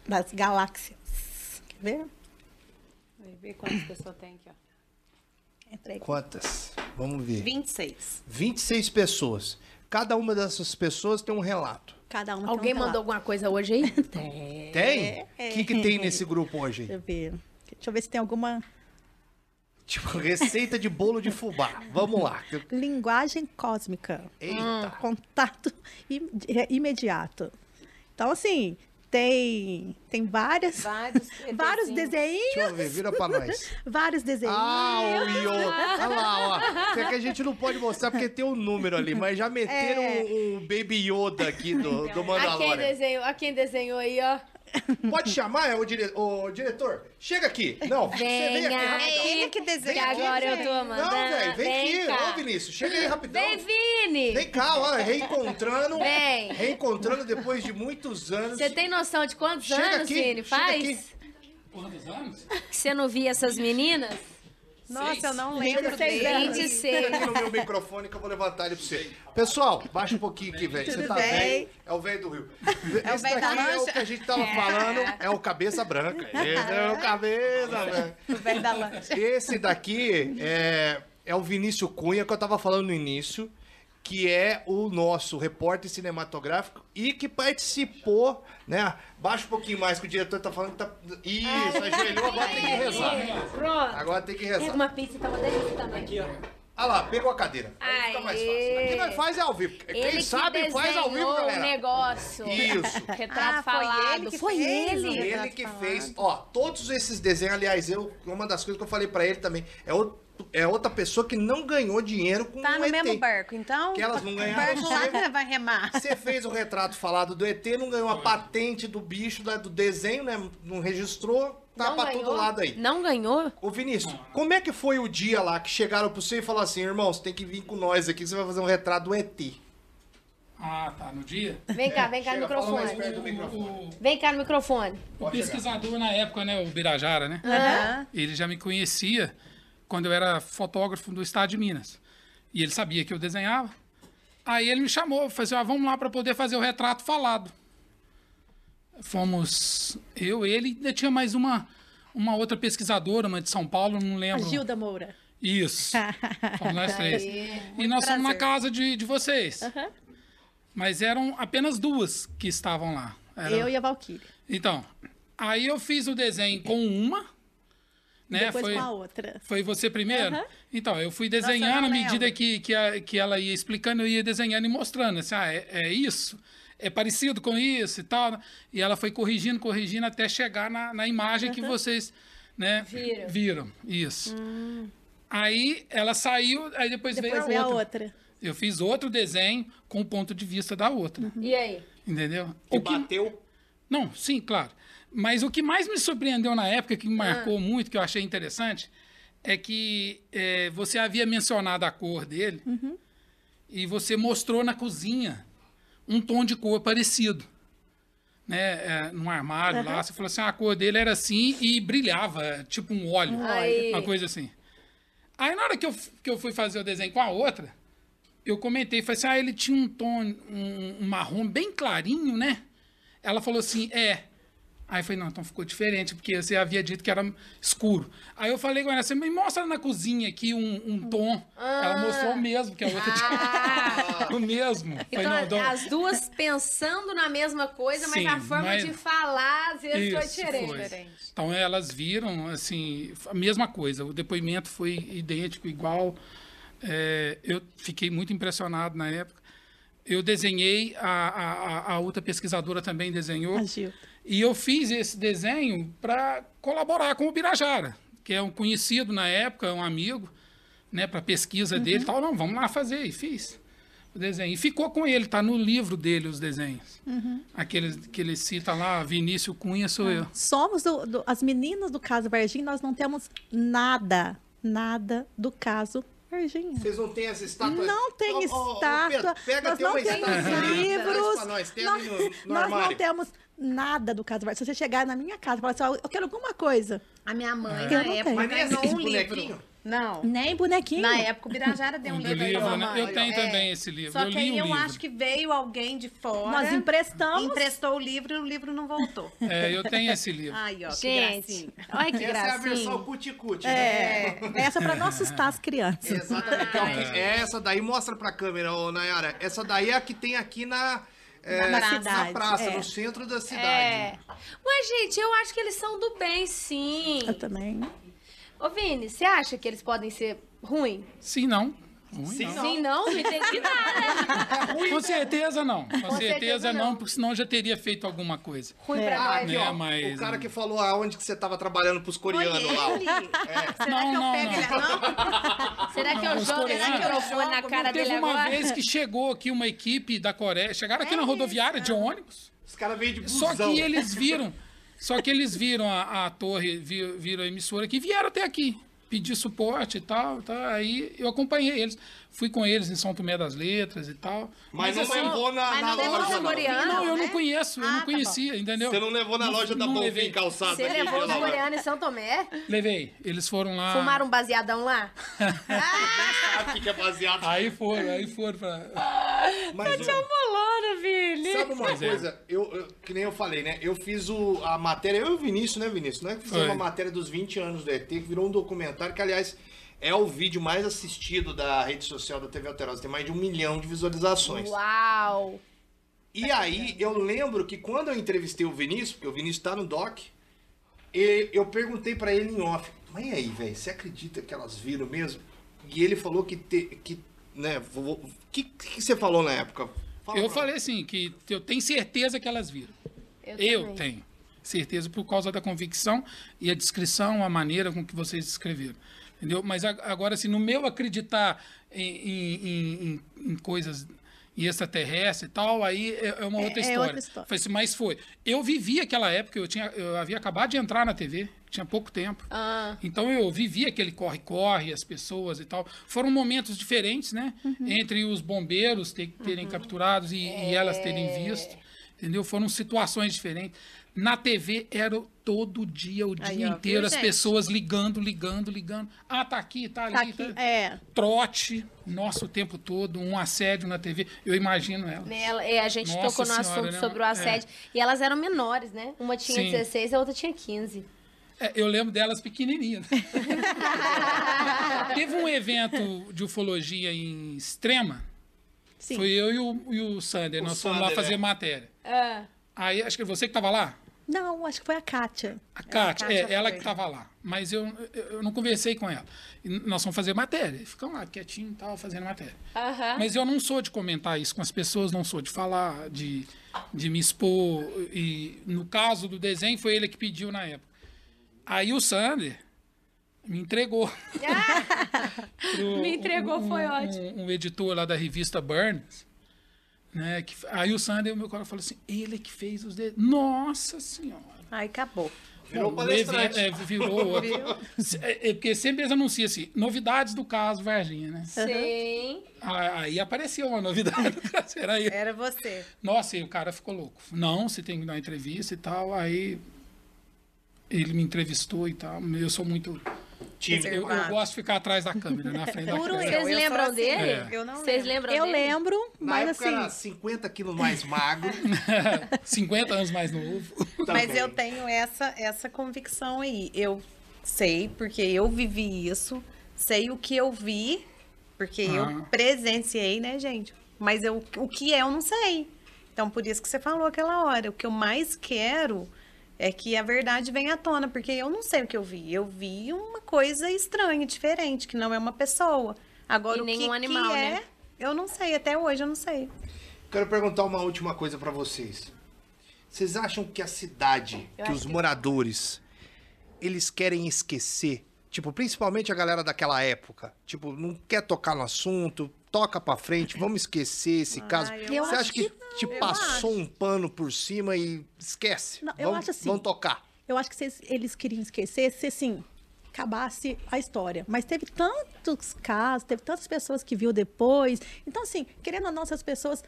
Das galáxias. Quer ver? Vai ver quantas pessoas tem aqui, ó. Entra aí. Quantas? Vamos ver. 26. 26 pessoas. Cada uma dessas pessoas tem um relato. Cada uma Alguém tem um mandou relato. alguma coisa hoje aí? É. Tem. Tem? O que, que tem nesse grupo hoje? Deixa eu ver. Deixa eu ver se tem alguma Tipo, receita de bolo de fubá. Vamos lá. linguagem cósmica. Hum. Eita. Contato im- é, imediato. Então, assim, tem, tem várias, Vários vários ETzinhos. desenhos. Deixa eu ver, vira pra nós. Vários desenhos. Ah, o Io. Olha lá, ó. Isso é que a gente não pode mostrar porque tem o número ali, mas já É. meteram o, o Baby Yoda aqui do, do A quem, Mandalorian. desenhou, a quem desenhou aí, ó. Pode chamar, é o, dire... o diretor? Chega aqui. Não, você vem aqui Venha rapidão. aí, É ele que desenha Que aqui, agora eu gente. tô Não, mandando. Não, velho, vem, aqui. cá. Ô, Vinícius, chega aí rapidão. Vem, Vini! Vem cá, ó, reencontrando. Vem. Reencontrando depois de muitos anos. Você tem noção de quantos Chega anos, aqui, Vini? chega Faz? Quantos anos? Que você não via essas meninas? Nossa, eu não Chega lembro aqui. dele. 26. Chega aqui no meu microfone que eu vou levantar ele pra você. Pessoal, baixa um pouquinho aqui, velho. Você Tudo tá bem? velho? É o velho do Rio. É o Esse velho da daqui é o lancha? que a gente tava falando, é o cabeça branca. Esse é o cabeça branca. O velho da lancha. Esse daqui é, é o Vinícius Cunha, que eu tava falando no início, que é o nosso repórter cinematográfico e que participou, né? Baixa um pouquinho mais, que o diretor tá falando que tá. Isso, ajoelhou, agora tem que rezar. Pronto. Agora tem que Pega rezar. uma pizza e tá mandando esse tamanho. Aqui, ó. Ah lá, pegou a cadeira. Aí fica mais fácil. Aê. Aqui nós faz é ao vivo. Quem Ele que sabe faz ao vivo, desenhou o galera. negócio. Isso. Retrato Ah, foi falado. ele que foi fez? ele. Ele Ele Retrato que falado. fez, ó, todos esses desenhos, aliás, eu, uma das coisas que eu falei pra ele também, é, outro- é outra pessoa que não ganhou dinheiro Um com Tá o no ET. mesmo barco, então? Que elas não O ganharam, barco lá você- que vai remar. Você fez o retrato falado do ET, não ganhou a patente do bicho, da- do desenho, né? Não registrou, tá Não pra ganhou? todo lado aí. Não ganhou? Ô Vinícius, como é que foi o dia lá que chegaram pra você e falaram assim, irmão, você tem que vir com nós aqui, que você vai fazer um retrato do ET? Ah, tá. No dia? Vem cá, vem cá Tá no Chega, fala mais microfone. perto do microfone. Vem cá no microfone. O pesquisador na época, né? O Birajara, né? Aham. Ele já me conhecia quando eu era fotógrafo do estado de Minas. E ele sabia que eu desenhava. Aí ele me chamou, falou assim, ah, vamos lá para poder fazer o retrato falado. Fomos eu, ele, e ainda tinha mais uma, uma outra pesquisadora, uma de São Paulo, não lembro. Gilda Moura. Isso. Fomos nós três. E nós fomos na casa de, de vocês. Mas eram apenas duas que estavam lá. Era- Eu e a Valkyrie. Então, aí eu fiz o desenho com uma, né? Depois foi... com a outra. Foi você primeiro? Aham. Então, eu fui Nossa, eu desenhando não à medida lembro. que, que, a- que ela ia explicando, eu ia desenhando e mostrando. Assim, ah, é, é isso? É parecido com isso e tal? né? E ela foi corrigindo, corrigindo até chegar na, na imagem que vocês né, Viram. Isso. Aí ela saiu, aí depois, Depois veio veio a a outra. outra. Eu fiz outro desenho com o ponto de vista da outra. E aí? Entendeu? E O que- bateu. não, sim, claro. Mas o que mais me surpreendeu na época, que me marcou muito, que eu achei interessante, é que eh, você havia mencionado a cor dele e você mostrou na cozinha um tom de cor parecido. Né, eh, num armário lá, você falou assim: ah, a cor dele era assim e brilhava, tipo um óleo, Aí. uma coisa assim. Aí na hora que eu, f- que eu fui fazer o desenho com a outra, eu comentei, falei assim, ah, ele tinha um tom, um, um marrom bem clarinho, né? Ela falou assim, é. Aí eu falei, não, então ficou diferente, porque você havia dito que era escuro. Aí eu falei com ela, você me mostra na cozinha aqui um, um tom. Ah. Ela mostrou o mesmo, que a outra tinha o mesmo. Falei, Então, não, então- as duas pensando na mesma coisa, mas Sim, a forma mas- de falar às vezes foi Isso, É diferente. foi. Então elas viram, assim, a mesma coisa. O depoimento foi idêntico, igual. É, eu fiquei muito impressionado na época. Eu desenhei, a, a, a- a outra pesquisadora também desenhou. A Gilda. E eu fiz esse desenho para colaborar com o Birajara, que é um conhecido na época, um amigo, né, para pesquisa dele e tal. Não, vamos lá fazer. E fiz o desenho. E ficou com ele, tá no livro dele os desenhos. Aqueles que ele cita lá, Vinícius Cunha sou eu. Somos do- do- as meninas do caso Varginha, nós não temos nada, nada do caso Varginha. Vocês não têm as estátuas? Não tem tá Ô, ô, ô, estátua, Pedro, pega, nós tem não uma temos estátua ali. Traz livros, pra nós, tem nós, ali no- no nós não armário. temos nada do caso Varginha. Se você chegar na minha casa e falar assim, ó, eu quero alguma coisa, A minha mãe, Eu na não época, Mas nem ganhou esses um livro. bonequinhos? Não. nem bonequinho. Na época, o Birajara deu um Um livro aí pra livro, né? mamãe. É. Eu tenho também esse livro, Só eu que li aí o eu livro. acho que veio alguém de fora. Nós emprestamos. Emprestou o livro e o livro não voltou. É, eu tenho esse livro. Aí, ó, Gente, Gente. olha que Essa é a gracinha. versão cuticute, né? É, essa é pra não assustar as crianças. Exatamente. Então, É. essa daí, mostra pra câmera, ô Nayara. Essa daí é a que tem aqui na, é, Na na cidade, praça, é. no centro da É. cidade. Mas, gente, eu acho que eles são do bem, sim. Eu também. Ô, Vini, você acha que eles podem ser ruim? Sim, não. Ruim, não. Sim, não? Me tem que dar, né? Com certeza não. Com, certeza, certeza não, não. porque senão eu já teria feito alguma coisa. Ruim Ah, pra nós. aqui, ó, É, mas- O cara que falou aonde que você tava trabalhando pros É. coreanos lá. ó. Será Não, que eu não, pego ele? não. Não? Será que eu Os jogo esse coreanos- microfone na cara Teve dele uma agora? É vez que chegou aqui uma equipe da Coreia, chegaram aqui na rodoviária de ônibus. Os caras vêm de busão. Só que eles viram. Só que eles viram a, a torre, vi- viram a emissora aqui, vieram até aqui pedir suporte e tal, tá? Aí eu acompanhei eles. Fui com eles em São Tomé das Letras e tal. Mas, não assim, levou na, Ah, mas na não levou loja, na não. Boreana. Não, eu né? não conheço, eu Ah, não tá conhecia, entendeu? Você não levou na loja da não Bonfim levei. Calçada. Você aquele levou dia na lá. Boreana em São Tomé? Levei. Eles foram lá. Fumaram um baseadão lá? Sabe o que que é baseado? Aí foram, aí foram pra. Mas, ô, Bolona, Vini. Sabe uma Pois é. coisa? Eu, eu- que nem eu falei, né? Eu fiz o, a matéria, eu e o Vinícius, né, Vinícius? Não é que fizemos Foi. uma matéria dos 20 anos do ET, que virou um documentário, que, aliás, é o vídeo mais assistido da rede social da TV Alterosa. Tem mais de um milhão de visualizações. Uau! E aí, eu lembro que quando eu entrevistei o Vinícius, porque o Vinícius tá no doc, e eu perguntei pra ele em off, mas e aí, velho, você acredita que elas viram mesmo? E ele falou que... Te, que né, o que, que você falou na época? Fala Eu pra- falei assim, que eu tenho certeza que elas viram. Eu, também. tenho. Certeza por causa da convicção e a descrição, a maneira com que vocês escreveram. Entendeu? Mas a- agora, assim, no meu acreditar em, em- em- em- em coisas em extraterrestre e tal, aí é, é uma outra é história. outra história. Foi assim, mas foi. Eu vivi aquela época, eu, tinha, eu havia acabado de entrar na TV, tinha pouco tempo. Ah. Então eu vivi aquele corre-corre, as pessoas e tal. Foram momentos diferentes, né? Entre os bombeiros te- terem capturados e, e elas terem visto. Entendeu? Foram situações diferentes. Na TV era todo dia, o dia Aí, ó, inteiro, viu, as gente? pessoas ligando, ligando, ligando. Ah, tá aqui, tá ali. Tá aqui. tá- É. Trote, nosso tempo todo, um assédio na TV. Eu imagino ela. Né, ela- é, a gente Nossa tocou no Senhora, assunto né? sobre o assédio. E elas eram menores, né? Uma tinha Sim. 16 e a outra tinha 15. É, eu lembro delas pequenininhas. né? Teve um evento de ufologia em Extrema. Sim. Foi eu e o, e o Sander. O Nós fomos lá Sander, fazer é. matéria. Ah, Aí, acho que é você que estava lá? Não, acho que foi a Kátia. A Kátia, Kátia é, ela foi. que estava lá. Mas eu, eu eu não conversei com ela. E nós fomos fazer matéria. Ficam lá quietinho e tal, fazendo matéria. Aham. Mas eu não sou de comentar isso com as pessoas, não sou de falar, de, de me expor. E no caso do desenho, foi ele que pediu na época. Aí o Sander me entregou. Pro- Me entregou, foi ótimo. Um, um editor lá da revista Burns. Né, que, aí o Sander, o meu colega, falou assim: ele é que fez os desenhos. Nossa Senhora! Aí acabou. Virou Bom, palestrante. leve- é, virou. Se- é, é, porque sempre eles anunciam assim, novidades do caso Varginha, né? sim. A- Aí apareceu uma novidade do caso, era eu. Era você. Nossa, e o cara ficou louco. Não, você tem que dar uma entrevista e tal. Aí ele me entrevistou e tal. Eu sou muito... Time. é, Eu, eu gosto de ficar atrás da câmera, na frente da Puro eu, câmera. Vocês sou lembram assim. dele? É. Eu não Vocês lembro. lembram Eu dele? lembro, Na mas época assim. era 50 quilos mais magro. 50 anos mais novo. também. Mas eu tenho essa, essa convicção aí. Eu sei, porque eu vivi isso, sei o que eu vi, porque eu Ah. presenciei, né, gente? Mas eu, o que é, eu não sei. Então, por isso que você falou aquela hora. O que eu mais quero é que a verdade venha à tona, porque eu não sei o que eu vi. Eu vi uma coisa estranha, diferente, que não é uma pessoa. Agora, E o nem que, um que animal, é, né? eu não sei. Até hoje, eu não sei. Quero perguntar uma última coisa pra vocês. Vocês acham que a cidade, que os moradores, eles querem esquecer? Tipo, principalmente a galera daquela época. Tipo, não quer tocar no assunto, toca pra frente, vamos esquecer esse caso. eu Você acho acha que, te passou um pano por cima e esquece? Não, eu vamos, acho assim. Vamos tocar. Eu acho que se eles- eles queriam esquecer se assim acabasse a história, mas teve tantos casos, teve tantas pessoas que viu depois. Então assim, querendo ou não, essas pessoas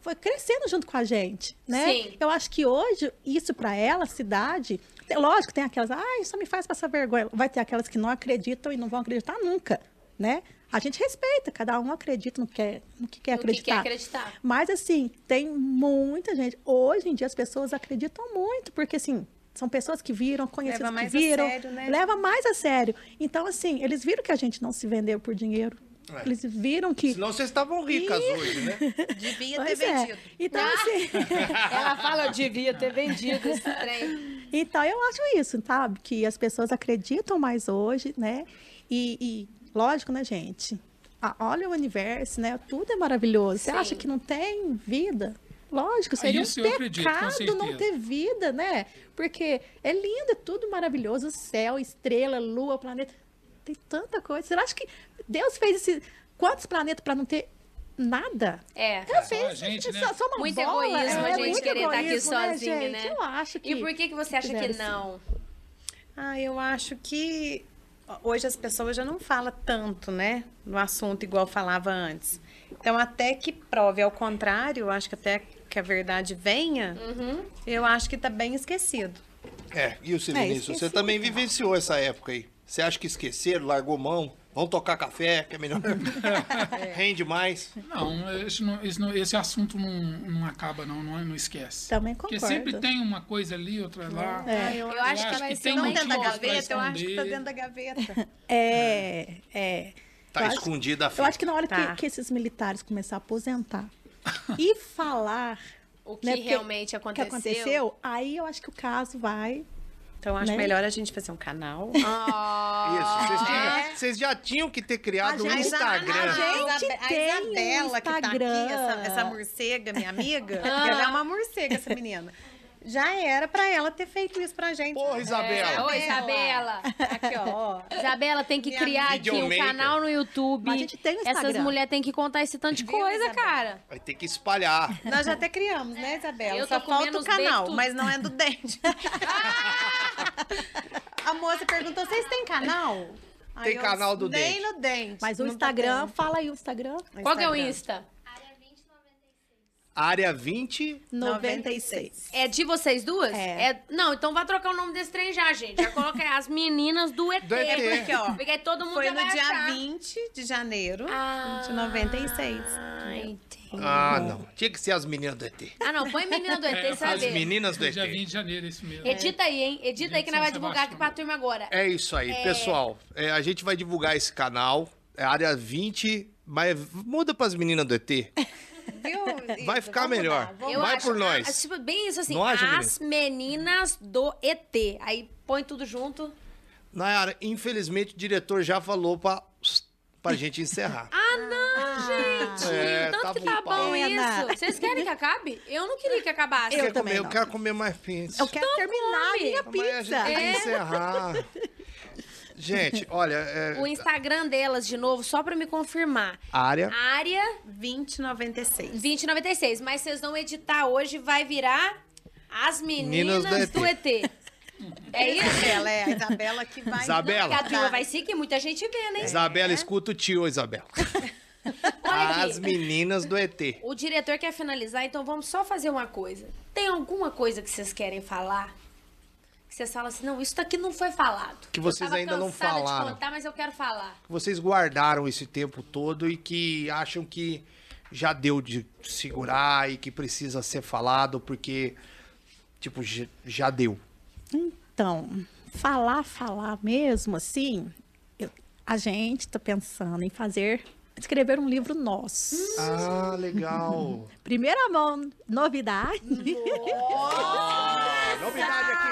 foi crescendo junto com a gente, né? Sim. Eu acho que hoje isso pra ela, cidade, te- lógico, tem aquelas, ah, isso me faz passar vergonha. Vai ter aquelas que não acreditam e não vão acreditar nunca, né? A gente respeita, cada um acredita no que quer, no que quer No que é quer acreditar. acreditar. Mas assim, tem muita gente. Hoje em dia as pessoas acreditam muito, porque assim, são pessoas que viram, conhecidas Leva que mais a viram. sério, né? Leva mais a sério. Então, assim, eles viram que a gente não se vendeu por dinheiro. É. Eles viram que. Senão vocês estavam ricas hoje, né? Devia ter Pois é. vendido. Então, assim. Ela fala, eu devia ter vendido esse trem. Então, eu acho isso, sabe? Que as pessoas acreditam mais hoje, né? E, e, lógico, né, gente? Ah, olha o universo, né? Tudo é maravilhoso. Você Sim. acha que não tem vida? Lógico, seria isso um eu acredito, com pecado não certeza. ter vida, né? Porque é lindo, é tudo maravilhoso. Céu, estrela, lua, planeta. Tem tanta coisa. Você acha que Deus fez esse... Quantos planetas para não ter nada. É. Às só a vezes, gente, né? só, só uma Muito bola, egoísmo é, a gente muito querer estar aqui egoísmo, sozinha, gente? né? Eu acho que... E por que, que você acha que Fizeram assim. não? Ah, eu acho que hoje as pessoas já não falam tanto, né? No assunto igual falava antes. Então, até que prove ao contrário, eu acho que até que a verdade venha, Uhum. eu acho que tá bem esquecido. É, e o Silêncio, você também vivenciou essa época aí. Você acha que esqueceram, largou mão? Vão tocar café, que é melhor. É. Rende mais. Não, isso não- isso não- esse assunto não, não acaba, não, não, não esquece. Também Porque concordo. sempre tem uma coisa ali, outra lá. É. Ah, Eu acho que vai ser tem um Não motivos dentro da pra gaveta, eu acho que tá esconder. dentro da gaveta. É, é. Tá Eu acho- escondida a fé. Eu acho que na hora que- Tá. que, esses militares começar a aposentar e falar O que né, porque- realmente o que aconteceu? aconteceu, aí eu acho que o caso vai. Então, eu acho Né? melhor a gente fazer um canal. Ah, Isso, vocês, tinham- vocês já tinham que ter criado um A É. Tá gente- Instagram. a gente- Isabe- tem um Isabela, que tá aqui, Instagram. Ah. essa, essa morcega, minha amiga, ela é uma morcega, essa menina. Já era pra ela ter feito isso pra gente. Porra, É, Isabela. É, Oi, Isabela. Aqui, ó. Isabela tem que Minha criar aqui um videomaker. canal no YouTube. Mas a gente tem um Essas Instagram. mulheres têm que contar esse tanto de Viu, coisa, Isabela? cara. Vai ter que espalhar. Nós já até criamos, né, Isabela? Eu tô Só com falta o menos canal, dente. mas não é do dente. A moça perguntou: vocês têm canal? Aí Tem eu, canal do nem dente." no dente. Mas o Não tô Instagram, tendo. fala aí o Instagram. Qual que é o Instagram. Insta? Área 20. 96. É de vocês duas? É. Não, então vai trocar o nome desse trem já, gente. Já coloca as meninas do ET. Do ET. Porque, Porque, ó, aí todo mundo Foi já no vai dia achar. 20 de janeiro Ah, de 96. Ah, entendi. Ah, não. Tinha que ser as meninas do ET. Ah, não, põe menina do ET, É, sabe? As meninas do ET. Dia 20 de janeiro, é isso mesmo. Edita aí, hein? Edita aí que nós vai Gente, São divulgar aqui Sebastião. pra turma agora. É isso aí, pessoal. é, a gente vai divulgar esse canal, é área 20, mas muda pras meninas do ET. Viu? Vai Isa? ficar Vamos melhor. lá, vamos- Eu Vai por nós. ah, tipo, bem isso assim, Não acha, as meninas do ET. Aí põe tudo junto. Nayara, infelizmente o diretor já falou pra, pra gente encerrar. Ah, não, gente! É, Tanto tava que um tá pau. bom Pena. isso. Vocês querem que acabe? Eu não queria que acabasse. Eu Quer também comer? eu não. quero comer mais pizza. Eu quero terminar come. a minha Mas a gente pizza. tem que É. encerrar. Gente, olha, é, O Instagram delas, de novo, só pra me confirmar. área Área 2096. 2096. Mas vocês vão editar hoje, vai virar as meninas, Meninas do do, ET. É isso? Isabela, é a Isabela que vai. Isabela. Que a turma vai seguir, muita gente vê, né? Isabela, escuta o tio, Isabela. Olha As aqui. meninas do ET. O diretor quer finalizar, então vamos só fazer uma coisa. Tem alguma coisa que vocês querem falar? Que vocês falam assim, não, isso daqui não foi falado. Que vocês Eu tava ainda não cansada falaram. De contar, mas eu quero falar. que vocês guardaram esse tempo todo e que acham que já deu de segurar e que precisa ser falado porque tipo j- já deu. Então, falar, falar mesmo, assim, eu- a gente tá pensando em fazer, escrever um livro nosso. Ah, legal. Primeira mão, novidade. Novidade aqui.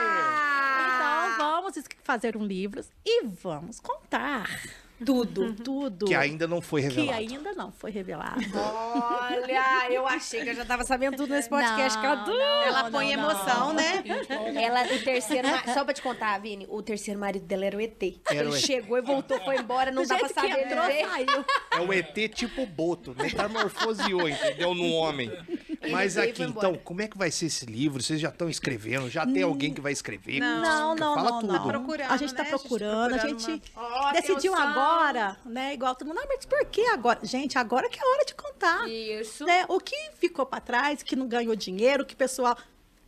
Então, vamos es- fazer um livro e vamos contar tudo, tudo. Que ainda não foi que revelado. ainda não foi revelado. Olha, eu achei que eu já tava sabendo tudo nesse podcast, que eu adoro. Ela Não, põe não, emoção, né? Ela, o terceiro ma- Só pra te contar, Vini, o terceiro marido dela era o ET. Era o Ele ET. chegou e voltou, foi embora, não Do dá pra jeito que saber. ele entrou, veio. saiu. É o ET tipo Boto, metamorfoseou, entendeu? No homem. Mas veio e aqui, foi embora. então, como é que vai ser esse livro? Vocês já estão escrevendo? Já tem alguém que vai escrever? Hum. Não, não, Fala não, tudo. não. procurando, a gente tá né? A gente tá procurando, a procurando gente uma- Ó, decidiu atenção. agora, né? Igual todo mundo, ah, mas por que agora? Gente, agora que é a hora de contar. Isso. Né? O que ficou pra trás, que não ganhou dinheiro, que o pessoal.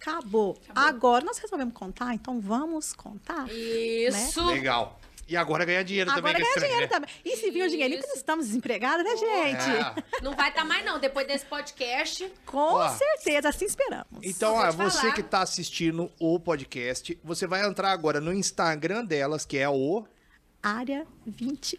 Acabou. Agora nós resolvemos contar, então vamos contar. Isso. Legal. E agora ganhar dinheiro Agora também. que é ganhar estranho, dinheiro né? também. E se vir um dinheirinho, que nós estamos desempregados, né, gente? É. Não vai estar mais, não. Depois desse podcast. Com Ó. certeza, assim esperamos. Então, Só vou ó, te você falar. que tá assistindo o podcast, você vai entrar agora no Instagram delas, que é o Área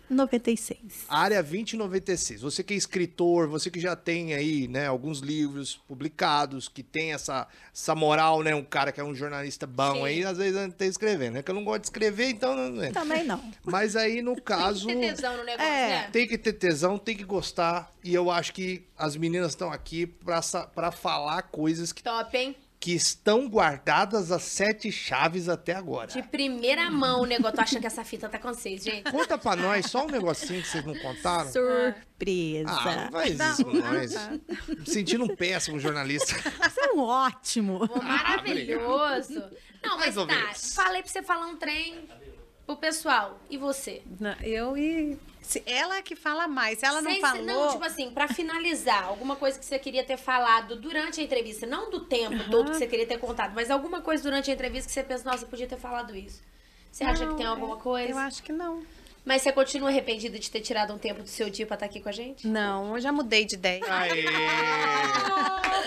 2096. Área 2096. Você que é escritor, você que já tem aí, né, alguns livros publicados, que tem essa, essa moral, né, um cara que é um jornalista bom Sim. Tá aí, às vezes não tá escrevendo, né, que eu não gosto de escrever, então... Não, Também não. Mas aí, no caso... Tem tesão no negócio, É. né? Tem que ter tesão, tem que gostar. E eu acho que as meninas estão aqui pra, sa- pra falar coisas que Top, hein? que estão guardadas as sete chaves até agora. De primeira mão, nego. Eu tô achando que essa fita tá com vocês, gente. Conta pra nós só um negocinho que vocês não contaram. Surpresa. Ah, não faz isso com nós. tá. Me sentindo um péssimo jornalista. Isso é um ótimo. Pô, Ah, maravilhoso. Não, mas Mais ou tá. menos. Falei pra você falar um trem pro pessoal. E você? Não, eu e. se- ela que fala mais. Se ela não Sem- falou. Não, tipo assim, pra finalizar, alguma coisa que você queria ter falado durante a entrevista. Não do tempo todo que você queria ter contado, mas alguma coisa durante a entrevista que você pensa, nossa, eu podia ter falado isso. Você assim, acha que tem alguma coisa? é, Eu acho que não. Mas você continua arrependida de ter tirado um tempo do seu dia pra estar aqui com a gente? Não, eu já mudei de ideia. Aê!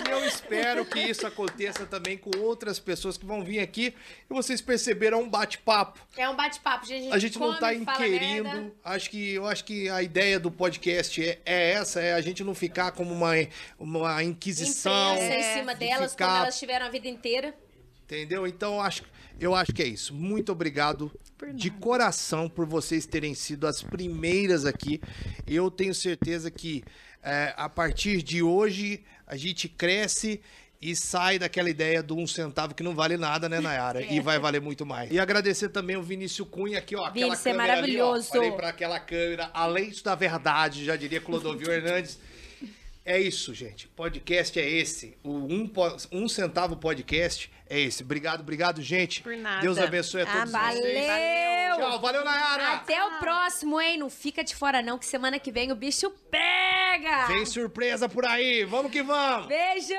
E eu espero que isso aconteça também com outras pessoas que vão vir aqui. E vocês perceberam é um bate-papo. É um bate-papo, gente. A gente não come, tá fala merda. inquirindo. Acho que, eu acho que a ideia do podcast é, é essa, é a gente não ficar como uma, uma inquisição. Imprensa em cima de delas, ficar- como elas tiveram a vida inteira. Entendeu? Então acho, eu acho que é isso. Muito obrigado de coração por vocês terem sido as primeiras aqui. Eu tenho certeza que é, a partir de hoje a gente cresce e sai daquela ideia do um centavo que não vale nada, né, Nayara? É. E vai valer muito mais. E agradecer também o Vinícius Cunha aqui, ó. Aquela Vini, você é câmera ali, ó. maravilhoso. Falei pra aquela câmera, além da verdade, já diria Clodovil Hernandes. É isso, gente. Podcast é esse. O um, po- um centavo podcast é esse. Obrigado, obrigado, gente. Por nada. Deus abençoe a todos Ah, vocês. valeu! Tchau, valeu, Nayara. Até o próximo, hein? Não fica de fora, não, que semana que vem o bicho pega! Tem surpresa por aí. Vamos que vamos. Beijo!